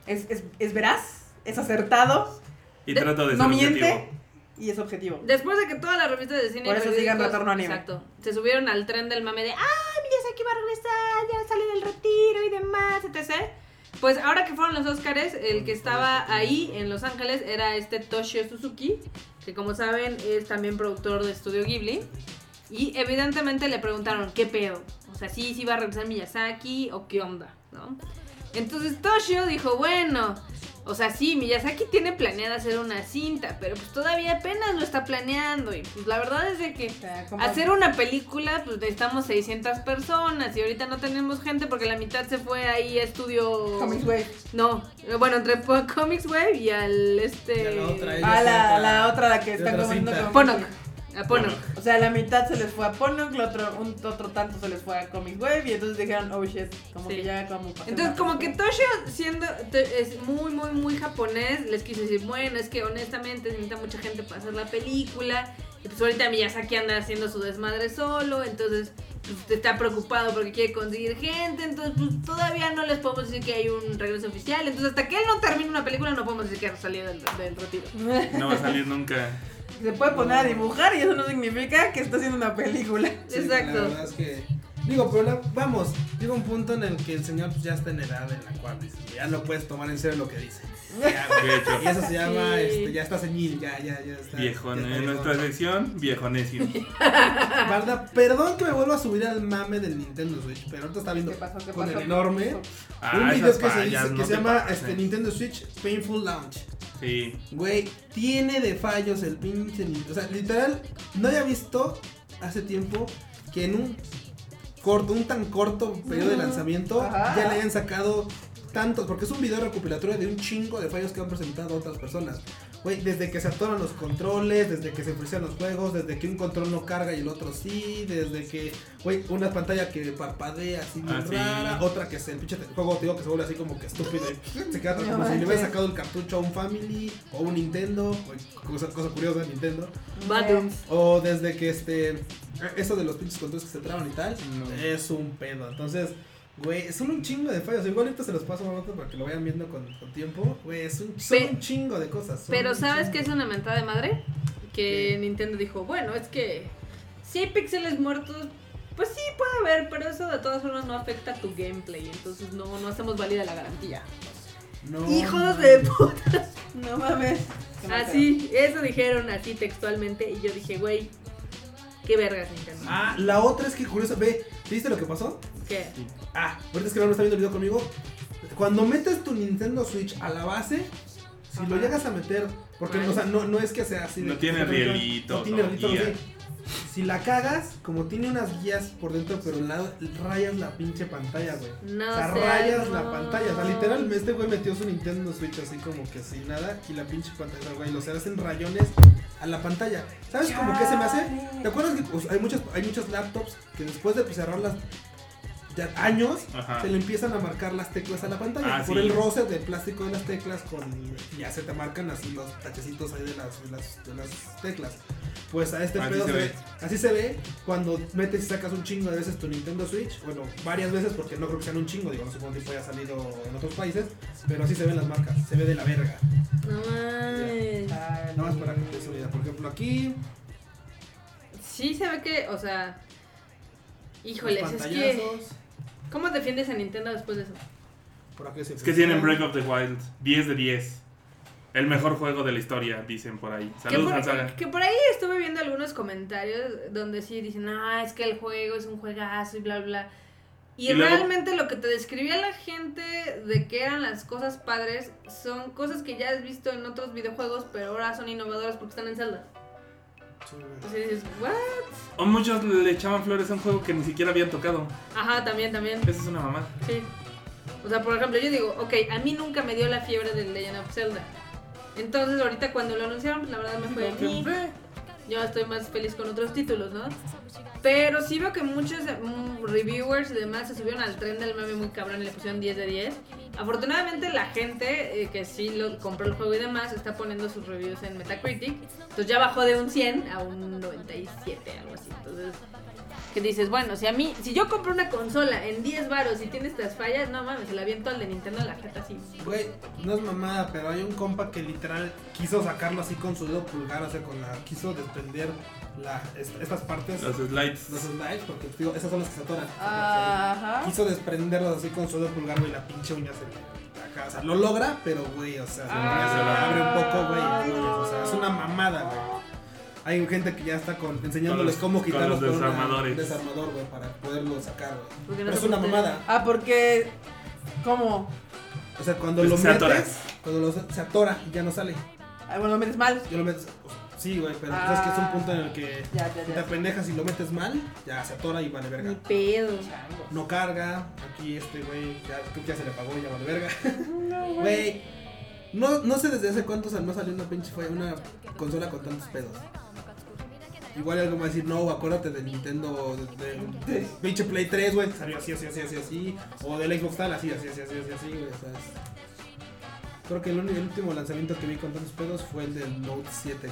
Speaker 5: Es, es, es veraz, es acertado
Speaker 2: Y
Speaker 3: De-
Speaker 2: trato de
Speaker 5: no
Speaker 2: ser
Speaker 5: miente.
Speaker 2: objetivo.
Speaker 5: y es objetivo.
Speaker 3: Después de que todas las revistas de cine...
Speaker 5: Por
Speaker 3: y
Speaker 5: eso sigan
Speaker 3: periódicos-
Speaker 5: Retorno Anime.
Speaker 3: Exacto. Se subieron al tren del mame de, "Ah, ¡ay, Miyazaki va a regresar! Ya sale del retiro y demás, etc. Pues ahora que fueron los Óscares, el que estaba ahí en Los Ángeles era este Toshio Suzuki, que como saben es también productor de Estudio Ghibli. Y evidentemente le preguntaron, ¿qué pedo? O sea, sí, sí va a regresar Miyazaki o qué onda, ¿no? Entonces Toshio dijo, bueno, o sea, sí, Miyazaki tiene planeada hacer una cinta, pero pues todavía apenas lo está planeando. Y pues la verdad es de que
Speaker 5: O sea, como-
Speaker 3: hacer una película, pues necesitamos 600 personas y ahorita no tenemos gente porque la mitad se fue ahí a estudio...
Speaker 5: Comics Wave.
Speaker 3: No, eh, bueno, entre po- Comics Web y al este...
Speaker 4: Y a la otra, eh. ella
Speaker 5: Ah,
Speaker 4: es
Speaker 5: la,
Speaker 4: otra-
Speaker 5: la otra, la que
Speaker 4: es
Speaker 5: están
Speaker 4: otra
Speaker 5: comiendo
Speaker 4: cinta.
Speaker 5: con-
Speaker 3: Ponok. A Ponok.
Speaker 5: O sea, la mitad se les fue a Ponok, la otro, un otro tanto se les fue a Comic Wave y entonces dijeron, oh shit, como
Speaker 3: Sí.
Speaker 5: que ya como pasé
Speaker 3: Entonces,
Speaker 5: una
Speaker 3: como que
Speaker 5: película.
Speaker 3: Toshio, siendo te- es muy, muy, muy japonés, les quiso decir, bueno, es que honestamente necesita mucha gente para hacer la película. Y pues ahorita Miyazaki anda haciendo su desmadre solo, entonces pues, está preocupado porque quiere conseguir gente. Entonces, pues todavía no les podemos decir que hay un regreso oficial. Entonces, hasta que él no termine una película, no podemos decir que ha salido del, del retiro.
Speaker 2: No va a salir nunca.
Speaker 5: Se puede poner a dibujar y eso no significa que está haciendo una película.
Speaker 4: Sí, La
Speaker 3: Exacto.
Speaker 4: verdad es que. Digo, pero la- vamos, llega un punto en el que el señor pues, ya está en edad en la cual dices, ya no puedes tomar en serio lo que dice. Ya, güey.
Speaker 2: De hecho,
Speaker 4: y eso se llama,
Speaker 3: Sí.
Speaker 4: este, ya está señil, ya, ya, ya está.
Speaker 2: viejo,
Speaker 4: ya está
Speaker 2: en
Speaker 4: viejón.
Speaker 2: nuestra sección, viejo necio.
Speaker 4: Barda, perdón que me vuelva a subir al mame del Nintendo Switch, pero ahorita está viendo
Speaker 5: ¿Qué pasó? ¿Qué
Speaker 4: con
Speaker 5: pasó?
Speaker 4: el enorme. un
Speaker 2: Ah,
Speaker 4: video
Speaker 2: esas
Speaker 4: que se,
Speaker 2: fallas,
Speaker 4: dice- que
Speaker 2: no
Speaker 4: se
Speaker 2: te
Speaker 4: llama
Speaker 2: pases.
Speaker 4: este, Nintendo Switch Painful Launch.
Speaker 2: Sí,
Speaker 4: Güey, tiene de fallos el pinche Nintendo. O sea, literal, no había visto hace tiempo que en un corto, un tan corto periodo de
Speaker 5: Ujú.
Speaker 4: lanzamiento
Speaker 5: Ajá.
Speaker 4: ya le hayan sacado tantos, porque es un video recopilatorio de un chingo de fallos que han presentado otras personas. Güey, desde que se atoran los controles, desde que se frisean los juegos, desde que un control no carga y el otro sí, desde que, güey, una pantalla que parpadea así bien
Speaker 2: Ah, sí.
Speaker 4: rara, otra que es el pinche te- juego, te digo, que se vuelve así como que estúpido y se queda
Speaker 5: No
Speaker 4: como si le hubieran
Speaker 5: manches.
Speaker 4: sacado el cartucho a un Family o un Nintendo, o cosa, cosa curiosa Nintendo,
Speaker 3: Batman.
Speaker 4: o desde que este, eso de los pinches controles que se traban y tal,
Speaker 2: No.
Speaker 4: es un pedo. Entonces, güey, son un chingo de fallos. Igual ahorita se los paso a rato para que lo vayan viendo con, con tiempo. Güey, son, son
Speaker 3: Pe-
Speaker 4: un chingo de cosas. son
Speaker 3: Pero
Speaker 4: un
Speaker 3: ¿sabes
Speaker 4: chingo.
Speaker 3: qué es una mentada de madre? Que
Speaker 4: ¿Qué?
Speaker 3: Nintendo dijo, bueno, es que si hay píxeles muertos, pues sí puede haber, pero eso de todas formas no afecta tu gameplay, entonces no, no hacemos válida la garantía.
Speaker 4: No,
Speaker 3: ¡Hijos de
Speaker 4: mames.
Speaker 3: puta!
Speaker 5: No mames. Qué mal
Speaker 3: Así, Ah, eso dijeron así textualmente y yo dije, güey, qué vergas Nintendo.
Speaker 4: Ah, la otra es que curiosa, ve, ¿te ¿viste lo que pasó?
Speaker 3: ¿Qué?
Speaker 4: Ah, ahorita es que no está viendo el video conmigo. Cuando metes tu Nintendo Switch a la base, si lo
Speaker 3: Ajá.
Speaker 4: llegas a meter, porque o sea, no, no es que sea así. de-
Speaker 2: No tiene rielitos,
Speaker 4: No tiene
Speaker 2: no,
Speaker 4: rielitos,
Speaker 2: guía.
Speaker 4: sí. Si la cagas, como tiene unas guías por dentro, pero al lado rayas la pinche pantalla, güey.
Speaker 3: No
Speaker 4: o sea,
Speaker 3: seas
Speaker 4: rayas la
Speaker 3: mamón.
Speaker 4: pantalla. O sea, literalmente este güey metió su Nintendo Switch así como que sin nada y la pinche pantalla, güey, los hacen rayones a la pantalla. ¿Sabes como que se me hace?
Speaker 5: Chale.
Speaker 4: ¿Te acuerdas que pues, hay, muchas, hay muchos laptops que después de pues, cerrarlas ya años,
Speaker 2: ajá.
Speaker 4: se le empiezan a marcar las teclas a la pantalla
Speaker 2: Ah,
Speaker 4: por
Speaker 2: sí.
Speaker 4: el roce del plástico de las teclas con ya se te marcan así los tachecitos ahí de las, de las, de las teclas pues a este
Speaker 2: Así
Speaker 4: pedo
Speaker 2: se
Speaker 4: se-
Speaker 2: ve.
Speaker 4: así se ve cuando metes y sacas un chingo de veces tu Nintendo Switch bueno varias veces porque no creo que sean un chingo digo no supongo que haya salido en otros países pero así se ven las marcas se ve de la verga
Speaker 3: No mames.
Speaker 5: Chale.
Speaker 4: nada más para que te des una idea. por ejemplo aquí
Speaker 3: Sí se ve que, o sea,
Speaker 4: los
Speaker 3: híjoles, es que...
Speaker 4: pantallazos
Speaker 3: ¿Cómo defiendes a Nintendo después de eso?
Speaker 4: por aquí se
Speaker 2: Es que tienen Breath of the Wild 10 de 10. El mejor juego de la historia, dicen por ahí.
Speaker 3: Que
Speaker 2: Saludos,
Speaker 3: por,
Speaker 2: Gonzaga.
Speaker 3: que por ahí estuve viendo algunos comentarios donde sí dicen, ah, es que el juego es un juegazo y bla, bla. Y,
Speaker 2: Y luego-
Speaker 3: realmente lo que te describía la gente de que eran las cosas padres son cosas que ya has visto en otros videojuegos, pero ahora son innovadoras porque están en Zelda. Entonces dices, ¿what?
Speaker 2: O muchos le echaban flores a un juego que ni siquiera habían tocado.
Speaker 3: Ajá, también, también.
Speaker 2: Esa es una mamá.
Speaker 3: Sí. O sea, por ejemplo, yo digo, ok, a mí nunca me dio la fiebre del Legend of Zelda. Entonces, ahorita cuando lo anunciaron, pues la verdad me fue a mí. Yo estoy más feliz con otros títulos, ¿no? Pero sí veo que muchos mm, reviewers y demás se subieron al tren del meme muy cabrón y le pusieron 10 de 10. Afortunadamente la gente eh, que sí lo compró el juego y demás está poniendo sus reviews en Metacritic. Entonces ya bajó de un 100 a un 97, algo así. Entonces, que dices, bueno, si a mí, si yo compro una consola en 10 varos y tiene estas fallas, no mames, se la aviento al de Nintendo en la jeta así.
Speaker 4: Güey, no es mamada, pero hay un compa que literal quiso sacarlo así con su dedo pulgar, o sea, con la quiso desprender la, est- estas partes,
Speaker 2: Los
Speaker 4: los
Speaker 2: slides.
Speaker 4: slides, porque digo, esas son las que se atoran.
Speaker 3: Ah.
Speaker 5: Ajá.
Speaker 4: Quiso desprenderlos así con su dedo pulgar, güey, la pinche uña se le acá, o sea, lo logra, pero güey, o sea, se,
Speaker 5: Ah.
Speaker 4: se le abre un poco, güey,
Speaker 5: Ay,
Speaker 4: no mames, o sea, es una mamada, güey. Hay gente que ya está con, enseñándoles
Speaker 2: Con los-
Speaker 4: cómo
Speaker 2: con
Speaker 4: quitarlos
Speaker 2: los
Speaker 4: con una-
Speaker 2: desarmadores.
Speaker 4: desarmador, güey, para poderlo sacar, güey.
Speaker 3: Porque no
Speaker 4: Pero es
Speaker 3: se
Speaker 4: una
Speaker 3: puede-
Speaker 4: mamada.
Speaker 5: Ah, porque. ¿Cómo?
Speaker 4: O sea, cuando
Speaker 2: Es
Speaker 4: lo
Speaker 2: que Pues se
Speaker 4: metes,
Speaker 2: atora.
Speaker 4: cuando lo- se atora y ya no sale.
Speaker 5: Ay, Ah, bueno, lo metes mal.
Speaker 4: Yo lo metes. pues, sí, güey, pero
Speaker 5: Ah.
Speaker 4: sabes que es un punto en el que
Speaker 5: Ya, ya,
Speaker 4: si te
Speaker 5: ya.
Speaker 4: pendejas y lo metes mal, ya se atora y vale verga.
Speaker 3: Ni pedo.
Speaker 4: No carga, aquí este güey, ya, creo que ya se le apagó, ya vale verga. Güey, no, no sé desde hace cuántos años no salió una pinche fue una consola con tantos pedos. Igual algo va a decir, no, acuérdate del Nintendo, del de, pinche Play 3, güey, que salió así, así, así, así, así. O del Xbox tal, así, así, así, así, así, así, güey. o sea, es- Creo que el, uni- el último lanzamiento que vi con tantos pedos fue el del Note 7,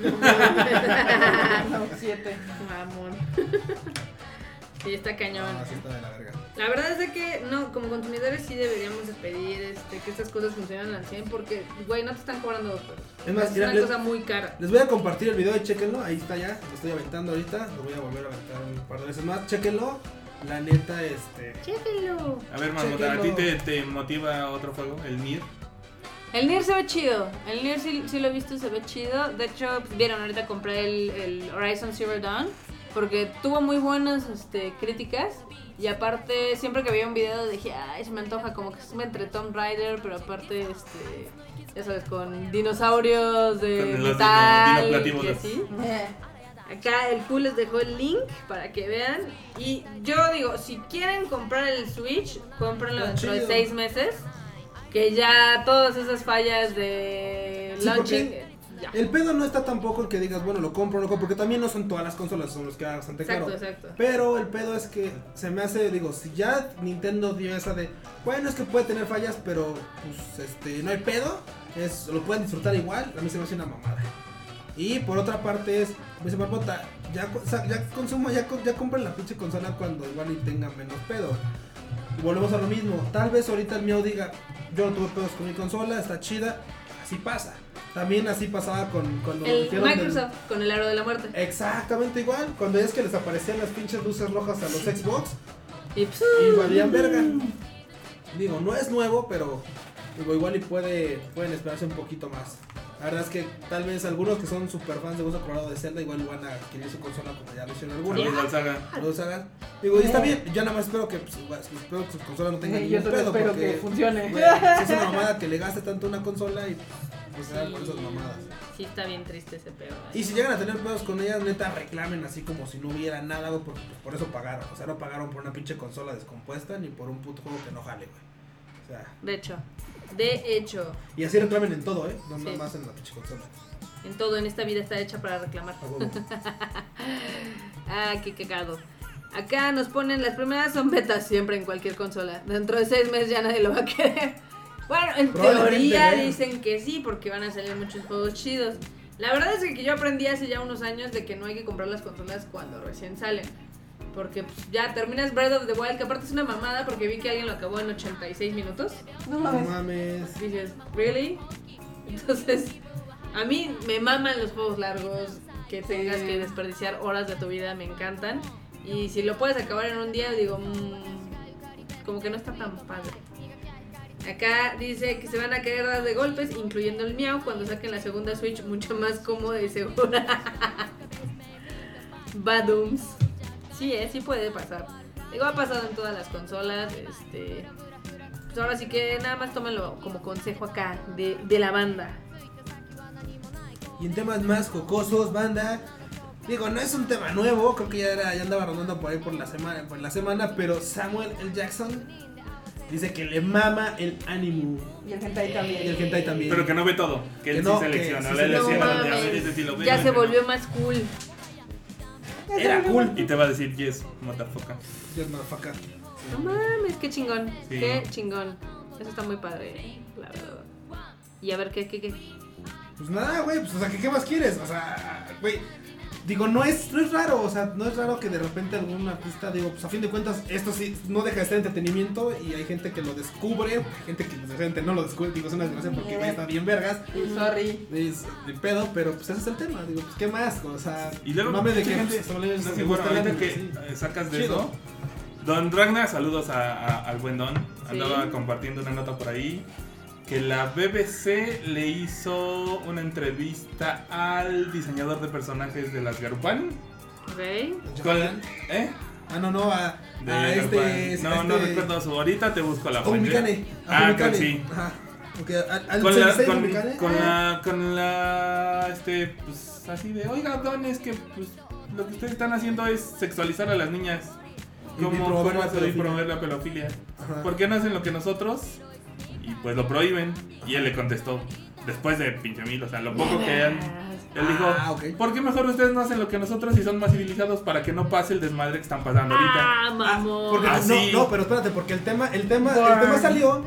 Speaker 4: güey.
Speaker 5: Ah, No, siete.
Speaker 3: Mamón. Sí, está cañón.
Speaker 4: Ah, sí está de la verga.
Speaker 3: La verdad es de que, no, como consumidores sí deberíamos de pedir este, que estas cosas funcionen al 100 porque, güey, no te están cobrando dos pesos.
Speaker 4: Es más, mira,
Speaker 3: una
Speaker 4: les-
Speaker 3: cosa muy cara.
Speaker 4: Les voy a compartir el video y chequenlo. Ahí está ya. Lo estoy aventando ahorita. Lo voy a volver a aventar un par de veces más. Chequenlo. La neta, este.
Speaker 3: Chéquenlo.
Speaker 2: A ver, Mamota, ¿a ti
Speaker 4: Chequenlo.
Speaker 2: te, te motiva otro juego? ¿El Nier?
Speaker 3: El Nier se ve chido. El Nier sí, sí lo he visto, se ve chido. De hecho, pues, vieron, ahorita compré el, el Horizon Zero Dawn porque tuvo muy buenas este, críticas. Y aparte, siempre que veía un video dije, ay, se me antoja como que me entre Tomb Raider, pero aparte, este, ya sabes, con dinosaurios de
Speaker 2: Con los
Speaker 3: metal
Speaker 2: dino- dinoplatíbulos.
Speaker 3: y así.
Speaker 5: Eh,
Speaker 3: Acá el pool les dejó el link para que vean. Y yo digo, si quieren comprar el Switch, cómprenlo
Speaker 4: Está
Speaker 3: dentro de
Speaker 4: chido.
Speaker 3: seis meses. Que ya todas esas fallas de
Speaker 4: Sí,
Speaker 3: launching.
Speaker 4: porque
Speaker 3: ya.
Speaker 4: El pedo no está tampoco el que digas, bueno, lo compro o no compro. Porque también no son todas las consolas. Son los que queda bastante
Speaker 3: Exacto,
Speaker 4: caro.
Speaker 3: exacto.
Speaker 4: Pero el pedo es que se me hace, digo, si ya Nintendo dio esa de, bueno, es que puede tener fallas, pero pues este, no hay pedo, es, lo pueden disfrutar igual, a mí se me hace una mamada. Y por otra parte es, me dice Marmota, ya, co- sa- ya consuma, ya, co- ya compren la pinche consola cuando igual y tenga menos pedo. Y volvemos a lo mismo, tal vez ahorita el mío diga, yo no tuve pedos con mi consola, está chida, así pasa. También así pasaba con cuando
Speaker 3: El
Speaker 4: hicieron del-
Speaker 3: Microsoft con el aro de la muerte.
Speaker 4: Exactamente igual, cuando es que les aparecían las pinches luces rojas a los Xbox
Speaker 3: Y, pues,
Speaker 4: y valían verga. Digo, no es nuevo, pero digo, igual y puede, pueden esperarse un poquito más. La verdad es que tal vez algunos que son super fans de Hueso Colorado de Zelda igual van a adquirir su consola como ya lo hicieron algunos.
Speaker 2: Saludos al Saga.
Speaker 4: No los hagan. Digo, y está bien, yo nada más espero que, pues, igual, espero que su consola no tenga
Speaker 5: Sí, yo
Speaker 4: ningún
Speaker 5: solo
Speaker 4: pedo
Speaker 5: espero
Speaker 4: porque
Speaker 5: que funcione.
Speaker 4: güey, si es una mamada que le gaste tanto a una consola y pues se dan por esas mamadas.
Speaker 3: sí, está bien triste ese pedo. ¿eh?
Speaker 4: Y si llegan a tener pedos con ellas, neta, reclamen así como si no hubiera nada, güey, porque pues, por eso pagaron. O sea, no pagaron por una pinche consola descompuesta ni por un puto juego que no jale, güey. O sea,
Speaker 3: De hecho, de hecho,
Speaker 4: y así reclamen en todo, ¿eh? No
Speaker 3: Sí.
Speaker 4: nada más en la pinche consola.
Speaker 3: en todo en esta vida está hecha para reclamar.
Speaker 4: A huevo.
Speaker 3: Ah, qué cagado. Acá nos ponen las primeras son betas siempre en cualquier consola. Dentro de seis meses ya nadie lo va a querer. Bueno, en
Speaker 4: Probablemente,
Speaker 3: teoría
Speaker 4: güey.
Speaker 3: dicen que sí, porque van a salir muchos juegos chidos. La verdad es que yo aprendí hace ya unos años de que no hay que comprar las consolas cuando recién salen. Porque pues, ya terminas Breath of the Wild, que aparte es una mamada porque vi que alguien lo acabó en 86 minutos.
Speaker 5: No
Speaker 4: No
Speaker 5: mames.
Speaker 4: mames.
Speaker 3: Dices, ¿really? Entonces, a mí me maman los juegos largos, que tengas que desperdiciar horas de tu vida, me encantan. Y si lo puedes acabar en un día, digo, mm, como que no está tan padre. Acá dice que se van a querer dar de golpes, incluyendo el miau, cuando saquen la segunda Switch, mucho más cómoda y segura. Badums. Sí, eh, sí puede pasar. Digo, ha pasado en todas las consolas, este... Pues ahora sí que nada más tómenlo como consejo acá de, de la banda.
Speaker 4: Y en temas más jocosos, banda. Digo, no es un tema nuevo, creo que ya, era, ya andaba rondando por ahí por la semana, por la semana, pero Samuel L. Jackson Dice que le mama el anime.
Speaker 5: Y el hentai también.
Speaker 4: Y el hentai también.
Speaker 2: Pero que no ve todo. Que él
Speaker 4: Que no,
Speaker 2: sí
Speaker 4: que
Speaker 2: selecciona.
Speaker 4: sí
Speaker 2: le
Speaker 4: selecciona.
Speaker 2: decía,
Speaker 4: No
Speaker 2: a ver,
Speaker 3: mames,
Speaker 2: este sí lo ve,
Speaker 3: Ya
Speaker 2: no,
Speaker 3: se
Speaker 2: este no.
Speaker 3: volvió más cool.
Speaker 2: Era cool. Y te va a decir, yes, motherfucker.
Speaker 4: Dios, motherfucker.
Speaker 3: No mames, qué chingón.
Speaker 2: Sí.
Speaker 3: Qué chingón. Eso está muy padre, la verdad. Y a ver qué, qué, qué.
Speaker 4: Pues nada, güey, pues o sea, ¿qué, qué más quieres? O sea, güey, digo, no es, no es raro, o sea, no es raro que de repente algún artista, digo, pues a fin de cuentas, esto sí no deja de ser entretenimiento y hay gente que lo descubre, hay gente que desgraciadamente no lo descubre, digo, es una desgracia porque güey, está bien vergas,
Speaker 5: Y Mm, sorry.
Speaker 4: es de pedo, pero pues ese es el tema, digo, pues qué más, o sea,
Speaker 2: Y luego,
Speaker 4: mames de que
Speaker 2: fíjate,
Speaker 4: pues, solo les-
Speaker 2: no sé,
Speaker 4: les
Speaker 2: bueno,
Speaker 4: gusta el
Speaker 2: ahorita
Speaker 4: anime,
Speaker 2: que
Speaker 4: sí.
Speaker 2: eh, sacas de
Speaker 4: Chido.
Speaker 2: eso. Don Ragnar, saludos a- a- al buen Don. Andaba
Speaker 3: Sí.
Speaker 2: compartiendo una nota por ahí. Que la BBC le hizo una entrevista al diseñador de personajes de las Garupan.
Speaker 3: Ok.
Speaker 2: Con, ¿Eh?
Speaker 4: Ah, no, no, a,
Speaker 2: De
Speaker 4: a este,
Speaker 2: Garupan. No, no
Speaker 4: este-
Speaker 2: recuerdo su. Ahorita te busco la fuente.
Speaker 4: Omikane, a
Speaker 2: Ah,
Speaker 4: Omikane.
Speaker 2: con- sí.
Speaker 4: Ajá. Ok, a- a-
Speaker 2: Con la,
Speaker 4: ¿sensei
Speaker 2: con,
Speaker 4: Omikane?
Speaker 2: con
Speaker 4: Ah.
Speaker 2: la, con la, este, pues así de, oiga, don, es que pues, lo que ustedes están haciendo es sexualizar a las niñas.
Speaker 4: Y
Speaker 2: ¿Cómo,
Speaker 4: promover
Speaker 2: cómo
Speaker 4: la
Speaker 2: se puede
Speaker 4: pedofilia?
Speaker 2: promover la pedofilia?
Speaker 4: Ajá.
Speaker 2: ¿Por qué no hacen lo que nosotros? Y pues lo prohíben. Y él le contestó, después de pinche mil, o sea, lo poco
Speaker 3: Ah,
Speaker 2: que han... Él dijo,
Speaker 4: Ah, ok.
Speaker 2: ¿por qué mejor ustedes no hacen lo que nosotros y son más civilizados para que no pase el desmadre que están pasando ahorita?
Speaker 3: Ah,
Speaker 4: Ah,
Speaker 3: mamón.
Speaker 4: porque
Speaker 2: Ah,
Speaker 4: no,
Speaker 2: sí.
Speaker 4: no, pero espérate, porque el tema, el tema, el
Speaker 5: Burn.
Speaker 4: tema salió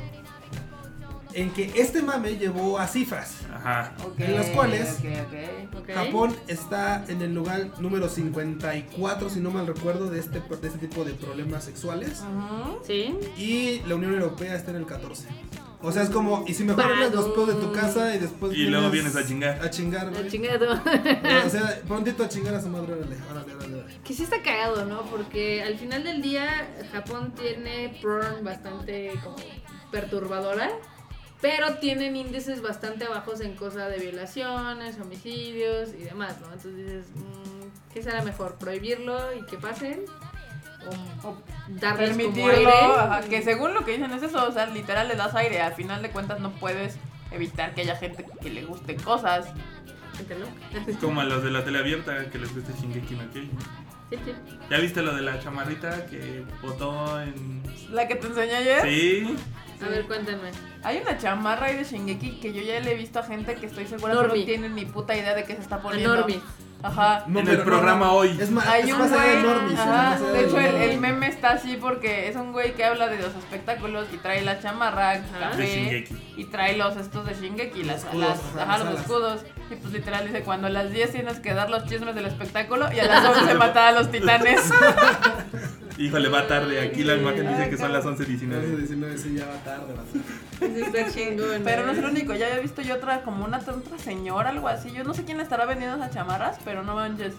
Speaker 4: en que este mame llevó a cifras.
Speaker 2: Ajá.
Speaker 5: Ok,
Speaker 4: En las cuales-
Speaker 5: ok, ok.
Speaker 3: Ok.
Speaker 4: Japón está en el lugar número 54, si no mal recuerdo, de este, de este tipo de problemas
Speaker 5: Ah.
Speaker 4: sexuales.
Speaker 5: Ujú.
Speaker 3: Sí.
Speaker 4: Y la Unión Europea está en el 14. O sea, es como, y si mejor hablas los pedos de tu casa y después.
Speaker 2: Y luego vienes a chingar.
Speaker 4: A chingar,
Speaker 3: Ah,
Speaker 4: güey.
Speaker 3: chingado.
Speaker 4: O sea, prontito a chingar a su madre, órale, órale, órale, órale.
Speaker 3: Que sí está cagado, ¿no? Porque al final del día Japón tiene porn bastante como perturbadora, pero tienen índices bastante bajos en cosa de violaciones, homicidios y demás, ¿no? Entonces dices, mm, ¿qué será mejor? ¿Prohibirlo y que pasen? ¿O
Speaker 5: O
Speaker 3: darles como aire?
Speaker 5: Permitirlo, ajá, que según lo que dicen es eso, o sea, literal le das aire, al final de cuentas no puedes evitar que haya gente que le guste cosas.
Speaker 3: Gente loca.
Speaker 2: Es como a los de la tele abierta que les gusta Shingeki no Kyojin.
Speaker 3: Sí, sí.
Speaker 2: ¿Ya viste lo de la chamarrita que votó en...?
Speaker 5: La que te enseñé
Speaker 3: ¿Eh?
Speaker 5: ayer,
Speaker 2: Sí.
Speaker 3: A ver, cuéntame.
Speaker 5: hay una chamarra ahí de Shingeki que yo ya le he visto a gente que estoy segura que
Speaker 3: Normie.
Speaker 5: no tienen ni puta idea de qué se está poniendo.
Speaker 3: Enorme.
Speaker 5: Ajá.
Speaker 4: No,
Speaker 2: En
Speaker 4: pero
Speaker 2: el programa hoy.
Speaker 4: Es más,
Speaker 5: Hay
Speaker 4: es
Speaker 5: un
Speaker 4: más allá de
Speaker 5: güey-
Speaker 4: normis. es
Speaker 5: ajá,
Speaker 4: más allá
Speaker 5: de
Speaker 4: lo
Speaker 5: hecho, el,
Speaker 4: normis.
Speaker 5: el meme está así porque es un güey que habla de los espectáculos y trae la chamarra,
Speaker 3: Ah,
Speaker 5: café,
Speaker 2: De Shingeki.
Speaker 5: y trae los estos de Shingeki, las,
Speaker 4: escudos,
Speaker 5: las-
Speaker 4: ajá,
Speaker 5: ajá,
Speaker 4: las
Speaker 5: los
Speaker 4: alas.
Speaker 5: escudos. Y pues literal dice, cuando a las 10 tienes que dar los chismes del espectáculo y a las 11 matar a los titanes.
Speaker 2: Híjole, va tarde. Aquí la imagen dice que son las
Speaker 4: No, ese
Speaker 2: 11.19.
Speaker 4: 19 sí ya va tarde, va tarde.
Speaker 3: Sí, Está chingón.
Speaker 5: Pero no
Speaker 3: ¿eh?
Speaker 5: es el único, ya había visto yo otra, como una otra señora, algo así. Yo no sé quién le estará vendiendo esas chamarras, pero no manches.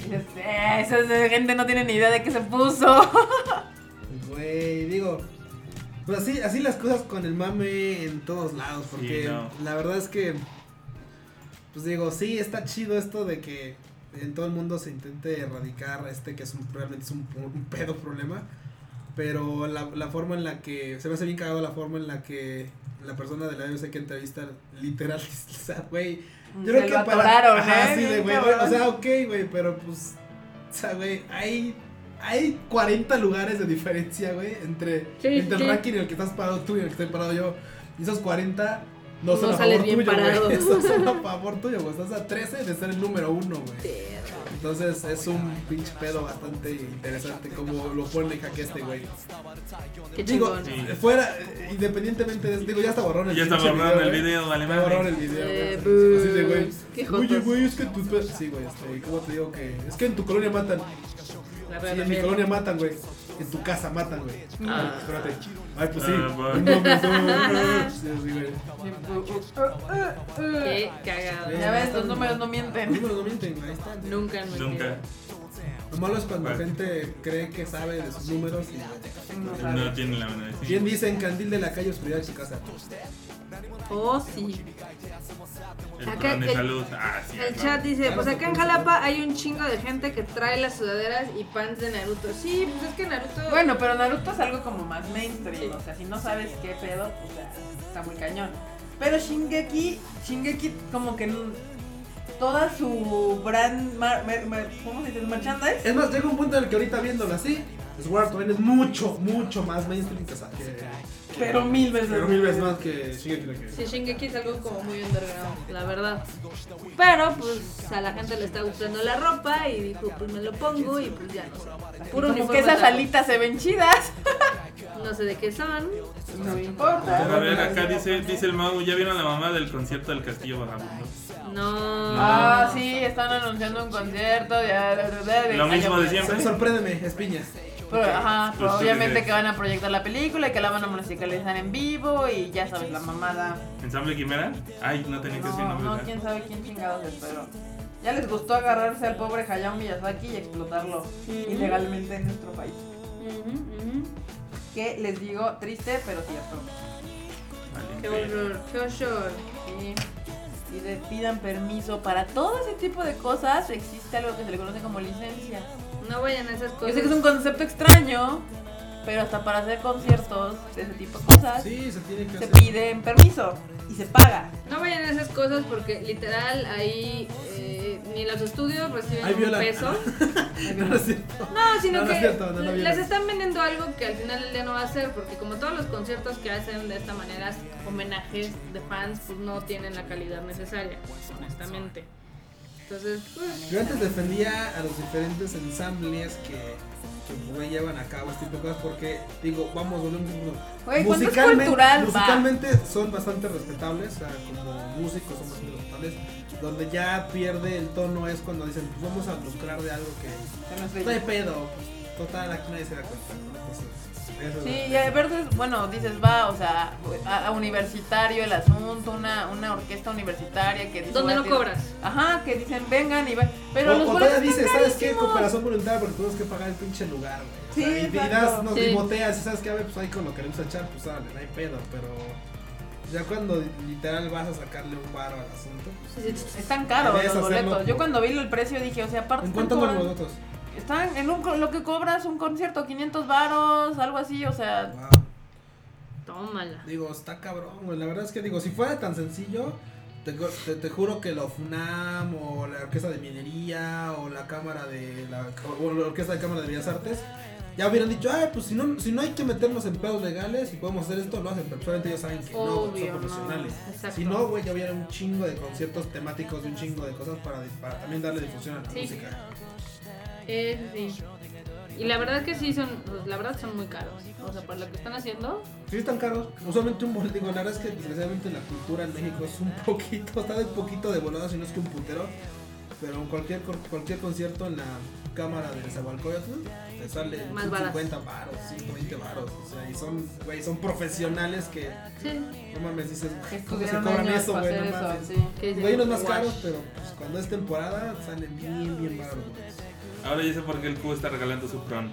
Speaker 5: Y dices, "Eh, Esa esa gente no tiene ni idea de qué se puso.
Speaker 4: Güey, digo. Pues así, así las cosas con el mame en todos lados. Porque
Speaker 2: Sí, no.
Speaker 4: la verdad es que. Pues digo, sí, está chido esto de que en todo el mundo se intente erradicar este que es un- realmente es un, un pedo problema. Pero la, la forma en la que. Se me hace bien cagado la forma en la que la persona de la BBC que entrevista literal. O sea, güey. Yo creo
Speaker 5: Se
Speaker 4: que
Speaker 5: lo
Speaker 4: para-
Speaker 5: atoraron,
Speaker 4: Ajá,
Speaker 5: ¿eh?
Speaker 4: sí, de
Speaker 5: Bien
Speaker 4: güey.
Speaker 5: cabrón.
Speaker 4: O sea, ok, güey, pero pues. O sea, güey, hay. Hay 40 lugares de diferencia, güey, entre,
Speaker 3: Sí,
Speaker 4: entre
Speaker 3: sí.
Speaker 4: el ranking en el que estás parado tú y en el que estoy parado yo. Y esos 40 no,
Speaker 3: No
Speaker 4: son a
Speaker 3: sales
Speaker 4: favor
Speaker 3: bien
Speaker 4: tuyo,
Speaker 3: parado.
Speaker 4: güey. Esos son a favor tuyo, güey. Estás a 13 de ser el número uno, güey. Entonces es un pinche pedo bastante interesante como lo pone el jaque este, güey.
Speaker 3: Qué
Speaker 4: Digo,
Speaker 3: chingón.
Speaker 2: Sí.
Speaker 4: fuera, eh, independientemente de digo, ya está borrón el
Speaker 2: Ya está
Speaker 4: pinche
Speaker 2: borrado el
Speaker 4: güey.
Speaker 2: video, vale
Speaker 4: Me borraron
Speaker 2: madre.
Speaker 4: el video,
Speaker 3: Eh,
Speaker 4: güey. Así de,
Speaker 3: pues, qué
Speaker 4: güey.
Speaker 3: jotos.
Speaker 4: Oye, güey, es que en tu. pe- Sí, güey, este, ¿cómo te digo que.? Es que en tu colonia matan. Sí,
Speaker 3: La
Speaker 4: en mi
Speaker 3: verdad.
Speaker 4: colonia matan, güey. En tu casa matan, güey.
Speaker 3: Ah.
Speaker 4: Espérate. Ay, pues sí.
Speaker 2: Ah, va.
Speaker 4: No, pues, no, no. Sí, sí, güey.
Speaker 5: pues, uh,
Speaker 3: Qué cagado.
Speaker 5: Ya ves, los números no mienten.
Speaker 4: Los números no mienten, güey. Ahí están.
Speaker 3: Nunca, me
Speaker 2: Nunca.
Speaker 4: Lo malo es cuando la
Speaker 2: Vale.
Speaker 4: gente cree que sabe de sus números. Y,
Speaker 5: No sabes.
Speaker 2: No tiene la menor idea.
Speaker 4: bien dicen, candil de la calle, oscuridad de su casa.
Speaker 3: Oh, sí.
Speaker 2: El
Speaker 3: Acá
Speaker 2: plan de
Speaker 3: el-
Speaker 2: salud. Ah, sí.
Speaker 3: El
Speaker 2: no.
Speaker 3: chat dice,
Speaker 4: Ya
Speaker 3: pues
Speaker 4: nos
Speaker 3: acá en
Speaker 4: tocó el
Speaker 3: Jalapa hay un chingo de gente que trae las sudaderas y pants de Naruto. Sí, pues es que Naruto...
Speaker 5: Bueno, pero Naruto es algo como más mainstream, o sea, si no sabes qué pedo, pues ya, está muy cañón. Pero Shingeki, Shingeki como que n- toda su brand, mar- mer- mer- ¿cómo se dice? Merchandise,
Speaker 4: Es más, llega un punto en el que ahorita viéndolo así, Sword Art Online es mucho, mucho más mainstream que, esa- que-
Speaker 5: Pero mil veces.
Speaker 4: pero mil veces más que Shingeki no
Speaker 3: Sí,
Speaker 4: Kyojin.
Speaker 3: Shingeki es algo como muy underground, la verdad. Pero pues a la gente le está gustando la ropa y dijo, pues me lo pongo y pues ya no sé. Puro
Speaker 5: Como
Speaker 3: uniforme
Speaker 5: que esas
Speaker 3: blanco.
Speaker 5: alitas se ven chidas.
Speaker 3: No sé de qué son.
Speaker 5: No me importa.
Speaker 2: A ver, acá dice, dice el Mau, ¿ya vieron a la mamá del concierto del Castillo Vagabundo?
Speaker 3: No.
Speaker 5: Ah, sí, están anunciando un concierto. Ya, de, de, de-
Speaker 2: Lo mismo de siempre.
Speaker 4: Sor- Sorpréndeme, es piña.
Speaker 5: Pero, ajá, pero
Speaker 2: Pues, ¿tú qué
Speaker 5: obviamente
Speaker 2: crees?
Speaker 5: que van a proyectar la película y que la van a musicalizar en vivo y ya sabes, la mamada.
Speaker 2: ¿Ensamble Quimera? Ay, no tenía que decir
Speaker 5: No,
Speaker 2: nombre.
Speaker 5: no,
Speaker 2: ¿verdad?
Speaker 5: quién sabe quién chingados es, pero ya les gustó agarrarse al pobre Hayao Miyazaki y explotarlo ilegalmente en nuestro país.
Speaker 3: Ujú, ujú.
Speaker 5: Que les digo, triste, pero cierto.
Speaker 2: Vale,
Speaker 3: Qué
Speaker 2: ok.
Speaker 3: horror, qué horror.
Speaker 5: Sí. Y les pidan permiso para todo ese tipo de cosas. Existe algo que se le conoce como licencia.
Speaker 3: No vayan a esas
Speaker 5: Yo
Speaker 3: cosas.
Speaker 5: sé que es un concepto extraño, pero hasta para hacer conciertos de ese tipo de cosas
Speaker 4: Sí, se tiene que
Speaker 5: se
Speaker 4: hacer.
Speaker 5: piden permiso y se paga.
Speaker 3: No vayan a esas cosas porque literal ahí eh, ni los estudios reciben
Speaker 4: Ahí
Speaker 3: un
Speaker 4: violan.
Speaker 3: peso.
Speaker 4: No, no es cierto.
Speaker 3: No, sino
Speaker 4: No, no
Speaker 3: que
Speaker 4: es cierto, no, no
Speaker 3: les
Speaker 4: violan.
Speaker 3: están vendiendo algo que al final el día no va a ser, porque como todos los conciertos que hacen de esta manera, homenajes de fans, pues no tienen la calidad necesaria, honestamente. Entonces, pues,
Speaker 4: Yo antes defendía a los diferentes ensambles que, que por ahí llevan a cabo este tipo de cosas porque, digo, vamos, volvemos a
Speaker 5: Güey, ¿cuánto pues, es cultural? Va.
Speaker 4: musicalmente son bastante respetables, o sea, como músicos son bastante respetables. Donde ya pierde el tono es cuando dicen, pues vamos a lucrar de algo que
Speaker 5: Se nos
Speaker 4: está de
Speaker 5: ve.
Speaker 4: pedo. Pues, total, aquí nadie se da cuenta. ¿no? Entonces, eso es
Speaker 5: Sí, y a veces, bueno, dices, va, o sea, a, a universitario el asunto, una, una orquesta universitaria que dice,
Speaker 3: donde
Speaker 5: voy a
Speaker 3: no
Speaker 5: tirar-
Speaker 3: cobras.
Speaker 5: Ajá, que dicen, vengan y va. Pero
Speaker 4: o,
Speaker 5: los
Speaker 4: o
Speaker 5: boletos
Speaker 4: todavía dices,
Speaker 5: están
Speaker 4: ¿sabes qué?
Speaker 5: carísimos".
Speaker 4: Cooperación voluntaria porque tenemos que pagar el pinche lugar, güey. O
Speaker 5: Sí,
Speaker 4: sea, y- y,
Speaker 5: exacto.
Speaker 4: das, nos
Speaker 3: Sí.
Speaker 4: limoteas, y sabes que a ver, pues ahí con lo que le vamos a echar, pues sale, no hay pedo, pero ya cuando literal vas a sacarle un varo al asunto, pues,
Speaker 5: Están caros
Speaker 4: Debes
Speaker 5: los
Speaker 4: hacerlo
Speaker 5: boletos.
Speaker 4: por-
Speaker 5: Yo cuando vi el precio dije, o sea, aparte
Speaker 4: ¿en
Speaker 5: están,
Speaker 4: cuánto andan
Speaker 5: cobrando-
Speaker 4: los votos?
Speaker 5: están en un, co- lo que cobras un concierto, 500 varos, algo así, o sea,
Speaker 3: Tómala.
Speaker 4: Digo, está cabrón, güey. La verdad es que digo, si fuera tan sencillo, te, go- te- te juro que la FUNAM o la Orquesta de Minería o la Cámara de la, o la Orquesta de Cámara de Bellas Artes ya hubieran dicho, ah, pues si no, si no hay que meternos en pedos legales y podemos hacer esto, lo hacen, pero solamente ellos saben que no,
Speaker 3: Obvio,
Speaker 4: son
Speaker 3: no.
Speaker 4: profesionales.
Speaker 3: Exacto.
Speaker 4: Si no, güey, ya hubiera un chingo de conciertos temáticos de un chingo de cosas para, para también darle difusión a la
Speaker 3: Sí.
Speaker 4: música.
Speaker 3: Eh, sí. Y la verdad que sí son, pues, la verdad son muy caros. O sea, por lo que están haciendo,
Speaker 4: Sí están caros. Usualmente un boleto, digo, la verdad es que desgraciadamente la cultura en México es un poquito, está de poquito de volada, si no es que un putero. Pero en cualquier con- cualquier concierto en la cámara del Zahualcóyotl te sale
Speaker 3: Más
Speaker 4: 50 varos, 120 varos. O sea, y son, güey, son profesionales que,
Speaker 3: sí.
Speaker 4: no mames, dices,
Speaker 5: que
Speaker 4: ¿cómo se
Speaker 5: estuvieron
Speaker 4: cobran
Speaker 5: años
Speaker 4: eso,
Speaker 5: para
Speaker 4: güey?
Speaker 5: hacer
Speaker 4: No
Speaker 5: eso,
Speaker 4: mames.
Speaker 5: sí.
Speaker 3: que
Speaker 4: Digo, hay unos más
Speaker 3: dicen,
Speaker 4: caros,
Speaker 3: "Guau".
Speaker 4: pero pues, cuando es temporada salen bien, bien baratos.
Speaker 2: Ahora ya sé por qué el Q está regalando su prom.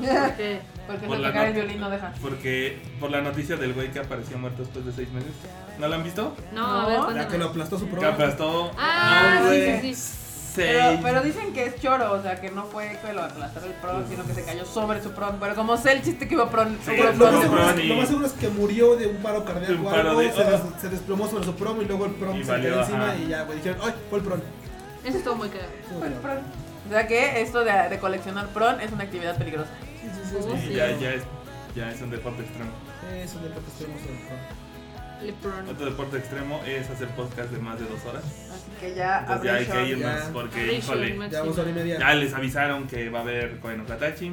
Speaker 3: Porque
Speaker 5: Porque
Speaker 2: Por
Speaker 5: se
Speaker 2: la
Speaker 5: tocar el
Speaker 2: nota.
Speaker 5: violín no deja.
Speaker 2: Porque por la noticia del güey que apareció muerto después de seis meses. ¿No lo han visto?
Speaker 3: No, a
Speaker 5: No.
Speaker 3: ver,
Speaker 4: La que lo
Speaker 3: cuéntame.
Speaker 4: aplastó su
Speaker 2: Que
Speaker 4: programa.
Speaker 2: aplastó
Speaker 3: Ah,
Speaker 2: a un
Speaker 3: sí,
Speaker 2: güey
Speaker 3: sí, sí.
Speaker 5: Pero,
Speaker 2: seis-
Speaker 5: pero dicen que es choro, o sea, que no fue que lo aplastaron el prom, sino que se cayó sobre su prom. Pero como sé el chiste que iba prom,
Speaker 2: Sí,
Speaker 5: sobre el
Speaker 4: Lo
Speaker 2: Lo
Speaker 4: más,
Speaker 5: prom.
Speaker 2: más
Speaker 4: seguro es,
Speaker 2: seguro-
Speaker 4: lo más seguro es que murió de un paro
Speaker 2: De
Speaker 4: cardíaco
Speaker 2: un
Speaker 4: o
Speaker 2: paro
Speaker 4: algo,
Speaker 2: de-
Speaker 4: se, des- se desplomó sobre su prom y luego el prom
Speaker 2: Y
Speaker 4: se
Speaker 2: valió,
Speaker 4: cayó encima
Speaker 2: ajá.
Speaker 4: y ya, güey, dijeron, ¡ay, fue el prom!
Speaker 3: Eso estuvo muy caro.
Speaker 5: Fue el prom. O sea que esto de, de coleccionar prom es una actividad peligrosa.
Speaker 4: Sí, sí, sí, sí.
Speaker 2: Y ya, ya es, ya es un deporte extremo.
Speaker 4: Eso es lo que estuvimos en el prom.
Speaker 3: Lebron.
Speaker 2: Otro deporte extremo es hacer podcast de más de dos horas.
Speaker 5: Así que ya
Speaker 2: Entonces Pues ya hay que
Speaker 5: abrí
Speaker 2: irnos
Speaker 4: Ah, Ya.
Speaker 2: porque,
Speaker 3: Abril,
Speaker 2: híjole,
Speaker 3: Sean,
Speaker 4: Ya vamos a hora y media.
Speaker 2: ya les avisaron que va a haber Koen Okatachi.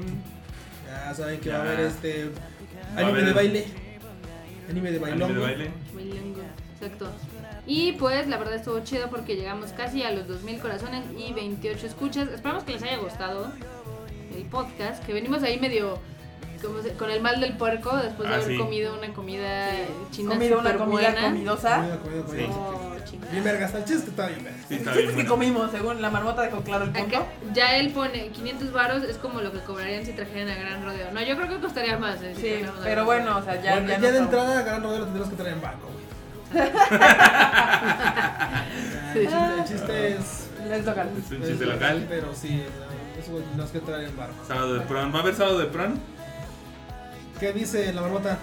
Speaker 4: Ya saben que va a
Speaker 2: Ya.
Speaker 4: haber este
Speaker 2: a
Speaker 4: anime
Speaker 2: haber-
Speaker 4: de baile.
Speaker 2: Anime
Speaker 4: Anime de
Speaker 2: de
Speaker 4: bailongo.
Speaker 2: baile.
Speaker 3: Muy lindo. Exacto. Y pues la verdad estuvo chido porque llegamos casi a los 2000 corazones y 28 escuchas. Esperamos que les haya gustado el podcast, que venimos ahí medio como se- con el mal del puerco después de
Speaker 2: Ah,
Speaker 3: haber
Speaker 2: sí.
Speaker 3: comido una comida Eh, china
Speaker 5: Comido una comida
Speaker 3: superbuena.
Speaker 5: comidosa.
Speaker 4: Comida, comida, comida.
Speaker 2: Sí.
Speaker 3: Oh, chingada.
Speaker 4: Bien vergas, el chiste que estaba bien vergas.
Speaker 2: Sí,
Speaker 5: El
Speaker 2: está
Speaker 5: chiste
Speaker 2: bien.
Speaker 5: es que
Speaker 2: bueno.
Speaker 5: comimos, según la marmota dejó claro el punto.
Speaker 3: Acá, ya él pone 500 varos, es como lo que cobrarían si trajeran a Gran Rodeo. No, yo creo que costaría más. eh, si
Speaker 5: Sí,
Speaker 3: trajéramos a
Speaker 5: pero
Speaker 3: Gran
Speaker 5: bueno, o
Speaker 3: Rodeo.
Speaker 5: sea, ya,
Speaker 4: Bueno,
Speaker 5: ya
Speaker 4: ya
Speaker 5: nos
Speaker 4: de
Speaker 5: vamos.
Speaker 4: entrada, gran rodeo lo tendremos que traer en banco, güey. Ya,
Speaker 3: Sí.
Speaker 4: el chiste- El chiste es.
Speaker 5: Les tocan.
Speaker 2: Es un chiste local.
Speaker 4: Pero sí, no, eso lo tenemos que traer en barco.
Speaker 2: Sábado de prom. ¿Va a haber sábado de prom?
Speaker 4: ¿Qué dice la barbota?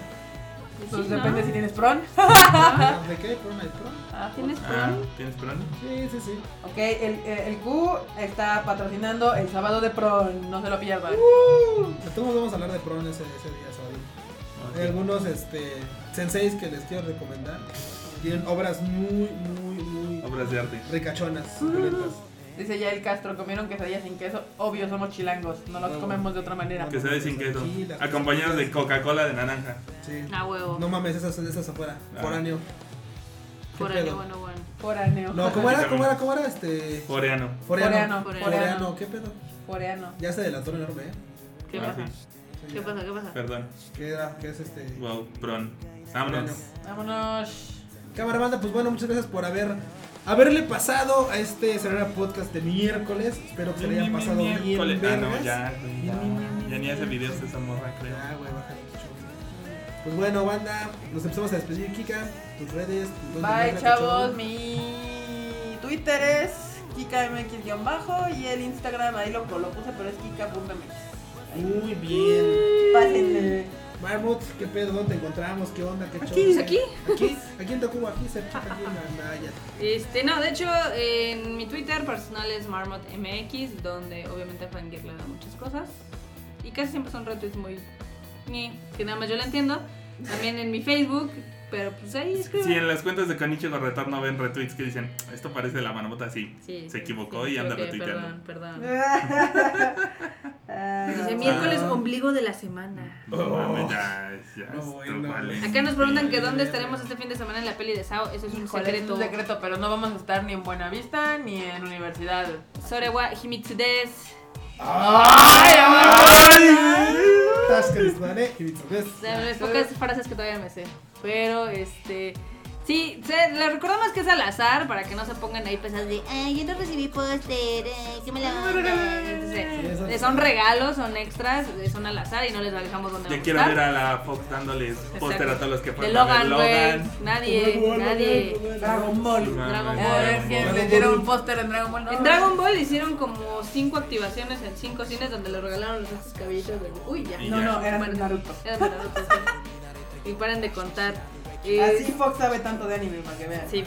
Speaker 5: Pues
Speaker 3: Sí,
Speaker 5: depende
Speaker 3: ¿no?
Speaker 5: si tienes pron.
Speaker 4: ¿De qué? ¿Por una de pro?
Speaker 5: Ah,
Speaker 3: ¿Tienes
Speaker 2: Ah,
Speaker 3: prom?
Speaker 2: ¿tienes pron?
Speaker 4: Sí, sí, sí.
Speaker 5: Ok, el, eh, el Q está patrocinando el sábado de pron. No se lo pierdan.
Speaker 3: Uh.
Speaker 4: De todos modos vamos a hablar de pro en ese, ese día, sábado. Hay
Speaker 2: Ok.
Speaker 4: algunos este, senseis que les quiero recomendar. Tienen obras muy, muy, muy
Speaker 2: Obras de arte.
Speaker 4: ricachonas,
Speaker 3: Uh.
Speaker 4: suculentas.
Speaker 5: Dice ya el Castro, comieron quesadillas sin queso. Obvio, somos chilangos. No las
Speaker 4: No.
Speaker 5: comemos de otra manera.
Speaker 2: Que se ve sin queso. Acompañados de Coca-Cola de naranja.
Speaker 4: Sí.
Speaker 3: A Ah, huevo.
Speaker 4: No mames, esas, esas afuera.
Speaker 2: Ah.
Speaker 4: Foráneo. ¿Qué
Speaker 3: Por ahí,
Speaker 4: pedo?
Speaker 3: bueno, bueno.
Speaker 5: Foráneo.
Speaker 4: No, ¿cómo era? ¿Cómo era? ¿Cómo era? Este.
Speaker 2: Coreano.
Speaker 5: Coreano,
Speaker 4: Foreano.
Speaker 3: Coreano.
Speaker 4: Foreano, ¿qué pedo?
Speaker 5: Coreano.
Speaker 4: Ya se delató el enorme, ¿eh?
Speaker 3: ¿Qué
Speaker 2: Ah,
Speaker 3: pasa?
Speaker 2: sí.
Speaker 4: Sí,
Speaker 3: ¿Qué
Speaker 4: ya.
Speaker 3: pasa? ¿Qué pasa?
Speaker 2: Perdón.
Speaker 4: ¿Qué era? ¿Qué es este?
Speaker 2: Wow, pron. Vámonos.
Speaker 5: Vámonos.
Speaker 4: Cámara banda, pues bueno, muchas gracias por haber haberle pasado a este Serena Podcast de miércoles. Espero que se le haya pasado bien.
Speaker 2: Miércoles. Ah, no,
Speaker 4: vergas.
Speaker 2: ya, güey, ya. Ya ni hace videos esa morra, creo.
Speaker 4: Ah, güey, bájale mucho. Pues bueno, banda, nos empezamos a despedir, Kika, tus redes, tus dónde
Speaker 5: Bye,
Speaker 4: verga,
Speaker 5: chavos.
Speaker 4: cachón.
Speaker 5: Mi Twitter es KikaMX-bajo y el Instagram ahí lo, lo puse, pero es Kika.mx.
Speaker 3: Mm.
Speaker 4: Muy bien.
Speaker 5: Pásenle.
Speaker 4: Marmut, qué pedo, dónde te encontramos, qué onda, qué
Speaker 3: Aquí,
Speaker 4: show?
Speaker 3: aquí.
Speaker 4: Aquí, aquí en Tacuba, aquí cerca, aquí en la Maya.
Speaker 3: Este, no, de hecho, en mi Twitter personal es MarmotMX, donde obviamente a Fangirl le da muchas cosas. Y casi siempre son retos muy. ni, que nada más yo lo entiendo. También en mi Facebook, pero pues ahí escribo.
Speaker 2: Si en las cuentas de Caniche Gorretar no ven retweets que dicen, esto parece la marmota, sí.
Speaker 3: Sí.
Speaker 2: Se equivocó y anda
Speaker 3: Ok,
Speaker 2: retuiteando.
Speaker 3: Perdón, perdón.
Speaker 5: Ah,
Speaker 3: Eh, Dice
Speaker 5: no.
Speaker 3: miércoles ombligo de la semana.
Speaker 2: No
Speaker 4: Oh.
Speaker 2: mames, ya, ya.
Speaker 4: No,
Speaker 2: es ¿eh?
Speaker 4: bueno.
Speaker 2: trucuales.
Speaker 3: Acá nos preguntan que
Speaker 4: Sí.
Speaker 3: dónde estaremos este fin de semana en la peli de Sao. Eso es un
Speaker 5: Híjole, es
Speaker 3: secreto.
Speaker 5: un secreto, pero no vamos a estar ni en Buenavista ni en universidad.
Speaker 3: Sorewa Himitsu des.
Speaker 4: Tascas, ¿vale? Y Vitrugues.
Speaker 3: De las pocas frases que todavía me sé. Pero este. Sí, se, les recordamos que es al azar para que no se pongan ahí pesados de ay, yo no recibí póster, ay, qué me la
Speaker 4: eso-
Speaker 3: Son regalos, son extras, eh, son al azar y no les dejamos donde
Speaker 2: Ya quiero ver a la Fox dándoles póster a todos los que
Speaker 3: De
Speaker 2: fueron a ver
Speaker 3: Logan, güey. Nadie,
Speaker 4: pues
Speaker 3: nadie.
Speaker 5: Dragon Ball.
Speaker 2: No,
Speaker 3: Dragon
Speaker 2: no,
Speaker 5: A
Speaker 3: Ball.
Speaker 5: ver,
Speaker 2: Dragon
Speaker 5: que
Speaker 2: Ball.
Speaker 5: vendieron un póster en Dragon Ball. No.
Speaker 3: En Dragon Ball hicieron como cinco activaciones en cinco cines donde le regalaron los estos cabellitos de. Uy, ya.
Speaker 2: Y
Speaker 5: No,
Speaker 2: ya.
Speaker 5: no, era de Naruto.
Speaker 3: Era para otros, sí. Y paren de contar. Eh,
Speaker 5: Así Fox sabe tanto de anime, para que vean.
Speaker 3: Sí.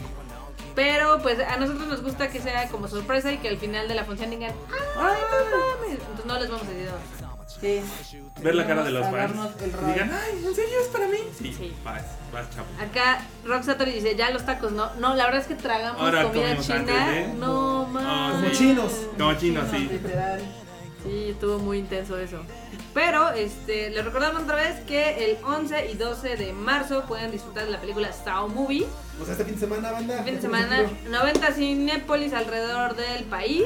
Speaker 3: Pero pues a nosotros nos gusta que sea como sorpresa y que al final de la función digan, ¡ay, no mames! Entonces no les vamos a decir dónde.
Speaker 5: Sí.
Speaker 2: Ver la cara de los
Speaker 5: A
Speaker 2: fans.
Speaker 5: darnos el
Speaker 2: Que
Speaker 5: rol.
Speaker 2: Digan, ay, ¿en serio es para mí? Sí,
Speaker 3: Sí.
Speaker 2: vas, vas, chavo.
Speaker 3: Acá Rock Satori dice, ya los tacos, no, no, la verdad es que tragamos
Speaker 2: Ahora
Speaker 3: comida
Speaker 2: comimos
Speaker 3: china.
Speaker 2: antes ¿eh? Oh, de-
Speaker 3: No mames.
Speaker 2: Como
Speaker 4: chinos.
Speaker 2: Como chino, sí.
Speaker 5: Literal.
Speaker 3: Sí, estuvo muy intenso eso. Pero este, les recordamos otra vez que el 11 y 12 de marzo pueden disfrutar de la película Sao Movie.
Speaker 4: O sea, este fin de semana, banda.
Speaker 3: El fin de semana, 90 cinépolis alrededor del país.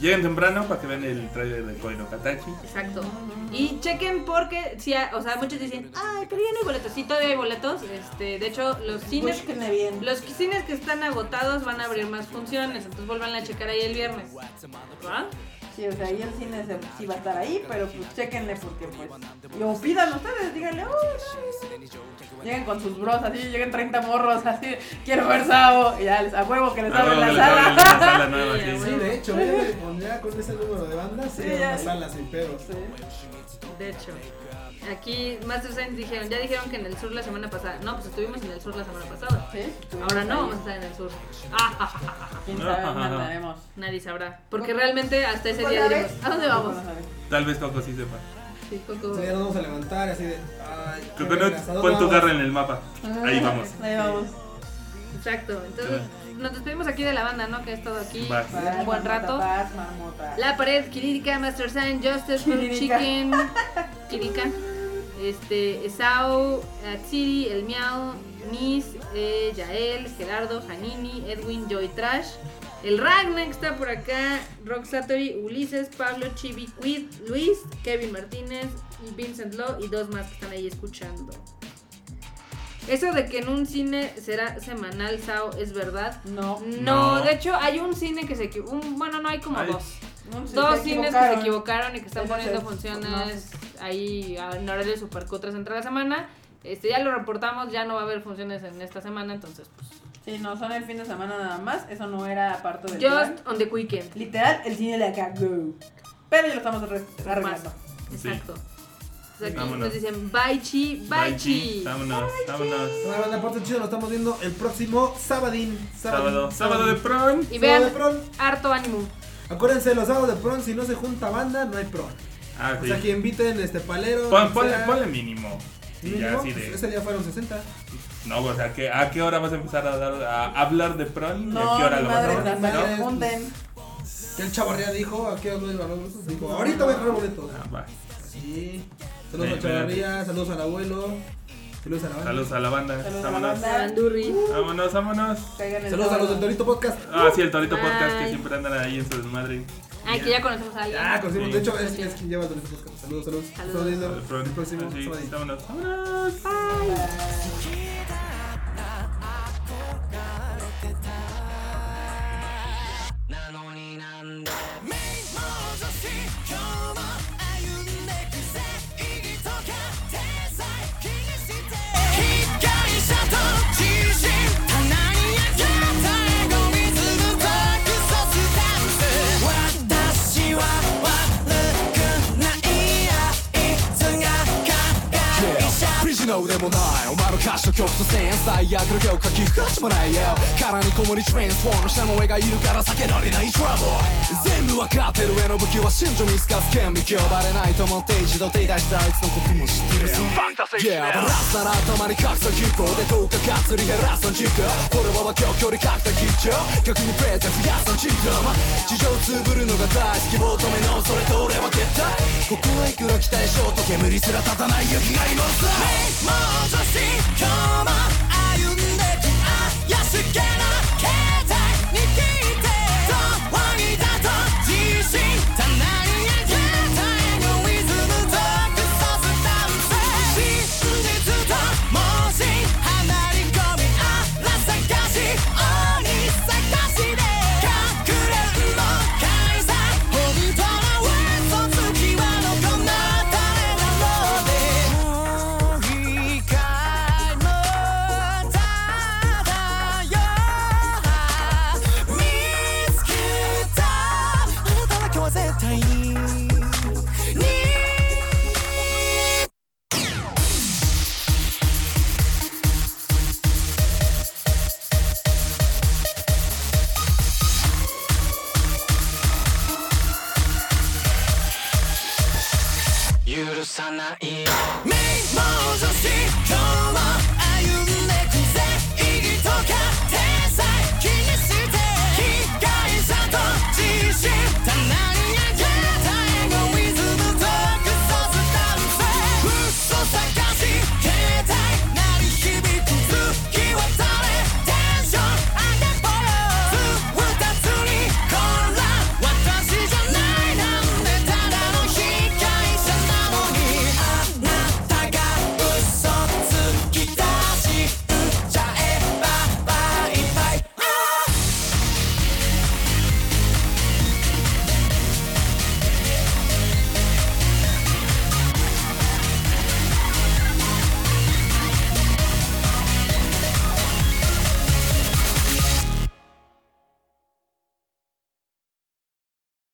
Speaker 2: Lleguen temprano para que vean el trailer de Koi no Katachi.
Speaker 3: Exacto. Y chequen porque, si ha- o sea, muchos dicen, ay, pero ya no hay boletos. Sí, todavía hay boletos. Este, de hecho, los cines,
Speaker 5: Búsquenle bien.
Speaker 3: los cines que están agotados van a abrir más funciones. Entonces vuelvan a checar ahí el viernes. ¿Va?
Speaker 5: Sí, o sea, ahí el cine se- sí va a estar ahí, pero pues chequenle porque pues. Y o pidan ustedes, díganle, "Oh, no, no". Lleguen con sus bros, así, lleguen 30 morros, así, quiero ver Sao. Y ya, les- a huevo que les
Speaker 2: Ah,
Speaker 5: abren la
Speaker 2: les abren la
Speaker 5: sala.
Speaker 2: sala nueva, sí,
Speaker 4: Sí,
Speaker 2: sí.
Speaker 4: de hecho, eh, con- ya con ese número de bandas, sí,
Speaker 5: Sí,
Speaker 4: era
Speaker 5: ya.
Speaker 4: una sala sin pedos.
Speaker 5: Sí.
Speaker 3: De hecho. Aquí Master Science dijeron, ya dijeron que en el sur la semana pasada. No, pues estuvimos en el sur la semana pasada.
Speaker 5: Sí, pues,
Speaker 3: Ahora no vamos a estar en el sur. Ah, ah, ah, ah, ah.
Speaker 5: ¿Quién sabe Pues, dónde andaremos?
Speaker 3: Nadie sabrá. Porque realmente hasta ese día diremos, ¿a dónde vamos?
Speaker 2: Tal vez Coco sí sepa.
Speaker 3: Sí, Coco.
Speaker 4: Sí, ya nos vamos a levantar así de. Ay, qué
Speaker 2: Coco,
Speaker 4: vergas, ¿a
Speaker 2: no,
Speaker 4: dónde
Speaker 2: pon tu
Speaker 4: vamos?
Speaker 2: garra en el mapa. Ahí vamos.
Speaker 5: Ahí vamos.
Speaker 3: Exacto. Entonces, nos despedimos aquí de la banda, ¿no? Que ha estado aquí.
Speaker 2: Vas.
Speaker 3: Un buen rato.
Speaker 5: Paz, marmota.
Speaker 3: La pared, Kirika, Master Sign, Justice, Fruit
Speaker 5: Kirika.
Speaker 3: Chicken, Kirika, este, Esau, Atsiri, El Miau, Nis, eh, Yael, Gerardo, Janini, Edwin, Joy Trash, el Ragna que está por acá, Rock Satori, Ulises, Pablo, Chibi, Quid, Luis, Kevin Martínez, Vincent Lo y dos más que están ahí escuchando. Eso de que en un cine será semanal, Sao, es verdad.
Speaker 5: No.
Speaker 3: No,
Speaker 2: No.
Speaker 3: de hecho hay un cine que se equivocó. Bueno, no hay como
Speaker 2: Hay-
Speaker 3: dos.
Speaker 5: No, sí,
Speaker 3: Dos
Speaker 5: Pues se
Speaker 3: cines que se
Speaker 5: equivocaron.
Speaker 3: equivocaron y que están
Speaker 5: Ese
Speaker 3: poniendo
Speaker 5: es-
Speaker 3: funciones ahí en horario super cutres entre la semana. Este, ya lo reportamos, ya no va a haber funciones en esta semana, entonces pues.
Speaker 5: Sí, no, son el fin de semana nada más. Eso no era parte del plan.
Speaker 3: Just on the weekend.
Speaker 5: Literal, el cine la cagó. Pero ya lo estamos arre- arreglando.
Speaker 3: Exacto. Entonces aquí
Speaker 2: Vámonos.
Speaker 3: nos dicen bye chi, bye,
Speaker 2: Bye,
Speaker 3: chi.
Speaker 2: Vámonos, vámonos.
Speaker 6: Una banda parte chido, nos estamos viendo el próximo sabadín.
Speaker 2: Sábado, sábado de prom.
Speaker 3: Y
Speaker 6: Sábado de
Speaker 3: vean,
Speaker 6: prom.
Speaker 3: harto ánimo.
Speaker 6: Acuérdense, los sábados de prom, si no se junta banda, no hay prom.
Speaker 2: Ah,
Speaker 6: O
Speaker 4: Pues
Speaker 2: sí.
Speaker 6: sea, que inviten este palero.
Speaker 2: Pon-
Speaker 6: o
Speaker 2: ponle,
Speaker 6: sea,
Speaker 2: ponle mínimo. Y ya
Speaker 6: mínimo,
Speaker 2: así
Speaker 6: pues,
Speaker 2: de.
Speaker 6: Ese día fueron 60.
Speaker 2: No, o sea, ¿qué- ¿a qué hora vas a empezar a, dar- a hablar de prom? ¿Y a
Speaker 5: No,
Speaker 2: qué hora
Speaker 5: mi
Speaker 2: lo vas a
Speaker 5: madre,
Speaker 6: no,
Speaker 5: las
Speaker 2: hablar?
Speaker 6: no.
Speaker 5: madres hunden.
Speaker 6: Que el chavarría dijo, ¿a qué hora voy a los boletos? Dijo, ahorita voy a comprar boletos.
Speaker 2: Ah, va.
Speaker 6: Sí. Saludos
Speaker 2: Sí,
Speaker 6: al chavarría, saludos al abuelo. Saludos a la banda.
Speaker 2: Saludos a la banda.
Speaker 5: Saludos a la
Speaker 2: vámonos.
Speaker 5: banda.
Speaker 3: Bandurri.
Speaker 5: Uh.
Speaker 2: Vámonos, vámonos.
Speaker 5: Caigan el
Speaker 6: Saludos a los del
Speaker 5: sábado.
Speaker 6: Torito Podcast.
Speaker 2: Ah, sí, el Torito Podcast que
Speaker 3: Bye.
Speaker 2: siempre andan ahí en su desmadre.
Speaker 3: Ay, que ya conocemos a alguien.
Speaker 6: Ah, conocimos.
Speaker 2: Sí.
Speaker 6: De hecho, es, es quien lleva el Torito Podcast. Saludos, saludos.
Speaker 3: Saludos.
Speaker 6: Estamos viendo
Speaker 2: Al prom.
Speaker 6: el próximo
Speaker 2: Así,
Speaker 6: sabadín.
Speaker 2: Vámonos, vámonos.
Speaker 1: 「名望女子今日も歩んでくぜ」「意義とか天才気にして」「被害者と自信棚に焼けたゴミ粒爆速スタンス」「私は悪くないやいつが加害者」
Speaker 7: ビジノでもないお前の歌詞と曲とセンス最悪の曲か聞く価値もないよ殻にこもりトレインスフォーム下の上がいるから避けられないトラブル全部わかってる上の武器は真珠見透かす顕微鏡バレないと思って一度手出したあいつのことも知ってるよ Yeah バラすなら頭に隠す技法でどうかがっつり減らすの軸これは今日距離かけた緊張逆にプレゼン増やすの軸地上つぶるのが大好き求めのそれと俺は絶対ここはいくら期待しようと煙すら立たないよ被害もさ
Speaker 1: 「名望女子今日も歩んでく」「怪しげな携帯に聞いて」「どうにだと自信たないや絶対のリズムとクソスタンス」「真実と文字離り込みあら探し鬼探しで隠れんぼ開催」「本当の嘘つきはどこな誰なので」「もう一回もただよ見つけた」「あなただけは絶対に」
Speaker 7: 許さない
Speaker 1: 名望女子今日も歩んでくぜ意義とか天才気にして被害者と自信棚